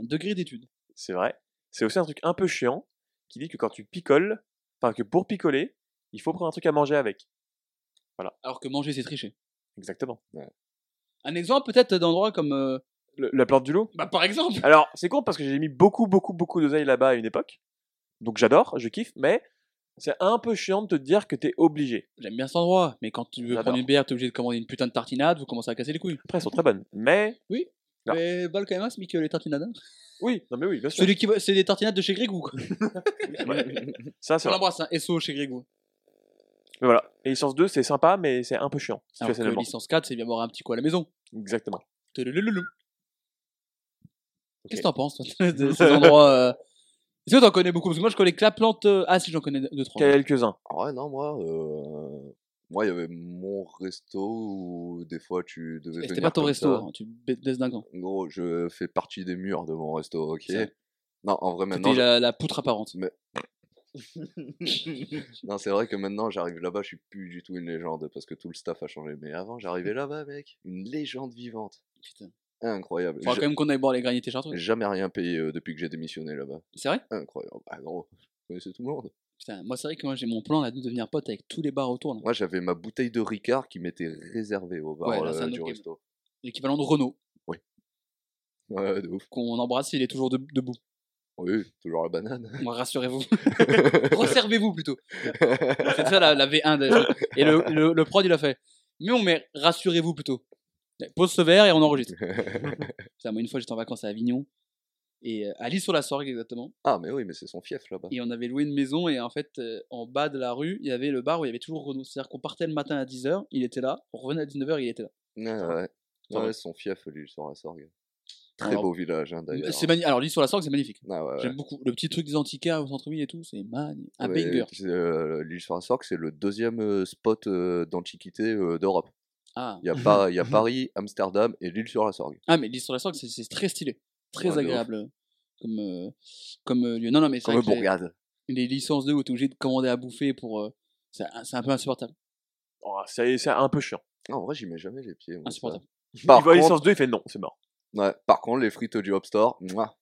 Speaker 2: un degré d'étude.
Speaker 3: C'est vrai. C'est aussi un truc un peu chiant qui dit que quand tu picoles, enfin que pour picoler, il faut prendre un truc à manger avec.
Speaker 2: Alors que manger, c'est tricher.
Speaker 3: Exactement.
Speaker 2: Un exemple peut-être d'endroit comme... euh,
Speaker 3: Le- la plante du loup
Speaker 2: Bah par exemple
Speaker 3: Alors, c'est con parce que j'ai mis beaucoup, beaucoup, beaucoup d'oseille là-bas à une époque. Donc j'adore, je kiffe, mais c'est un peu chiant de te dire que t'es obligé.
Speaker 2: J'aime bien cet endroit, mais quand tu veux
Speaker 3: J'adore.
Speaker 2: prendre une bière, t'es obligé de commander une putain de tartinade, vous commencez à casser les couilles.
Speaker 3: Après, elles sont très bonnes, mais
Speaker 2: Oui,
Speaker 3: Non.
Speaker 2: mais balle quand même, c'est hein, Mickey les tartinades.
Speaker 3: Oui, non mais oui, bien sûr.
Speaker 2: Celui qui va- c'est des tartinades de chez Grégou. quoi.
Speaker 3: Ça, c'est
Speaker 2: On
Speaker 3: vrai.
Speaker 2: l'embrasse, un SO chez Grégou.
Speaker 3: Mais voilà. Et licence 2, c'est sympa, mais c'est un peu chiant,
Speaker 2: Alors que
Speaker 3: situationnellement.
Speaker 2: licence 4, c'est bien boire un petit coup à la maison.
Speaker 3: Exactement.
Speaker 2: Touloulouloulou. Qu'est-ce que t'en penses,
Speaker 1: <laughs>
Speaker 2: toi, de ces endroits euh, Est-ce que t'en connais beaucoup Parce que moi, je connais que la plante. euh, Ah, si, j'en connais deux, trois.
Speaker 3: Quelques-uns.
Speaker 1: Ah ouais, non, moi, euh, moi, il y avait mon resto où des fois tu devais.
Speaker 2: Et C'était
Speaker 1: venir
Speaker 2: pas ton
Speaker 1: comme
Speaker 2: resto,
Speaker 1: ça.
Speaker 2: hein, tu ba- baisses d'un gant.
Speaker 1: En gros, je fais partie des murs de mon resto, ok.
Speaker 2: C'est-
Speaker 1: Non, en vrai, maintenant.
Speaker 2: C'était la, la poutre apparente.
Speaker 1: Non, c'est vrai que maintenant, j'arrive là-bas, je suis plus du tout une légende parce que tout le staff a changé. Mais
Speaker 2: Mmh.
Speaker 1: avant, j'arrivais là-bas, mec, une légende vivante.
Speaker 2: Putain.
Speaker 1: Incroyable.
Speaker 2: Faudra
Speaker 1: J'ai-
Speaker 2: quand même qu'on aille boire les granités chartreux.
Speaker 1: J'ai jamais rien payé euh, depuis que j'ai démissionné là-bas.
Speaker 2: C'est vrai
Speaker 1: Incroyable. Ah, gros, je connaissais tout le monde.
Speaker 2: Putain, moi, c'est vrai que moi, j'ai mon plan là, de devenir pote avec tous les bars autour. là.
Speaker 1: Moi, j'avais ma bouteille de Ricard qui m'était réservée au bar
Speaker 2: Ouais, là,
Speaker 1: euh,
Speaker 2: c'est un autre
Speaker 1: du
Speaker 2: game.
Speaker 1: resto.
Speaker 2: L'équivalent de Renault,
Speaker 1: Ouais, de ouf.
Speaker 2: qu'on embrasse, il est toujours de- debout.
Speaker 1: Oui, toujours la
Speaker 2: <laughs>
Speaker 1: banane.
Speaker 2: Moi, rassurez-vous. Resservez-vous plutôt.
Speaker 1: <laughs>
Speaker 2: C'est ça la, la V1. de- Et le, le, le prod, il a fait. Mais on met rassurez-vous plutôt. Pose ce verre et on enregistre. Putain, moi, une fois, j'étais en vacances à Avignon. Et euh, à sur la sorgue exactement.
Speaker 1: ah, mais oui, mais c'est son fief là-bas.
Speaker 2: Et on avait loué une maison. Et en fait, euh, en bas de la rue, il y avait le bar où il y avait toujours Renaud. C'est-à-dire qu'on partait le matin à 10h, il était là. On revenait à 19h, il était là.
Speaker 1: Ouais, Ah, ouais.
Speaker 3: Putain.
Speaker 1: Ouais, son fief, l'île sur la Sorgue. Très
Speaker 2: Alors,
Speaker 1: beau village, hein, d'ailleurs.
Speaker 2: Euh, C'est magnifique. Alors, l'île sur la sorgue, c'est magnifique.
Speaker 1: Ah, ouais, ouais.
Speaker 2: J'aime beaucoup. Le petit truc des antiquaires au centre-ville et tout, c'est magnifique. Un
Speaker 1: Ouais,
Speaker 2: banger.
Speaker 1: c'est, euh, L'île sur la Sorgue, c'est le deuxième euh, spot euh, d'antiquité euh, d'Europe.
Speaker 2: Ah.
Speaker 1: Il
Speaker 2: <laughs>
Speaker 1: y, a pas- il y a Paris, Amsterdam et l'île sur la Sorgue.
Speaker 2: Ah, mais l'île sur la Sorgue, c'est- c'est très stylé, très
Speaker 1: Ouais, de ouf.
Speaker 2: agréable comme, euh, comme euh, lieu. Non, non, mais c'est
Speaker 1: Comme
Speaker 2: vrai que les,
Speaker 1: Bourgade.
Speaker 2: les licences de où t'es obligé de commander à bouffer pour. euh, c'est un- c'est un peu insupportable.
Speaker 3: Oh, c'est c'est un peu <laughs> chiant.
Speaker 1: Non, en vrai, j'y mets jamais les pieds. moi, ça.
Speaker 2: Insupportable.
Speaker 1: Par,
Speaker 3: il voit
Speaker 1: contre,
Speaker 3: licence 2, il fait non, c'est mort.
Speaker 1: ouais, par contre, les frites du Hop Store, mouah.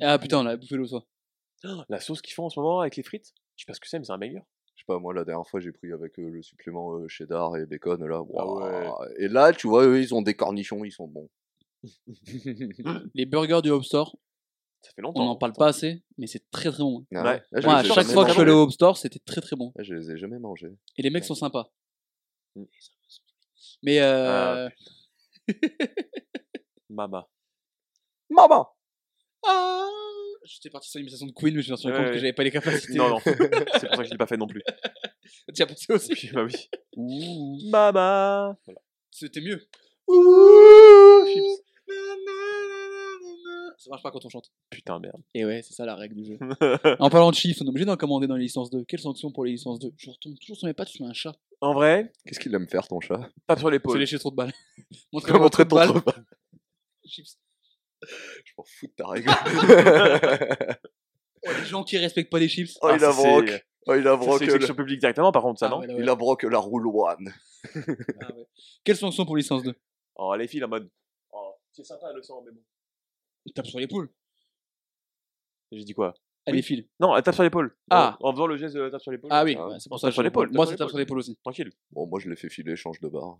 Speaker 2: Ah putain, on a bouffé l'eau, toi.
Speaker 3: La sauce qu'ils font en ce moment avec les frites, je sais pas ce que c'est, mais c'est un banger.
Speaker 1: Je sais pas, moi, la dernière fois, j'ai pris avec euh, le supplément euh, cheddar et bacon, là.
Speaker 3: Ah
Speaker 1: ouah. Et là, tu vois, eux, ils ont des cornichons, ils sont bons.
Speaker 2: Les burgers du Hop Store,
Speaker 3: Ça fait longtemps.
Speaker 2: on n'en parle pas assez, mais c'est très très bon.
Speaker 1: Ah
Speaker 3: Ouais.
Speaker 1: ouais, là, je
Speaker 2: Moi, à
Speaker 1: les ai
Speaker 2: chaque
Speaker 1: jamais
Speaker 2: fois que je suis allé
Speaker 1: mangés.
Speaker 2: au Hop Store, c'était très très bon.
Speaker 1: Là, je les ai jamais mangés.
Speaker 2: Et les mecs
Speaker 3: Ouais.
Speaker 2: sont sympas.
Speaker 3: Mm.
Speaker 2: Mais
Speaker 3: Ah,
Speaker 2: euh...
Speaker 3: Mama.
Speaker 1: Maman
Speaker 2: ah, j'étais parti sur l'imitation de Queen, mais je me suis rendu
Speaker 3: Ouais,
Speaker 2: compte que
Speaker 3: ouais.
Speaker 2: j'avais
Speaker 3: <laughs>
Speaker 2: pas les capacités. <laughs>
Speaker 3: Non, non. c'est pour ça que je l'ai pas fait non plus.
Speaker 2: T'y as pensé aussi.
Speaker 3: Puis, bah oui.
Speaker 2: Ouh,
Speaker 3: Mama. Voilà.
Speaker 2: c'était mieux.
Speaker 3: Chips.
Speaker 2: Ça marche pas quand on chante.
Speaker 3: Putain, merde.
Speaker 2: Et ouais, c'est ça la règle du
Speaker 3: <laughs>
Speaker 2: jeu. en parlant de chiffres, on est obligé d'en commander dans les licences 2. Quelle sanction pour les licences 2 Je retombe toujours sur mes pattes, je suis un chat.
Speaker 3: En vrai,
Speaker 1: Qu'est-ce qu'il aime faire, ton chat
Speaker 3: tape sur
Speaker 2: C'est
Speaker 3: l'épaule.
Speaker 2: léché trop de balles. <laughs> Montrez-moi
Speaker 1: Comment
Speaker 2: votre
Speaker 1: traite
Speaker 2: de balles.
Speaker 1: ton repas
Speaker 2: Chips.
Speaker 1: Je m'en fous de ta règle.
Speaker 2: Oh, les gens qui respectent pas les chips.
Speaker 1: <laughs> oh, il
Speaker 3: Ah,
Speaker 1: a
Speaker 3: ça, c'est-
Speaker 1: broc. Oh, il a
Speaker 3: Ça,
Speaker 1: broc.
Speaker 3: C'est
Speaker 1: le-
Speaker 3: exception publique directement, par contre, ça,
Speaker 2: Ah
Speaker 3: non
Speaker 2: ouais, là, ouais.
Speaker 1: Il a broc la rouloine.
Speaker 2: Ah ouais. Quelle sanction pour licence 2
Speaker 3: Oh, les filles, en mode. Oh, c'est sympa le sang, mais bon.
Speaker 2: Tape sur l'épaule.
Speaker 3: J'ai dit quoi
Speaker 2: Allez, file.
Speaker 3: Non, elle tape sur l'épaule.
Speaker 2: Ah.
Speaker 3: En en faisant le geste de la tape sur l'épaule.
Speaker 2: Ah oui,
Speaker 1: Ah
Speaker 2: ouais,
Speaker 1: ouais.
Speaker 2: c'est pour
Speaker 3: On
Speaker 2: ça
Speaker 3: tape
Speaker 2: que
Speaker 3: sur
Speaker 2: je
Speaker 3: l'épaule,
Speaker 2: Moi,
Speaker 3: tape
Speaker 2: c'est
Speaker 3: sur
Speaker 2: tape sur l'épaule aussi.
Speaker 3: Tranquille.
Speaker 1: Bon, moi, je l'ai fait filer, change de bar.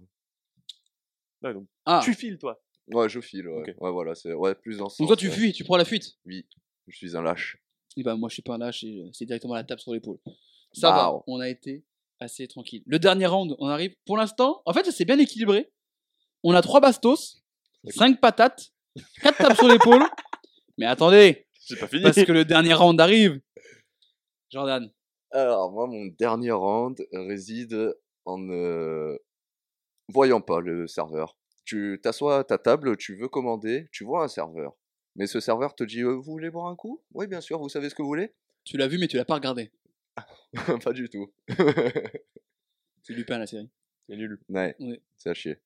Speaker 3: Ouais, donc,
Speaker 2: Ah.
Speaker 3: Tu files, toi.
Speaker 1: Ouais, je file, ouais.
Speaker 3: Ok.
Speaker 1: Ouais, voilà, c'est ouais, plus dans ce
Speaker 2: Donc toi,
Speaker 1: sens,
Speaker 2: tu
Speaker 1: ouais.
Speaker 2: fuis, tu prends la fuite.
Speaker 1: Je suis un lâche.
Speaker 2: Et bah, moi, je suis pas là, je- c'est directement la tape sur l'épaule. Ça
Speaker 1: Bah,
Speaker 2: va,
Speaker 1: ouais.
Speaker 2: on a été assez tranquille. Le dernier round, on arrive. Pour l'instant, en fait, ça s'est bien équilibré. On a 3 bastos, 5 patates, 4 tapes sur
Speaker 3: <laughs>
Speaker 2: l'épaule. Mais attendez,
Speaker 3: J'ai pas fini.
Speaker 2: parce que le dernier round arrive. Jordan,
Speaker 1: Alors, moi, mon dernier round réside en ne voyant pas le serveur. Tu t'assois à ta table, tu veux commander, tu vois un serveur. Mais ce serveur te dit euh, Vous voulez boire un coup Oui, bien sûr, vous savez ce que vous voulez <laughs>
Speaker 2: tu l'as vu, mais tu l'as pas regardé.
Speaker 1: Pas du tout. <laughs>
Speaker 2: C'est Lupin, la série.
Speaker 3: C'est nul.
Speaker 1: Ouais,
Speaker 2: Ouais.
Speaker 1: c'est à chier.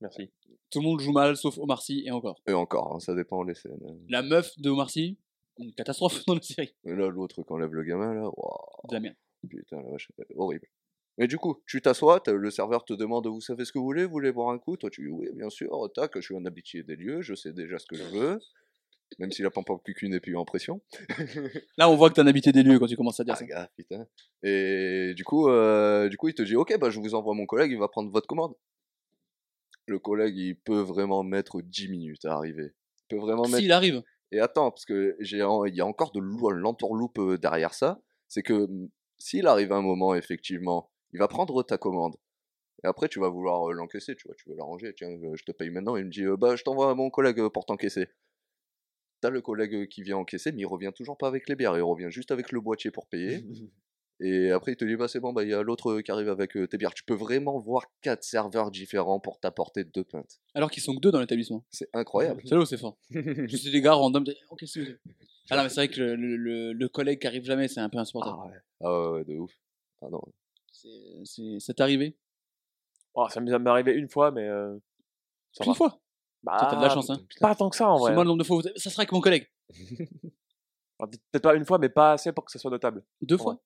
Speaker 3: Merci.
Speaker 2: Tout le monde joue mal, sauf Omar Sy, et encore.
Speaker 1: Et encore, hein, ça dépend les scènes.
Speaker 2: La meuf de Omar Sy, une catastrophe <laughs> dans la série.
Speaker 1: Et là, l'autre, quand lève le gamin, là, waouh,
Speaker 2: De la merde.
Speaker 1: putain, la vache, euh, horrible. Mais du coup, tu t'assois, t'as- le serveur te demande Vous savez ce que vous voulez Vous voulez boire un coup Toi, tu dis Oui, bien sûr, tac, je suis un habitué des lieux, je sais déjà ce que je veux. Même si la pampa cucu n'est plus en pression.
Speaker 2: Là, on voit que t'as un habité des lieux quand tu commences à dire
Speaker 1: Ah,
Speaker 2: ça.
Speaker 1: gars, putain. Et du coup, euh, du coup, il te dit Ok, bah, je vous envoie mon collègue, il va prendre votre commande. Le collègue, il peut vraiment mettre 10 minutes à arriver. Il peut vraiment mettre
Speaker 2: S'il arrive,
Speaker 1: Et attends, parce que j'ai, en- il y a encore de l'ou- l'entourloupe euh, derrière ça. C'est que mm, s'il arrive un moment, effectivement, il va prendre ta commande. Et après, tu vas vouloir euh, l'encaisser, tu vois, tu veux l'arranger. Tiens, euh, je te paye maintenant. Il me dit, euh, bah, je t'envoie à mon collègue euh, pour t'encaisser. T'as le collègue qui vient encaisser, mais il revient toujours pas avec les bières. Il revient juste avec le boîtier pour
Speaker 3: Mmh.
Speaker 1: payer. Et après, il te dit, bah, c'est bon, bah, il y a l'autre qui arrive avec euh, tes bières. Tu peux vraiment voir quatre serveurs différents pour t'apporter deux pintes.
Speaker 2: Alors qu'ils sont que deux dans l'établissement.
Speaker 1: C'est incroyable.
Speaker 2: C'est là où
Speaker 1: <laughs>
Speaker 2: c'est fort. Je suis des gars random. des- Ok, c'est Ah non, mais c'est vrai que le, le- le- le collègue qui arrive jamais, c'est un peu insupportable.
Speaker 1: Ah ouais. Ah ouais, de ouf. Ah non.
Speaker 2: C'est- C'est c'est arrivé
Speaker 3: <laughs> Oh, ça m'est arrivé une fois, mais. euh, ça
Speaker 2: une
Speaker 3: va.
Speaker 2: fois.
Speaker 3: Bah,
Speaker 2: Toi, T'as de
Speaker 1: Ah,
Speaker 2: la chance. Hein.
Speaker 3: Pas tant que ça en
Speaker 2: C'est
Speaker 3: vrai.
Speaker 2: moi le nombre de fois. où vous- Ça sera avec mon collègue.
Speaker 3: Enfin, peut- Peut-être pas une fois, mais pas assez pour que ça soit notable.
Speaker 2: Deux fois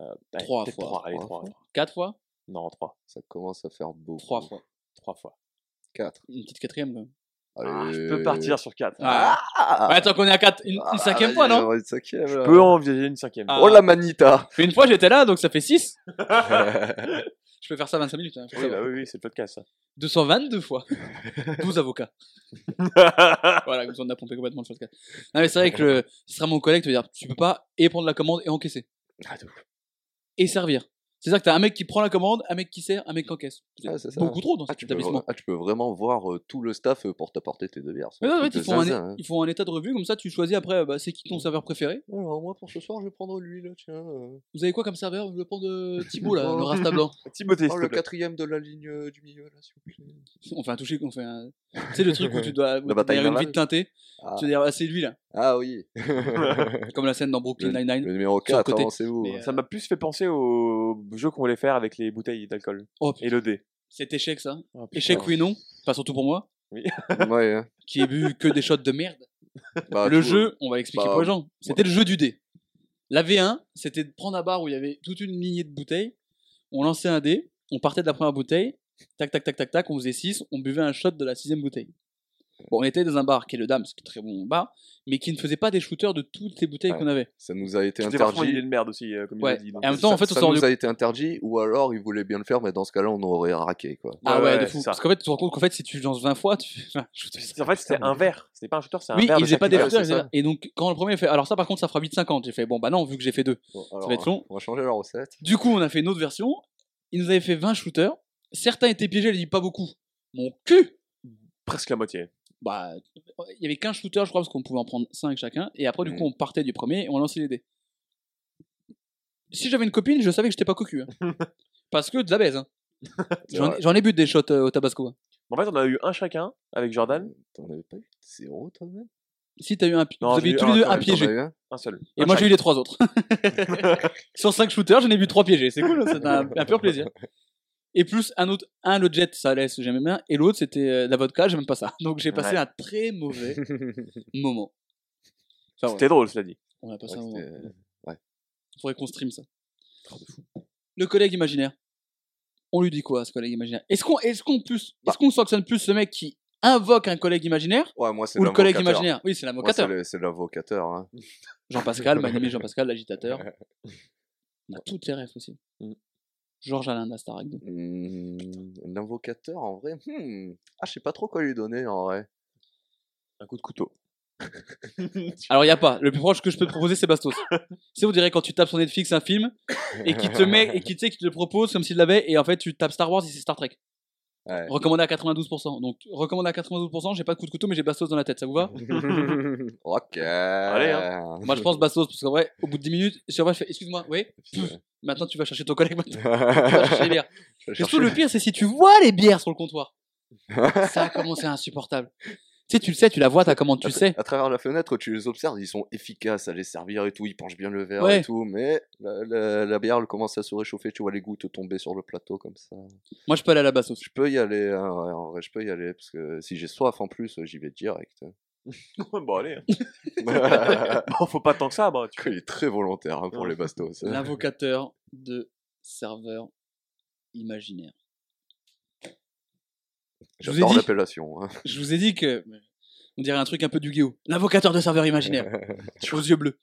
Speaker 3: Allez,
Speaker 2: Trois
Speaker 3: peut-être
Speaker 2: fois,
Speaker 3: Trois, allez,
Speaker 1: trois
Speaker 3: trois, trois.
Speaker 2: Quatre fois
Speaker 3: Non, trois.
Speaker 1: Ça commence à faire beau.
Speaker 2: Trois fois.
Speaker 3: Trois fois.
Speaker 1: Quatre.
Speaker 2: Une petite quatrième. quand même.
Speaker 3: Ah, je
Speaker 1: Allez.
Speaker 3: peux partir sur quatre.
Speaker 2: Euh. Ah,
Speaker 1: Ah,
Speaker 2: Ouais, tant qu'on est à quatre. Une, une
Speaker 1: Ah,
Speaker 2: cinquième
Speaker 1: vas-y,
Speaker 2: fois, non
Speaker 1: ouais, une cinquième,
Speaker 3: Je
Speaker 1: là.
Speaker 3: peux envisager une cinquième.
Speaker 2: Ah.
Speaker 1: Oh la manita
Speaker 2: Mais Une fois, j'étais là, donc ça fait six.
Speaker 1: Ah
Speaker 2: Je peux faire ça 25 minutes. hein, faut
Speaker 3: Oui,
Speaker 2: savoir.
Speaker 3: bah oui, oui, c'est le podcast. ça.
Speaker 1: <laughs>
Speaker 2: 222 fois. 12 avocats. Voilà, comme ça, on a pompé complètement le podcast. Non, mais c'est vrai que le... ce sera mon collègue te dire tu peux pas et prendre la commande et encaisser.
Speaker 1: Ah, de ouf.
Speaker 2: Et servir. C'est-à-dire que t'as un mec qui prend la commande, un mec qui sert, un mec qui encaisse.
Speaker 1: Ah, c'est ça.
Speaker 2: Beaucoup trop dans
Speaker 1: <laughs> Ah,
Speaker 2: cet
Speaker 1: tu, peux,
Speaker 2: établissement.
Speaker 1: vra- ah, tu peux vraiment voir euh, tout le staff euh, pour t'apporter tes deux bières. C'est
Speaker 2: Mais
Speaker 1: un
Speaker 2: non,
Speaker 1: truc
Speaker 2: mais ils,
Speaker 1: de
Speaker 2: font un,
Speaker 1: zinzin, hein.
Speaker 2: ils font un état de revue, comme ça tu choisis après euh, bah, c'est qui ton serveur préféré.
Speaker 1: Oh, Alors, moi, pour ce soir, je vais prendre lui, là, tiens. euh.
Speaker 2: Vous avez quoi comme serveur Je
Speaker 1: <laughs>
Speaker 2: prends de Thibaut là, le rasta blanc.
Speaker 3: Timothée,
Speaker 1: Oh,
Speaker 3: s'il te
Speaker 1: le
Speaker 3: plaît.
Speaker 1: quatrième de la ligne euh, du milieu, là, s'il vous plaît.
Speaker 2: On fait un toucher, on fait un. Tu sais le truc où
Speaker 1: <laughs>
Speaker 2: tu dois.
Speaker 1: La
Speaker 2: où t'as
Speaker 1: bataille
Speaker 2: une
Speaker 1: navale.
Speaker 2: vie teintée.
Speaker 1: Ah.
Speaker 2: Tu veux dire, ah,
Speaker 1: <laughs>
Speaker 2: c'est lui là.
Speaker 1: Ah oui
Speaker 2: Comme la scène dans Brooklyn Nine-Nine.
Speaker 1: Le numéro
Speaker 2: Sur le
Speaker 1: 4,
Speaker 2: côté.
Speaker 1: avancez-vous.
Speaker 2: Mais, euh,
Speaker 3: Ça m'a plus fait penser au jeu qu'on voulait faire avec les bouteilles d'alcool
Speaker 2: Oh,
Speaker 3: et le dé.
Speaker 2: cet échec ça.
Speaker 3: Oh, putain.
Speaker 2: Échec oui non, pas surtout pour moi,
Speaker 1: <laughs> Ouais, hein.
Speaker 2: qui ai
Speaker 3: <laughs>
Speaker 2: bu que des shots de merde.
Speaker 1: Bah, tout,
Speaker 2: le
Speaker 3: hein.
Speaker 2: jeu, on va l'expliquer
Speaker 1: bah,
Speaker 2: pour les gens, c'était le jeu du dé. La V1, c'était de prendre un bar où il y avait toute une lignée de bouteilles, on lançait un dé, on partait de la première bouteille, tac tac tac tac tac, on faisait 6, on buvait un shot de la sixième bouteille. Bon, on était dans un bar qui est le Dame, c'est un très bon bar, mais qui ne faisait pas des shooters de toutes les bouteilles
Speaker 1: Ouais.
Speaker 2: qu'on avait.
Speaker 1: Ça nous a été
Speaker 3: C'était franchement une idée
Speaker 1: interdit.
Speaker 3: de merde aussi, euh, comme
Speaker 2: Ouais.
Speaker 3: il l'a dit. donc,
Speaker 2: Et en
Speaker 3: euh,
Speaker 2: même temps, en
Speaker 1: Ça-
Speaker 2: fait, on
Speaker 1: ça
Speaker 2: s'est rendu
Speaker 1: nous a été interdit, ou alors ils voulaient bien le faire, mais dans ce cas-là, on aurait raqué, quoi.
Speaker 2: Ah
Speaker 3: Ouais,
Speaker 2: ouais,
Speaker 3: ouais,
Speaker 2: de
Speaker 3: c'est
Speaker 2: fou.
Speaker 3: ça.
Speaker 2: Parce qu'en fait, tu te rends compte qu'en fait, si tu lances 20 fois, tu fais 20 shooters.
Speaker 3: c'est- En fait, c'était un verre. C'était pas un shooter, c'est un
Speaker 2: Oui,
Speaker 3: verre.
Speaker 2: il
Speaker 3: de
Speaker 2: faisait pas des
Speaker 3: chaque
Speaker 1: chacun,
Speaker 2: shooters.
Speaker 1: ouais,
Speaker 2: il
Speaker 1: c'est
Speaker 2: faisait-
Speaker 1: ça.
Speaker 2: Et donc, quand le premier fait, alors ça par contre, ça fera 8,50. J'ai fait, bon bah non, vu que j'ai fait deux,
Speaker 1: Bon,
Speaker 2: ça
Speaker 1: alors, hein,
Speaker 2: va être long.
Speaker 1: On va changer la recette.
Speaker 2: Du coup, on a fait une autre version. Ils nous avaient fait 20 shooters. Certains étaient piégés, elle dit pas beaucoup. Mon cul
Speaker 3: Presque la moitié.
Speaker 2: Bah, il y avait 15 shooters, je crois, parce qu'on pouvait en prendre 5 chacun. Et
Speaker 3: Mm.
Speaker 2: après, du coup, on partait du premier et on lançait les dés. Si j'avais une copine, je savais que j'étais pas cocu.
Speaker 3: <laughs>
Speaker 2: hein. parce que de la baise. hein.
Speaker 1: C'est
Speaker 2: J'en
Speaker 1: vrai.
Speaker 2: j'en ai bu des shots euh, au tabasco. hein.
Speaker 3: En fait, on a eu un chacun avec Jordan,
Speaker 1: T'en avais pas eu zéro, toi-même
Speaker 2: Si t'as eu un, pi- vous
Speaker 3: Non, j'ai
Speaker 2: avez
Speaker 3: eu
Speaker 2: tous les deux un
Speaker 3: un
Speaker 1: T'en as
Speaker 2: piégé.
Speaker 1: eu un Ah,
Speaker 3: un seul.
Speaker 2: Et
Speaker 3: Un
Speaker 2: moi, j'ai
Speaker 3: chacun.
Speaker 2: eu les trois
Speaker 1: <laughs>
Speaker 2: autres. Sur cinq shooters, j'en ai bu trois piégés. C'est cool, c'est un, un
Speaker 1: <laughs>
Speaker 2: pur plaisir. Et plus un autre, un le jet, ça laisse, j'aimais bien. Et l'autre, c'était euh, la vodka, j'aime pas ça. Donc j'ai passé
Speaker 3: Ouais.
Speaker 2: un
Speaker 1: <laughs>
Speaker 2: très mauvais moment. Enfin,
Speaker 3: C'était
Speaker 2: ouais,
Speaker 3: drôle, cela dit.
Speaker 2: on a passé un moment.
Speaker 1: Ouais,
Speaker 2: Faudrait qu'on stream ça. Le collègue imaginaire. On lui dit quoi, ce collègue imaginaire Est-ce qu'on, est-ce qu'on plus,
Speaker 1: Bah.
Speaker 2: est-ce qu'on sanctionne plus ce mec qui invoque un collègue imaginaire
Speaker 1: Ouais, moi, c'est
Speaker 2: ou le collègue
Speaker 1: l'invocateur.
Speaker 2: imaginaire Oui, c'est
Speaker 1: Moi, c'est
Speaker 2: l'invocateur.
Speaker 1: le- c'est l'invocateur. Hein.
Speaker 2: Jean-Pascal, Magnami Jean-Pascal, l'agitateur. On a toutes les rêves aussi.
Speaker 3: Mm.
Speaker 2: Georges Alain d'Astarac. de-
Speaker 1: Hmm, L'invocateur, en vrai, hmm, ah, je sais pas trop quoi lui donner, en vrai.
Speaker 3: Un coup de <laughs> couteau.
Speaker 2: Alors, il n'y a pas. Le plus proche que je peux te proposer, c'est Bastos. c'est, on dirait, quand tu tapes sur Netflix un film et qui te met et qui tu sais, qui te le propose comme s'il l'avait, et en fait, tu tapes Star Wars et c'est Star Trek.
Speaker 1: Ouais.
Speaker 2: Recommandé à 92%. Donc, recommandé à 92%, j'ai pas de coup de couteau, mais j'ai Bastos dans la tête, ça vous va
Speaker 1: ok.
Speaker 3: Allez,
Speaker 2: hein. Moi, je pense Bastos, parce qu'en vrai, au bout de 10 minutes, sur moi, je fais Excuse-moi, oui,
Speaker 1: <laughs>
Speaker 2: Pouf. maintenant tu vas chercher ton collègue, maintenant, tu vas chercher les bières.
Speaker 1: Je vais
Speaker 2: Et surtout,
Speaker 1: chercher-
Speaker 2: le pire, c'est si tu vois les bières sur le comptoir. ça, comment c'est insupportable. Tu sais, tu le sais, tu la vois, ta commande, tu le sais.
Speaker 1: À travers la fenêtre, tu les observes, ils sont efficaces à les servir et tout, ils penchent bien le verre
Speaker 2: Ouais.
Speaker 1: et tout, mais la, la- la bière elle commence à se réchauffer, tu vois les gouttes tomber sur le plateau comme ça.
Speaker 2: Moi, je peux aller à la Bastos.
Speaker 1: Je peux y aller, hein, ouais, en vrai, je peux y aller, parce que si j'ai soif en plus, j'y vais direct. <laughs>
Speaker 3: bon, allez. <laughs> hein.
Speaker 1: hein.
Speaker 3: Bon, faut pas tant que ça. Bah, tu...
Speaker 1: Il est très volontaire hein, pour
Speaker 3: Ouais.
Speaker 1: les bastos. hein.
Speaker 2: L'invocateur de serveur imaginaire. Je vous ai
Speaker 1: J'adore
Speaker 2: dit.
Speaker 1: l'appellation. hein.
Speaker 2: Je vous ai dit que. On dirait un truc un peu du Guéo. L'invocateur de serveur imaginaire. aux yeux bleus.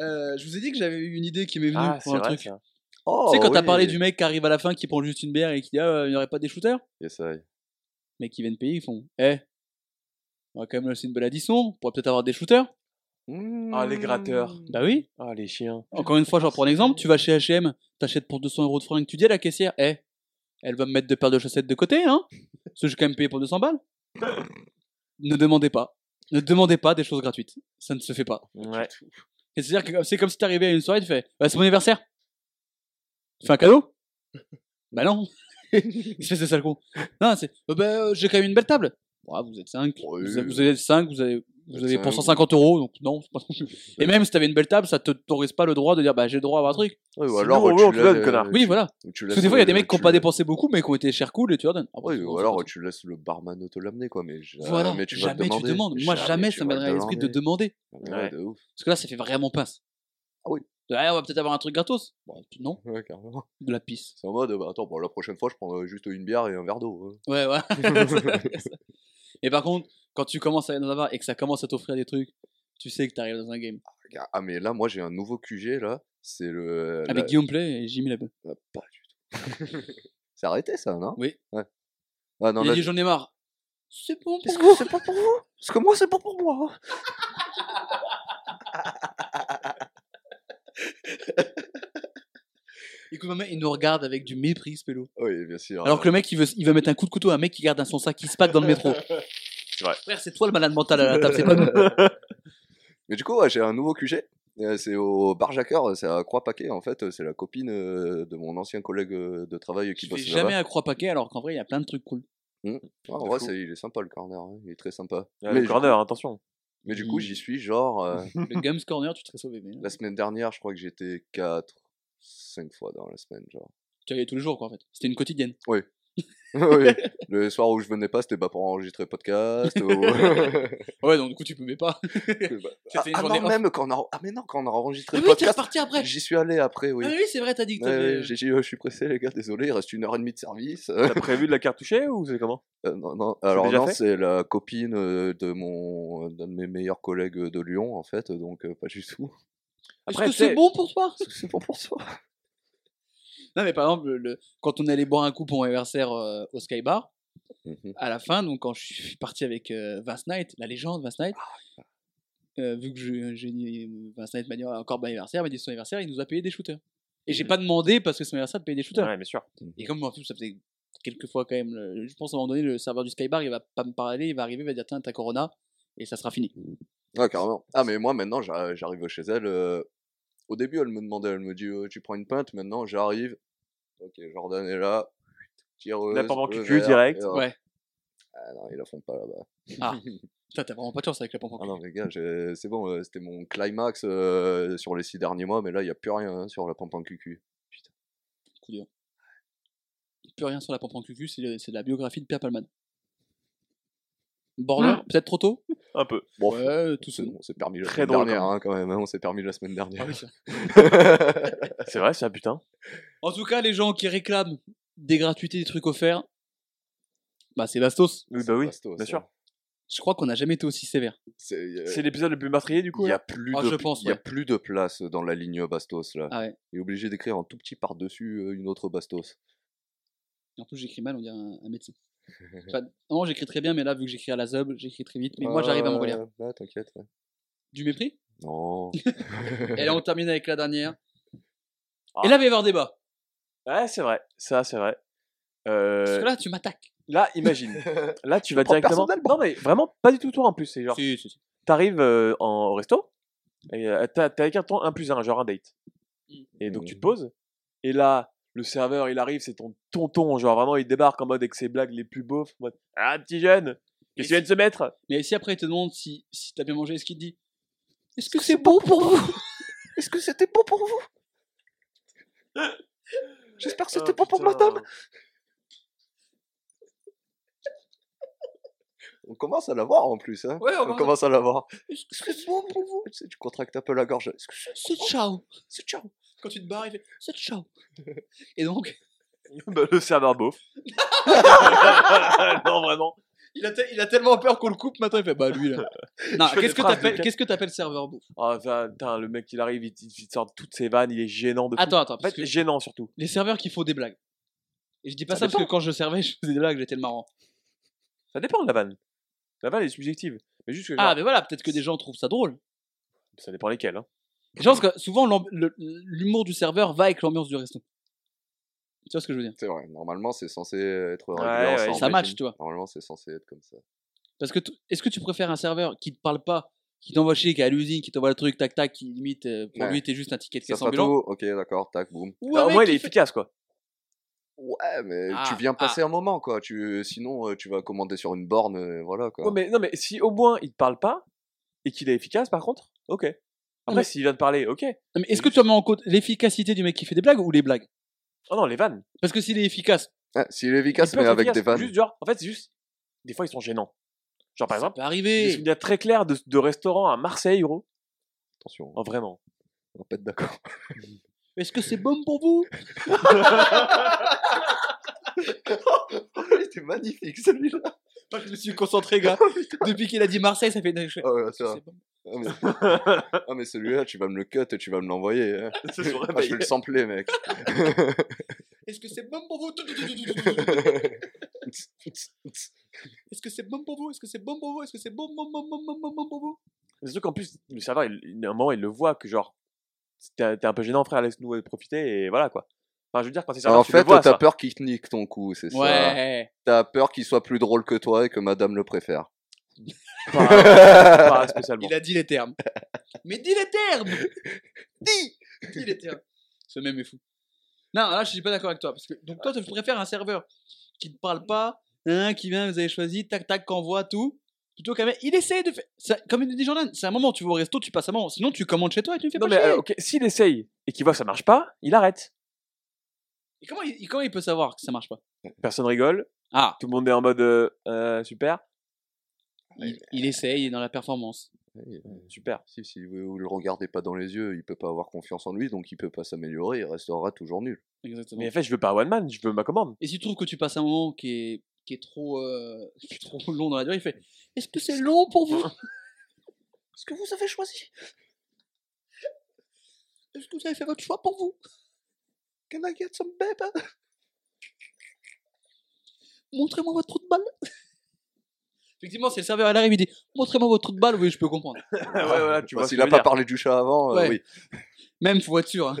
Speaker 2: Euh, je vous ai dit que j'avais eu une idée qui m'est venue
Speaker 3: Ah, c'est
Speaker 2: pour un
Speaker 3: vrai.
Speaker 2: truc.
Speaker 3: ça.
Speaker 1: Oh,
Speaker 2: tu sais, quand t'as
Speaker 1: oui.
Speaker 2: parlé du mec qui arrive à la fin, qui prend juste une bière et qui dit Ah, il n'y aurait pas des shooters
Speaker 1: Yes, I.
Speaker 2: Mais qui viennent payer, ils font Eh, on va quand même lancer une balade on pourrait peut-être avoir des shooters.
Speaker 3: Ah, les gratteurs.
Speaker 1: Mmh.
Speaker 2: Bah oui.
Speaker 3: Ah, les chiens.
Speaker 2: Encore une fois, je reprends un exemple. Tu vas chez H&M, t'achètes pour 200 euros de fringues, tu dis à la caissière, eh, elle va me mettre deux paires de chaussettes de côté, hein Parce que j'ai quand même payé pour 200 balles. ne demandez pas. Ne demandez pas des choses gratuites. Ça ne se fait pas.
Speaker 3: Ouais.
Speaker 2: Et C'est-à-dire que c'est comme si t'arrivais à une soirée, tu fais bah, C'est mon anniversaire Tu fais un cadeau Bah non <laughs> Espèce de sale con Non, c'est euh, Bah euh, j'ai quand même une belle table Bah, Vous êtes 5,
Speaker 1: Oui.
Speaker 2: vous, avez- vous êtes 5, vous avez, vous
Speaker 1: Vous
Speaker 2: avez
Speaker 1: êtes
Speaker 2: pour
Speaker 1: cinq.
Speaker 2: 150 euros, donc non, c'est pas
Speaker 1: <laughs>
Speaker 2: non plus. Et même si t'avais une belle table, ça te t'autorise pas le droit de dire Bah j'ai le droit à avoir un truc
Speaker 1: Ouais, ou
Speaker 3: Sinon,
Speaker 1: alors
Speaker 3: oui,
Speaker 1: tu
Speaker 3: on te
Speaker 1: l'as-
Speaker 3: donne, connard.
Speaker 1: tu-
Speaker 2: Oui, voilà
Speaker 1: ou tu
Speaker 2: Parce que
Speaker 1: laisses
Speaker 2: des fois, il y a
Speaker 1: le-
Speaker 2: des mecs qui ont
Speaker 1: tu
Speaker 2: pas
Speaker 1: le-
Speaker 2: dépensé beaucoup, mais qui ont été cher cool et tu leur donnes Ah, bah,
Speaker 1: Oui,
Speaker 2: c'est bon,
Speaker 1: ou
Speaker 2: c'est
Speaker 1: alors
Speaker 2: parti.
Speaker 1: tu laisses le barman te l'amener, quoi. Mais ja-
Speaker 2: Voilà,
Speaker 1: mais tu vas
Speaker 2: jamais tu
Speaker 1: demander.
Speaker 2: demandes. Moi, jamais
Speaker 1: tu
Speaker 2: ça
Speaker 1: vas
Speaker 2: m'aiderait à l'esprit de
Speaker 1: demander.
Speaker 2: demander.
Speaker 1: Ouais, de ouf.
Speaker 2: Parce que là, ça fait vraiment pince.
Speaker 1: Ah oui.
Speaker 2: De, Ah, on va peut-être avoir un truc gratos. Bon, non,
Speaker 1: Ouais, carrément.
Speaker 2: de la pisse.
Speaker 1: C'est en mode, bah attends, bon, la prochaine fois, je prendrai juste une bière et un verre d'eau. hein.
Speaker 2: Ouais, ouais.
Speaker 1: <laughs>
Speaker 2: et par contre, quand tu commences à aller dans un bar et que ça commence à t'offrir des trucs, tu sais que t'arrives dans un game.
Speaker 1: Regarde, Ah, mais là, moi, j'ai un nouveau QG, là. C'est le.
Speaker 2: Avec
Speaker 1: la-
Speaker 2: Guillaume Play et Jimmy Labeu.
Speaker 1: Ah, Pas du tout. C'est arrêté, ça, non
Speaker 2: Oui.
Speaker 1: Ouais. Ah, non,
Speaker 2: il
Speaker 1: là,
Speaker 2: a dit J'en ai marre. C'est bon pour
Speaker 1: Parce que c'est pas pour vous Parce que moi, c'est pas pour
Speaker 2: <laughs>
Speaker 1: moi
Speaker 2: Écoute, ma mère, il nous regarde avec du mépris, ce pélo.
Speaker 1: Oui, bien sûr.
Speaker 2: Alors que le mec, il veut, il veut mettre un coup de couteau à un mec qui garde un son sac qui se pack dans
Speaker 1: <laughs>
Speaker 2: le métro. C'est
Speaker 3: vrai.
Speaker 2: Frère, c'est toi le malade mental à la table, c'est pas nous.
Speaker 1: Mais du coup, ouais, j'ai un nouveau QG. Euh, C'est au Bar Jacquard, c'est à Croix-Paquet. En fait, c'est la copine euh, de mon ancien collègue euh, de travail qui
Speaker 2: Je vais
Speaker 1: bosse
Speaker 2: jamais
Speaker 1: là-bas. Ah,
Speaker 2: à croix paquet alors qu'en vrai, il y a plein de trucs cool.
Speaker 1: Ouais, en vrai, c'est- il est sympa le corner, hein, il est très sympa.
Speaker 3: Ouais,
Speaker 1: mais,
Speaker 3: Le corner, Euh, attention.
Speaker 1: mais du coup,
Speaker 2: Mmh.
Speaker 1: j'y suis genre
Speaker 2: <laughs>
Speaker 1: euh, <laughs>
Speaker 2: Le Games Corner, tu te serais sauvé. Mais... hein.
Speaker 1: la semaine dernière, je crois que j'étais 4, 5 fois dans la semaine,
Speaker 2: <laughs>
Speaker 1: genre.
Speaker 2: Tu y allais tous les jours, quoi, en fait. C'était
Speaker 1: <laughs>
Speaker 2: une quotidienne.
Speaker 1: Oui, <laughs> Le soir où je venais pas, c'était pas pour enregistrer podcast.
Speaker 2: <laughs>
Speaker 1: ou-
Speaker 2: Ouais, donc du coup, tu pouvais pas.
Speaker 1: ah, <laughs>
Speaker 2: C'était une
Speaker 1: ah
Speaker 2: journée
Speaker 1: non,
Speaker 2: off.
Speaker 1: même quand on a, ah, mais non, quand on a enregistré
Speaker 2: Ah
Speaker 1: le
Speaker 2: oui, t'es
Speaker 1: podcast,
Speaker 2: reparti après.
Speaker 1: j'y suis allé après, oui.
Speaker 2: Ah oui, c'est vrai, t'as dit que
Speaker 1: Ouais,
Speaker 2: t'avais-
Speaker 1: ouais, j'ai dit, euh, je suis pressé, les gars, désolé, il reste une heure et demie de service.
Speaker 3: T'as prévu de la cartoucher ou c'est comment
Speaker 1: Euh, non, non. Alors
Speaker 3: déjà
Speaker 1: non,
Speaker 3: fait
Speaker 1: c'est la copine euh, de mon d'un de mes meilleurs collègues de Lyon en fait, donc euh, pas du tout.
Speaker 2: Est-ce
Speaker 3: Après,
Speaker 2: que c'est
Speaker 3: t'es-
Speaker 2: bon pour toi
Speaker 1: C'est bon pour soi.
Speaker 2: Non, mais par exemple, le- quand on allait boire un coup pour mon anniversaire euh, au Skybar,
Speaker 1: Mhm.
Speaker 2: à la fin, donc quand je suis parti avec euh, Vince Knight, la légende Vince Knight, euh, vu que je- j'ai dit, Vince Knight m'a dit Ah, encore bon anniversaire, il m'a dit son anniversaire, il nous a payé des shooters. Et j'ai pas demandé parce que c'est son anniversaire de payer des shooters.
Speaker 3: Ouais, bien sûr.
Speaker 2: Et comme en plus, ça faisait quelques fois quand même, le- je pense à un moment donné, le serveur du Skybar, il va pas me parler, il va arriver, il va dire tiens, t'as Corona, et ça sera fini.
Speaker 1: Ouais, carrément. Ah mais moi maintenant j'a- j'arrive chez elle. euh, Au début elle me demandait, elle me dit euh, tu prends une pinte. Maintenant j'arrive. Ok Jordan est là. Tireuse.
Speaker 3: La pendant
Speaker 1: le
Speaker 3: cucu
Speaker 1: verre,
Speaker 3: direct.
Speaker 1: et, euh,
Speaker 2: Ouais.
Speaker 1: Ah non ils la font pas là-bas.
Speaker 2: Ah. <laughs> Putain, t'as vraiment pas de chance avec la pompe en
Speaker 1: Ah
Speaker 2: cul.
Speaker 1: non les gars j'ai- c'est bon euh, c'était mon climax euh, sur les six derniers mois mais là il y a plus rien hein, sur la pompe en cucu.
Speaker 2: Coup dur. Plus rien sur la pompe en cul, c'est le- c'est la biographie de Pierre Palman. Border, peut-être trop tôt
Speaker 3: Un peu.
Speaker 1: Bon
Speaker 2: Ouais, euh, tout
Speaker 1: c'est <laughs>
Speaker 2: seul. Ah
Speaker 1: bon, on s'est permis la
Speaker 3: Très
Speaker 1: semaine
Speaker 3: drôle, quand
Speaker 1: dernière hein, quand même. hein, on s'est permis la semaine dernière.
Speaker 3: C'est vrai, ça, putain.
Speaker 2: En tout cas, les gens qui réclament des gratuités, des trucs offerts, bah c'est Bastos.
Speaker 3: Oui,
Speaker 1: C'est
Speaker 3: bah oui,
Speaker 1: Bastos,
Speaker 3: bien
Speaker 1: ça.
Speaker 3: sûr.
Speaker 2: Je crois qu'on n'a jamais été aussi sévère.
Speaker 1: C'est, euh,
Speaker 3: C'est l'épisode le plus meurtrier, du coup.
Speaker 1: il y
Speaker 3: là
Speaker 1: a plus
Speaker 2: Ah,
Speaker 1: de
Speaker 2: je pense,
Speaker 1: il y a
Speaker 2: ouais.
Speaker 1: plus de place dans la ligne Bastos là.
Speaker 2: Ah ouais.
Speaker 1: Il est obligé d'écrire en tout petit par-dessus euh, une autre Bastos.
Speaker 2: En plus, j'écris mal, on dirait un, un
Speaker 1: <laughs>
Speaker 2: médecin. Enfin, non, j'écris très bien, mais là, vu que j'écris à la zob, j'écris très vite. Mais moi, j'arrive à me relire.
Speaker 1: Ouais, Ah, ouais, t'inquiète. ouais. <laughs>
Speaker 2: Du mépris
Speaker 1: Non.
Speaker 2: Et là, on termine avec la dernière.
Speaker 3: Ah.
Speaker 2: Et là, il va y avoir débat.
Speaker 3: Ouais, c'est vrai. Ça, c'est vrai. Euh,
Speaker 2: Parce que
Speaker 3: là...
Speaker 2: là, tu m'attaques.
Speaker 1: <laughs>
Speaker 3: imagine. Là, tu vas
Speaker 1: prends
Speaker 3: directement.
Speaker 1: personnellement.
Speaker 3: Non, mais vraiment, pas du tout toi en plus. C'est genre,
Speaker 2: Si, si, si.
Speaker 3: t'arrives euh, en au resto et euh, t'as t'as avec un temps 1 plus 1, genre un date.
Speaker 2: Mm.
Speaker 3: Et donc,
Speaker 1: Mm.
Speaker 3: tu te poses. Et là, le serveur, il arrive, c'est ton tonton. Genre, vraiment, il débarque en mode avec ses blagues les plus beaufs. en mode, ah, petit jeune, qu'est-ce que tu viens de se mettre
Speaker 2: Mais si après, il te demande si, si t'as bien mangé, est-ce qu'il te dit Est-ce que c'est bon pour <laughs> vous
Speaker 1: Est-ce que c'était bon pour vous J'espère que c'était
Speaker 3: Ah,
Speaker 1: bon pour ma
Speaker 3: putain.
Speaker 1: table. On commence à l'avoir en plus. Hein.
Speaker 2: Ouais,
Speaker 1: On commence à l'avoir.
Speaker 2: Est-ce que
Speaker 1: Est-ce que c'est bon pour vous Tu sais, tu contractes un peu la gorge. Est-ce que c'est-
Speaker 2: c'est ciao
Speaker 1: c'est ciao
Speaker 2: Quand tu te barres, il fait c'est ciao. <laughs> Et donc,
Speaker 3: <laughs> Bah, le serveur
Speaker 1: <laughs>
Speaker 3: beauf. non, vraiment.
Speaker 2: il a, te- il a tellement peur qu'on le coupe, maintenant il fait bah lui là. Non,
Speaker 3: Je fais
Speaker 2: qu'est-ce
Speaker 3: des
Speaker 2: que
Speaker 3: phrases de
Speaker 2: t'appelles
Speaker 3: quatre-
Speaker 2: qu'est-ce que t'appelles serveur bouffe
Speaker 3: Ah, ça, putain, le mec, il arrive, il, il- il sort toutes ses vannes, il est gênant de fou.
Speaker 2: Attends, attends,
Speaker 3: En
Speaker 2: parce
Speaker 3: fait,
Speaker 2: que
Speaker 3: gênant surtout.
Speaker 2: les serveurs qui font des blagues. Et je dis pas ça,
Speaker 3: Ça
Speaker 2: parce que
Speaker 3: dépend.
Speaker 2: quand je servais, je faisais des blagues, j'étais le marrant.
Speaker 3: Ça dépend de la vanne. La vanne, elle est subjective. Mais juste que, genre,
Speaker 2: Ah, mais voilà, peut-être que des gens trouvent ça drôle.
Speaker 3: ça dépend lesquels. Hein.
Speaker 2: Je pense que souvent l'amb- le- l'humour du serveur va avec l'ambiance du resto. Tu vois ce que je veux dire
Speaker 1: C'est vrai. Normalement, c'est censé être réglé
Speaker 3: Ouais, ouais,
Speaker 1: ensemble.
Speaker 2: Ça match, tu vois.
Speaker 1: Normalement, c'est censé être comme ça.
Speaker 2: Parce que t- est-ce que tu préfères un serveur qui te parle pas, qui t'envoie chier, qui est à l'usine, qui t'envoie le truc, tac tac, qui limite, euh, pour
Speaker 1: Ouais.
Speaker 2: lui, t'es juste un ticket de
Speaker 1: Ça
Speaker 2: caisse
Speaker 1: sera
Speaker 2: ambulant
Speaker 1: tout. Ok, d'accord, tac, boum.
Speaker 2: Ou
Speaker 3: Bah,
Speaker 2: un
Speaker 3: au
Speaker 2: mec
Speaker 3: moins, il est
Speaker 2: qui fait-
Speaker 3: efficace, quoi.
Speaker 1: Ouais, mais
Speaker 2: Ah,
Speaker 1: tu viens passer un moment, quoi. Tu, sinon, euh, tu vas commander sur une borne, euh, voilà, quoi.
Speaker 3: Ouais, mais, non, mais si au moins il te parle pas et qu'il est efficace, par contre, ok. Après,
Speaker 2: mais-
Speaker 3: s'il vient de parler, ok.
Speaker 2: Non, mais Est-ce que tu as en compte l'efficacité du mec qui fait des blagues ou les blagues
Speaker 3: Oh non, les vannes.
Speaker 2: Parce que s'il est efficace,
Speaker 1: Ah, S'il est
Speaker 3: Il
Speaker 1: efficace,
Speaker 3: peut
Speaker 1: mais
Speaker 3: être
Speaker 1: avec
Speaker 3: efficace,
Speaker 1: des vannes.
Speaker 3: Juste, genre, en fait, c'est juste. Des fois, ils sont gênants. Genre, par
Speaker 2: ça
Speaker 3: exemple,
Speaker 2: peut
Speaker 3: j'ai des
Speaker 2: arriver.
Speaker 3: souvenirs très clairs de, de restaurants à Marseille, gros.
Speaker 1: Attention,
Speaker 3: Oh, vraiment.
Speaker 1: on va pas
Speaker 3: <laughs>
Speaker 1: être d'accord.
Speaker 2: Est-ce que c'est bon pour vous
Speaker 1: Il était magnifique, celui-là.
Speaker 2: Je me suis concentré, gars. Depuis qu'il a dit Marseille, ça fait. Je fais,
Speaker 1: Oh, là,
Speaker 2: C'est
Speaker 1: ça.
Speaker 2: bon.
Speaker 1: Ah, mais, <laughs> ah, mais celui-là, tu vas me le cut et tu vas me l'envoyer.
Speaker 3: <laughs>
Speaker 1: hein.
Speaker 3: Ça se
Speaker 1: Ah, je vais le sampler,
Speaker 3: <laughs>
Speaker 1: mec. <laughs>
Speaker 2: Est-ce que c'est bon pour vous Est-ce que c'est bon pour vous Est-ce que c'est bon pour vous Est-ce que c'est bon, bon, bon, bon, bon, bon, bon pour vous
Speaker 3: Mais Surtout qu'en plus, le serveur, il, il- à un moment, il le voit que genre, t'es t'es un peu gênant, frère, laisse-nous euh, profiter et voilà quoi. Enfin, je veux dire, quand c'est serveur,
Speaker 1: en
Speaker 3: tu le
Speaker 1: fait,
Speaker 3: vois,
Speaker 1: t'as
Speaker 3: ça.
Speaker 1: peur qu'il te nique ton coup, c'est ça.
Speaker 2: Ouais.
Speaker 1: T'as peur qu'il soit plus drôle que toi et que madame le préfère.
Speaker 3: Pas, pas hein, spécialement.
Speaker 2: Il a dit les
Speaker 3: <laughs>
Speaker 2: termes. Mais dis les termes Dis Dis les termes. Ce même est fou. Non, là, je suis pas d'accord avec toi. Parce que, donc,
Speaker 3: Ah,
Speaker 2: toi, tu préfères un serveur qui ne parle pas, hein, qui vient, vous avez choisi, tac, tac, qu'envoie, tout. Plutôt qu'un mec, il essaie de faire. ça- Comme il dit Jordan, c'est un moment, tu vas au resto, tu passes un moment. Sinon, tu commandes chez toi et tu ne fais
Speaker 3: Non,
Speaker 2: pas
Speaker 3: mais
Speaker 2: chier.
Speaker 3: euh, ok, s'il essaye et qu'il voit que ça marche pas, il arrête.
Speaker 2: Et comment, il, comment il peut savoir que ça marche pas
Speaker 3: Personne rigole,
Speaker 2: Ah,
Speaker 3: tout le monde est en mode euh, euh, super,
Speaker 2: il,
Speaker 3: euh,
Speaker 2: il essaye, il est dans la performance.
Speaker 3: super.
Speaker 1: Si, si vous, vous le regardez pas dans les yeux, il peut pas avoir confiance en lui, donc il peut pas s'améliorer, il restera toujours nul.
Speaker 2: Exactement.
Speaker 3: Mais en fait, je veux pas un one man, je veux ma
Speaker 2: <laughs>
Speaker 3: commande.
Speaker 2: Et si tu trouves que tu passes un moment qui est, qui est trop, euh, qui est trop <laughs> long dans la durée, il fait Est-ce que c'est long pour vous Est-ce que vous avez choisi Est-ce que vous avez fait votre choix pour vous Can I get some babe Montrez-moi votre trou de balle Effectivement, c'est le serveur à l'arrivée, il dit Montrez-moi votre trou de balle, oui, je peux comprendre.
Speaker 3: ouais, voilà, tu
Speaker 1: Bah,
Speaker 3: vois.
Speaker 1: S'il a pas parlé du chat avant, euh,
Speaker 2: Ouais.
Speaker 1: oui.
Speaker 2: Même, faut être sûr. Hein.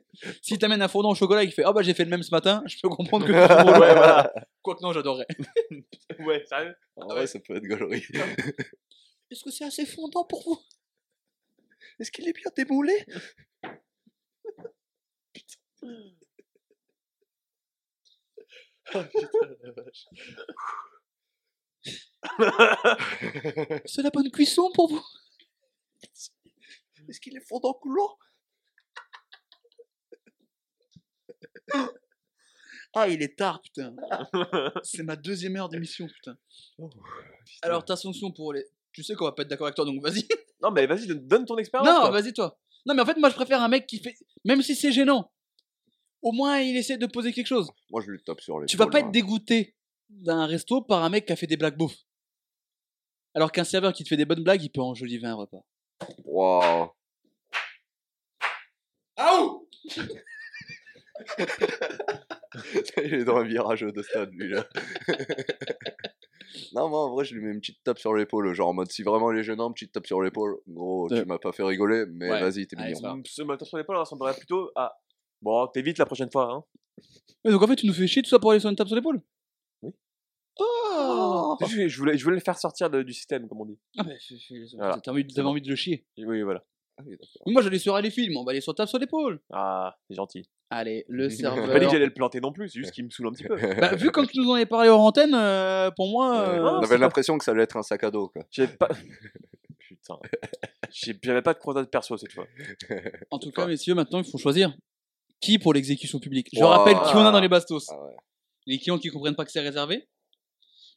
Speaker 2: <laughs> si t'amènes un fondant au chocolat et qu'il fait Ah bah j'ai fait le même ce matin, je peux comprendre que tu trouves drôle. Quoique non, j'adorerais.
Speaker 3: Ouais, sérieux.
Speaker 1: En
Speaker 3: ouais.
Speaker 1: vrai, ça peut être gaulerie. <laughs>
Speaker 2: Est-ce que c'est assez fondant pour vous
Speaker 1: Est-ce qu'il est bien
Speaker 2: <laughs>
Speaker 1: démoulé
Speaker 2: <laughs> C'est la bonne cuisson pour vous
Speaker 1: Est-ce qu'il est fondant coulant
Speaker 2: <laughs> Ah, il est tard, putain. C'est ma deuxième heure d'émission, putain. Alors, ta sanction pour les. Tu sais qu'on va pas être d'accord avec toi, donc vas-y.
Speaker 3: Non, mais vas-y, donne- donne ton expérience.
Speaker 2: non,
Speaker 3: quoi.
Speaker 2: vas-y, toi. Non, mais en fait, moi, je préfère un mec qui fait. Même si c'est gênant, au moins, il essaie de poser quelque chose.
Speaker 1: Moi, je lui tape sur les hein.
Speaker 2: Tu vas pas être dégoûté d'un resto par un mec qui a fait des blagues bouffes. Alors qu'un serveur qui te fait des bonnes blagues, il peut enjoliver un repas.
Speaker 1: Waouh
Speaker 3: Ah
Speaker 2: Aouh
Speaker 1: <laughs> Il est dans un virage de stade, lui, là. <laughs> non, moi, en vrai, je lui mets une petite tape sur l'épaule. Genre, en mode, si vraiment il est gênant, petite tape sur l'épaule. Gros,
Speaker 2: Euh.
Speaker 1: tu m'as pas fait rigoler, mais
Speaker 2: Ouais.
Speaker 1: vas-y, t'es
Speaker 2: Allez,
Speaker 1: mignon.
Speaker 2: ça va.
Speaker 3: Ce matin sur l'épaule, on ressemblerait plutôt à. Bon, t'évites la prochaine fois, hein.
Speaker 2: Mais donc, en fait, tu nous fais chier tout ça pour aller sur une tape sur l'épaule
Speaker 3: Oui.
Speaker 2: Oh
Speaker 3: Je, je voulais, je voulais le faire sortir de- du système, comme on dit.
Speaker 2: Ah, bah, c'est- c'est-
Speaker 3: Voilà.
Speaker 2: t'as envie, de- t'avais envie de le chier.
Speaker 3: Oui, voilà.
Speaker 1: Ah oui, d'accord.
Speaker 2: Mais moi, j'allais sur les films, on va aller sur tape sur l'épaule.
Speaker 3: Ah, c'est gentil.
Speaker 2: Allez,
Speaker 3: <laughs>
Speaker 2: le
Speaker 1: T'as
Speaker 3: J'ai pas dit que
Speaker 2: serveur.
Speaker 3: j'allais le planter non plus, c'est juste qu'il me saoule
Speaker 2: <laughs>
Speaker 3: un petit peu.
Speaker 1: <laughs>
Speaker 2: Bah, vu comme tu nous en avais parlé hors antenne, euh, pour moi.
Speaker 1: Euh,
Speaker 2: euh,
Speaker 3: non,
Speaker 1: on
Speaker 3: c'est
Speaker 1: avait
Speaker 3: pas-
Speaker 1: l'impression que ça allait être un sac à dos, quoi.
Speaker 2: <laughs>
Speaker 3: J'avais pas. Putain. J'ai- J'avais pas de croisade perso cette fois.
Speaker 2: en tout
Speaker 3: pas.
Speaker 2: cas, messieurs, maintenant, il faut choisir qui pour l'exécution publique. Je
Speaker 1: Wow.
Speaker 2: rappelle qui on a dans les bastos.
Speaker 1: Ah ouais.
Speaker 2: Les clients qui comprennent pas que c'est réservé.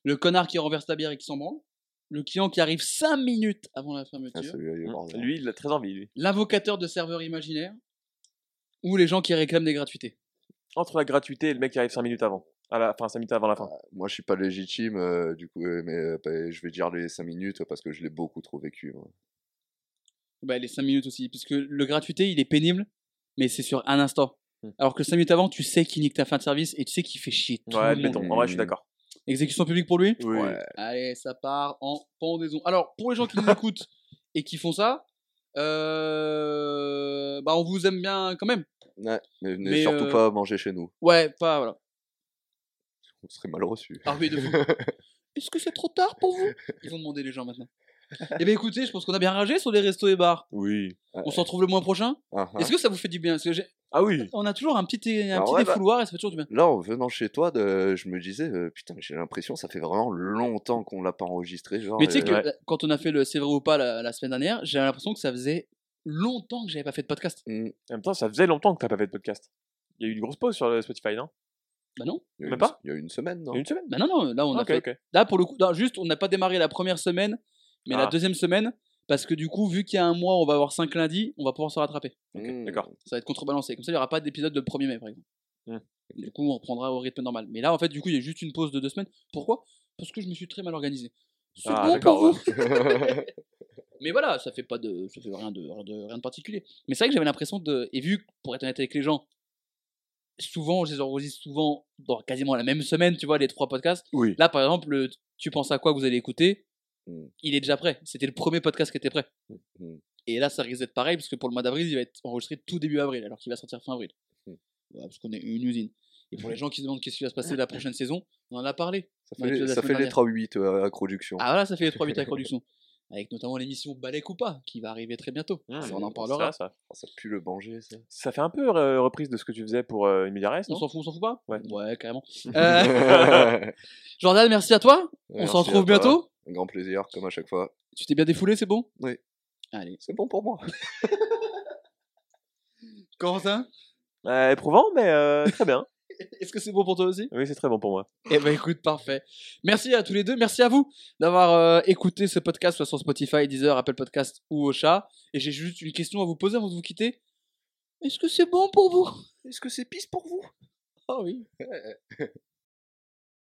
Speaker 2: Le connard qui renverse la bière et qui s'en branle. Le client qui arrive 5 minutes avant la
Speaker 1: Ah,
Speaker 2: fermeture.
Speaker 1: celui-là, il est bordel.
Speaker 3: Mmh. Lui, il a très envie, lui.
Speaker 2: L'invocateur de serveur imaginaire. Ou les gens qui réclament des gratuités.
Speaker 3: Entre la gratuité et le mec qui arrive 5 minutes avant. À la... Enfin, 5 minutes avant la
Speaker 2: Ah,
Speaker 3: fin.
Speaker 1: Moi, je suis pas légitime, euh, du coup, euh, mais euh, bah, je vais dire les 5 minutes parce que je l'ai beaucoup trop vécu. moi.
Speaker 2: Bah, les 5 minutes aussi. Puisque le gratuité, il est pénible, mais c'est sur un instant.
Speaker 3: Hmm.
Speaker 2: Alors que 5 minutes avant, tu sais qui nique ta fin de service et tu sais qui fait chier tout
Speaker 3: Ouais,
Speaker 2: le monde.
Speaker 3: mettons. En vrai, je suis d'accord.
Speaker 2: Exécution publique pour lui
Speaker 3: Oui.
Speaker 1: Ouais.
Speaker 2: Allez, ça part en pendaison. Alors, pour les gens qui nous écoutent et qui font ça, euh, bah, on vous aime bien quand même.
Speaker 1: Ouais, mais venez
Speaker 2: Mais,
Speaker 1: surtout
Speaker 2: euh,
Speaker 1: pas manger chez nous.
Speaker 2: Ouais, pas voilà.
Speaker 1: On serait mal reçus.
Speaker 2: Ah oui, de fou. Est-ce que c'est trop tard pour vous Ils vont demander les gens maintenant. Eh bien écoutez, je pense qu'on a bien ragé sur les restos et bars.
Speaker 3: Oui.
Speaker 2: On se retrouve le mois prochain.
Speaker 1: Ah, ah.
Speaker 2: Est-ce que ça vous fait du bien Parce que j'ai-
Speaker 3: Ah oui.
Speaker 2: On a toujours un petit, un
Speaker 1: Ah
Speaker 2: petit
Speaker 1: ouais, bah.
Speaker 2: défouloir et ça fait toujours du bien.
Speaker 1: Là, en venant chez toi, de- je me disais, euh, putain, mais j'ai l'impression, ça fait vraiment longtemps qu'on l'a pas enregistré. Genre,
Speaker 2: Mais tu sais
Speaker 1: euh,
Speaker 2: que
Speaker 3: ouais.
Speaker 2: la- quand on a fait le C'est vrai ou pas la, la semaine dernière, j'ai l'impression que ça faisait longtemps que j'avais pas fait de podcast.
Speaker 1: hmm,
Speaker 3: En même temps, ça faisait longtemps que t'as pas fait de podcast. Il y a eu une grosse pause sur le Spotify, non
Speaker 2: Bah non,
Speaker 1: il y a
Speaker 3: Même
Speaker 1: une-
Speaker 3: pas
Speaker 1: Il y a une semaine, non
Speaker 3: Il y a Une semaine.
Speaker 2: bah non, non, là on a
Speaker 3: Ok,
Speaker 2: fait.
Speaker 3: ok.
Speaker 2: Là pour le coup, non, juste on n'a pas démarré la première semaine, mais la
Speaker 3: Ah.
Speaker 2: deuxième semaine, parce que du coup, vu qu'il y a un mois, on va avoir 5 lundis, on va pouvoir se rattraper.
Speaker 1: Hmm. <laughs>
Speaker 3: d'accord.
Speaker 2: Mmh. Ça va être contrebalancé. Comme ça, il n'y aura pas d'épisode le 1er mai, par exemple.
Speaker 3: Hmm.
Speaker 2: Du coup, on reprendra au rythme normal. Mais là, en fait, du coup, il y a juste une pause de deux semaines. Pourquoi Parce que je me suis très mal organisé. C'est
Speaker 3: Ah,
Speaker 2: bon
Speaker 3: d'accord,
Speaker 2: pour vous
Speaker 3: ouais.
Speaker 2: Mais voilà, ça fait pas de, ça fait rien de, rien de, rien de particulier. Mais c'est vrai que j'avais l'impression de, et vu que, pour être honnête avec les gens, souvent, je les enregistre souvent dans quasiment la même semaine, tu vois, les trois podcasts.
Speaker 3: Oui.
Speaker 2: Là, par exemple, le tu penses à quoi que vous allez écouter,
Speaker 1: Mm.
Speaker 2: il est déjà prêt. C'était le premier podcast qui était prêt.
Speaker 1: Mm.
Speaker 2: Et là, ça risque d'être pareil, parce que pour le mois d'avril, il va être enregistré tout début avril, alors qu'il va sortir fin avril.
Speaker 1: Mm.
Speaker 2: Voilà, parce qu'on est une usine. Et pour les gens qui se demandent qu'est-ce qui va se passer la prochaine saison, on en a parlé.
Speaker 1: Ça
Speaker 2: Dans
Speaker 1: fait,
Speaker 2: l'épisode de la
Speaker 1: ça fait
Speaker 2: semaine
Speaker 1: les 3-8 euh, à production.
Speaker 2: Ah voilà, ça fait les 3 bits à production. Avec notamment l'émission Balek ou pas, qui va arriver très bientôt.
Speaker 3: Mmh,
Speaker 2: Ça, on en
Speaker 3: c'est
Speaker 2: parlera.
Speaker 3: ça, ça.
Speaker 1: Oh, ça pue le banger,
Speaker 2: <laughs>
Speaker 1: ça. <laughs>
Speaker 3: Ça fait un peu euh, reprise de ce que tu faisais pour euh, une média race,
Speaker 2: On
Speaker 3: non
Speaker 2: s'en fout, on s'en fout pas
Speaker 3: Ouais.
Speaker 1: <laughs>
Speaker 2: carrément. Euh, Jordan, merci à toi. On
Speaker 1: Merci
Speaker 2: s'en
Speaker 1: à
Speaker 2: retrouve
Speaker 1: toi.
Speaker 2: bientôt.
Speaker 1: Un grand plaisir, comme à chaque fois.
Speaker 2: Tu t'es bien défoulé, c'est bon
Speaker 1: Oui.
Speaker 2: Allez.
Speaker 1: C'est bon pour moi.
Speaker 2: Comment ça
Speaker 3: Euh, éprouvant, mais euh, très bien.
Speaker 2: Est-ce que c'est bon pour toi aussi
Speaker 3: Oui, c'est très bon pour moi.
Speaker 2: Eh ben écoute, parfait. Merci à tous les deux. Merci à vous d'avoir euh, écouté ce podcast, soit sur Spotify, Deezer, Apple Podcast ou Ocha. Et j'ai juste une question à vous poser avant de vous quitter. Est-ce que c'est bon pour vous
Speaker 1: Est-ce que c'est pisse pour vous
Speaker 2: Ah oui.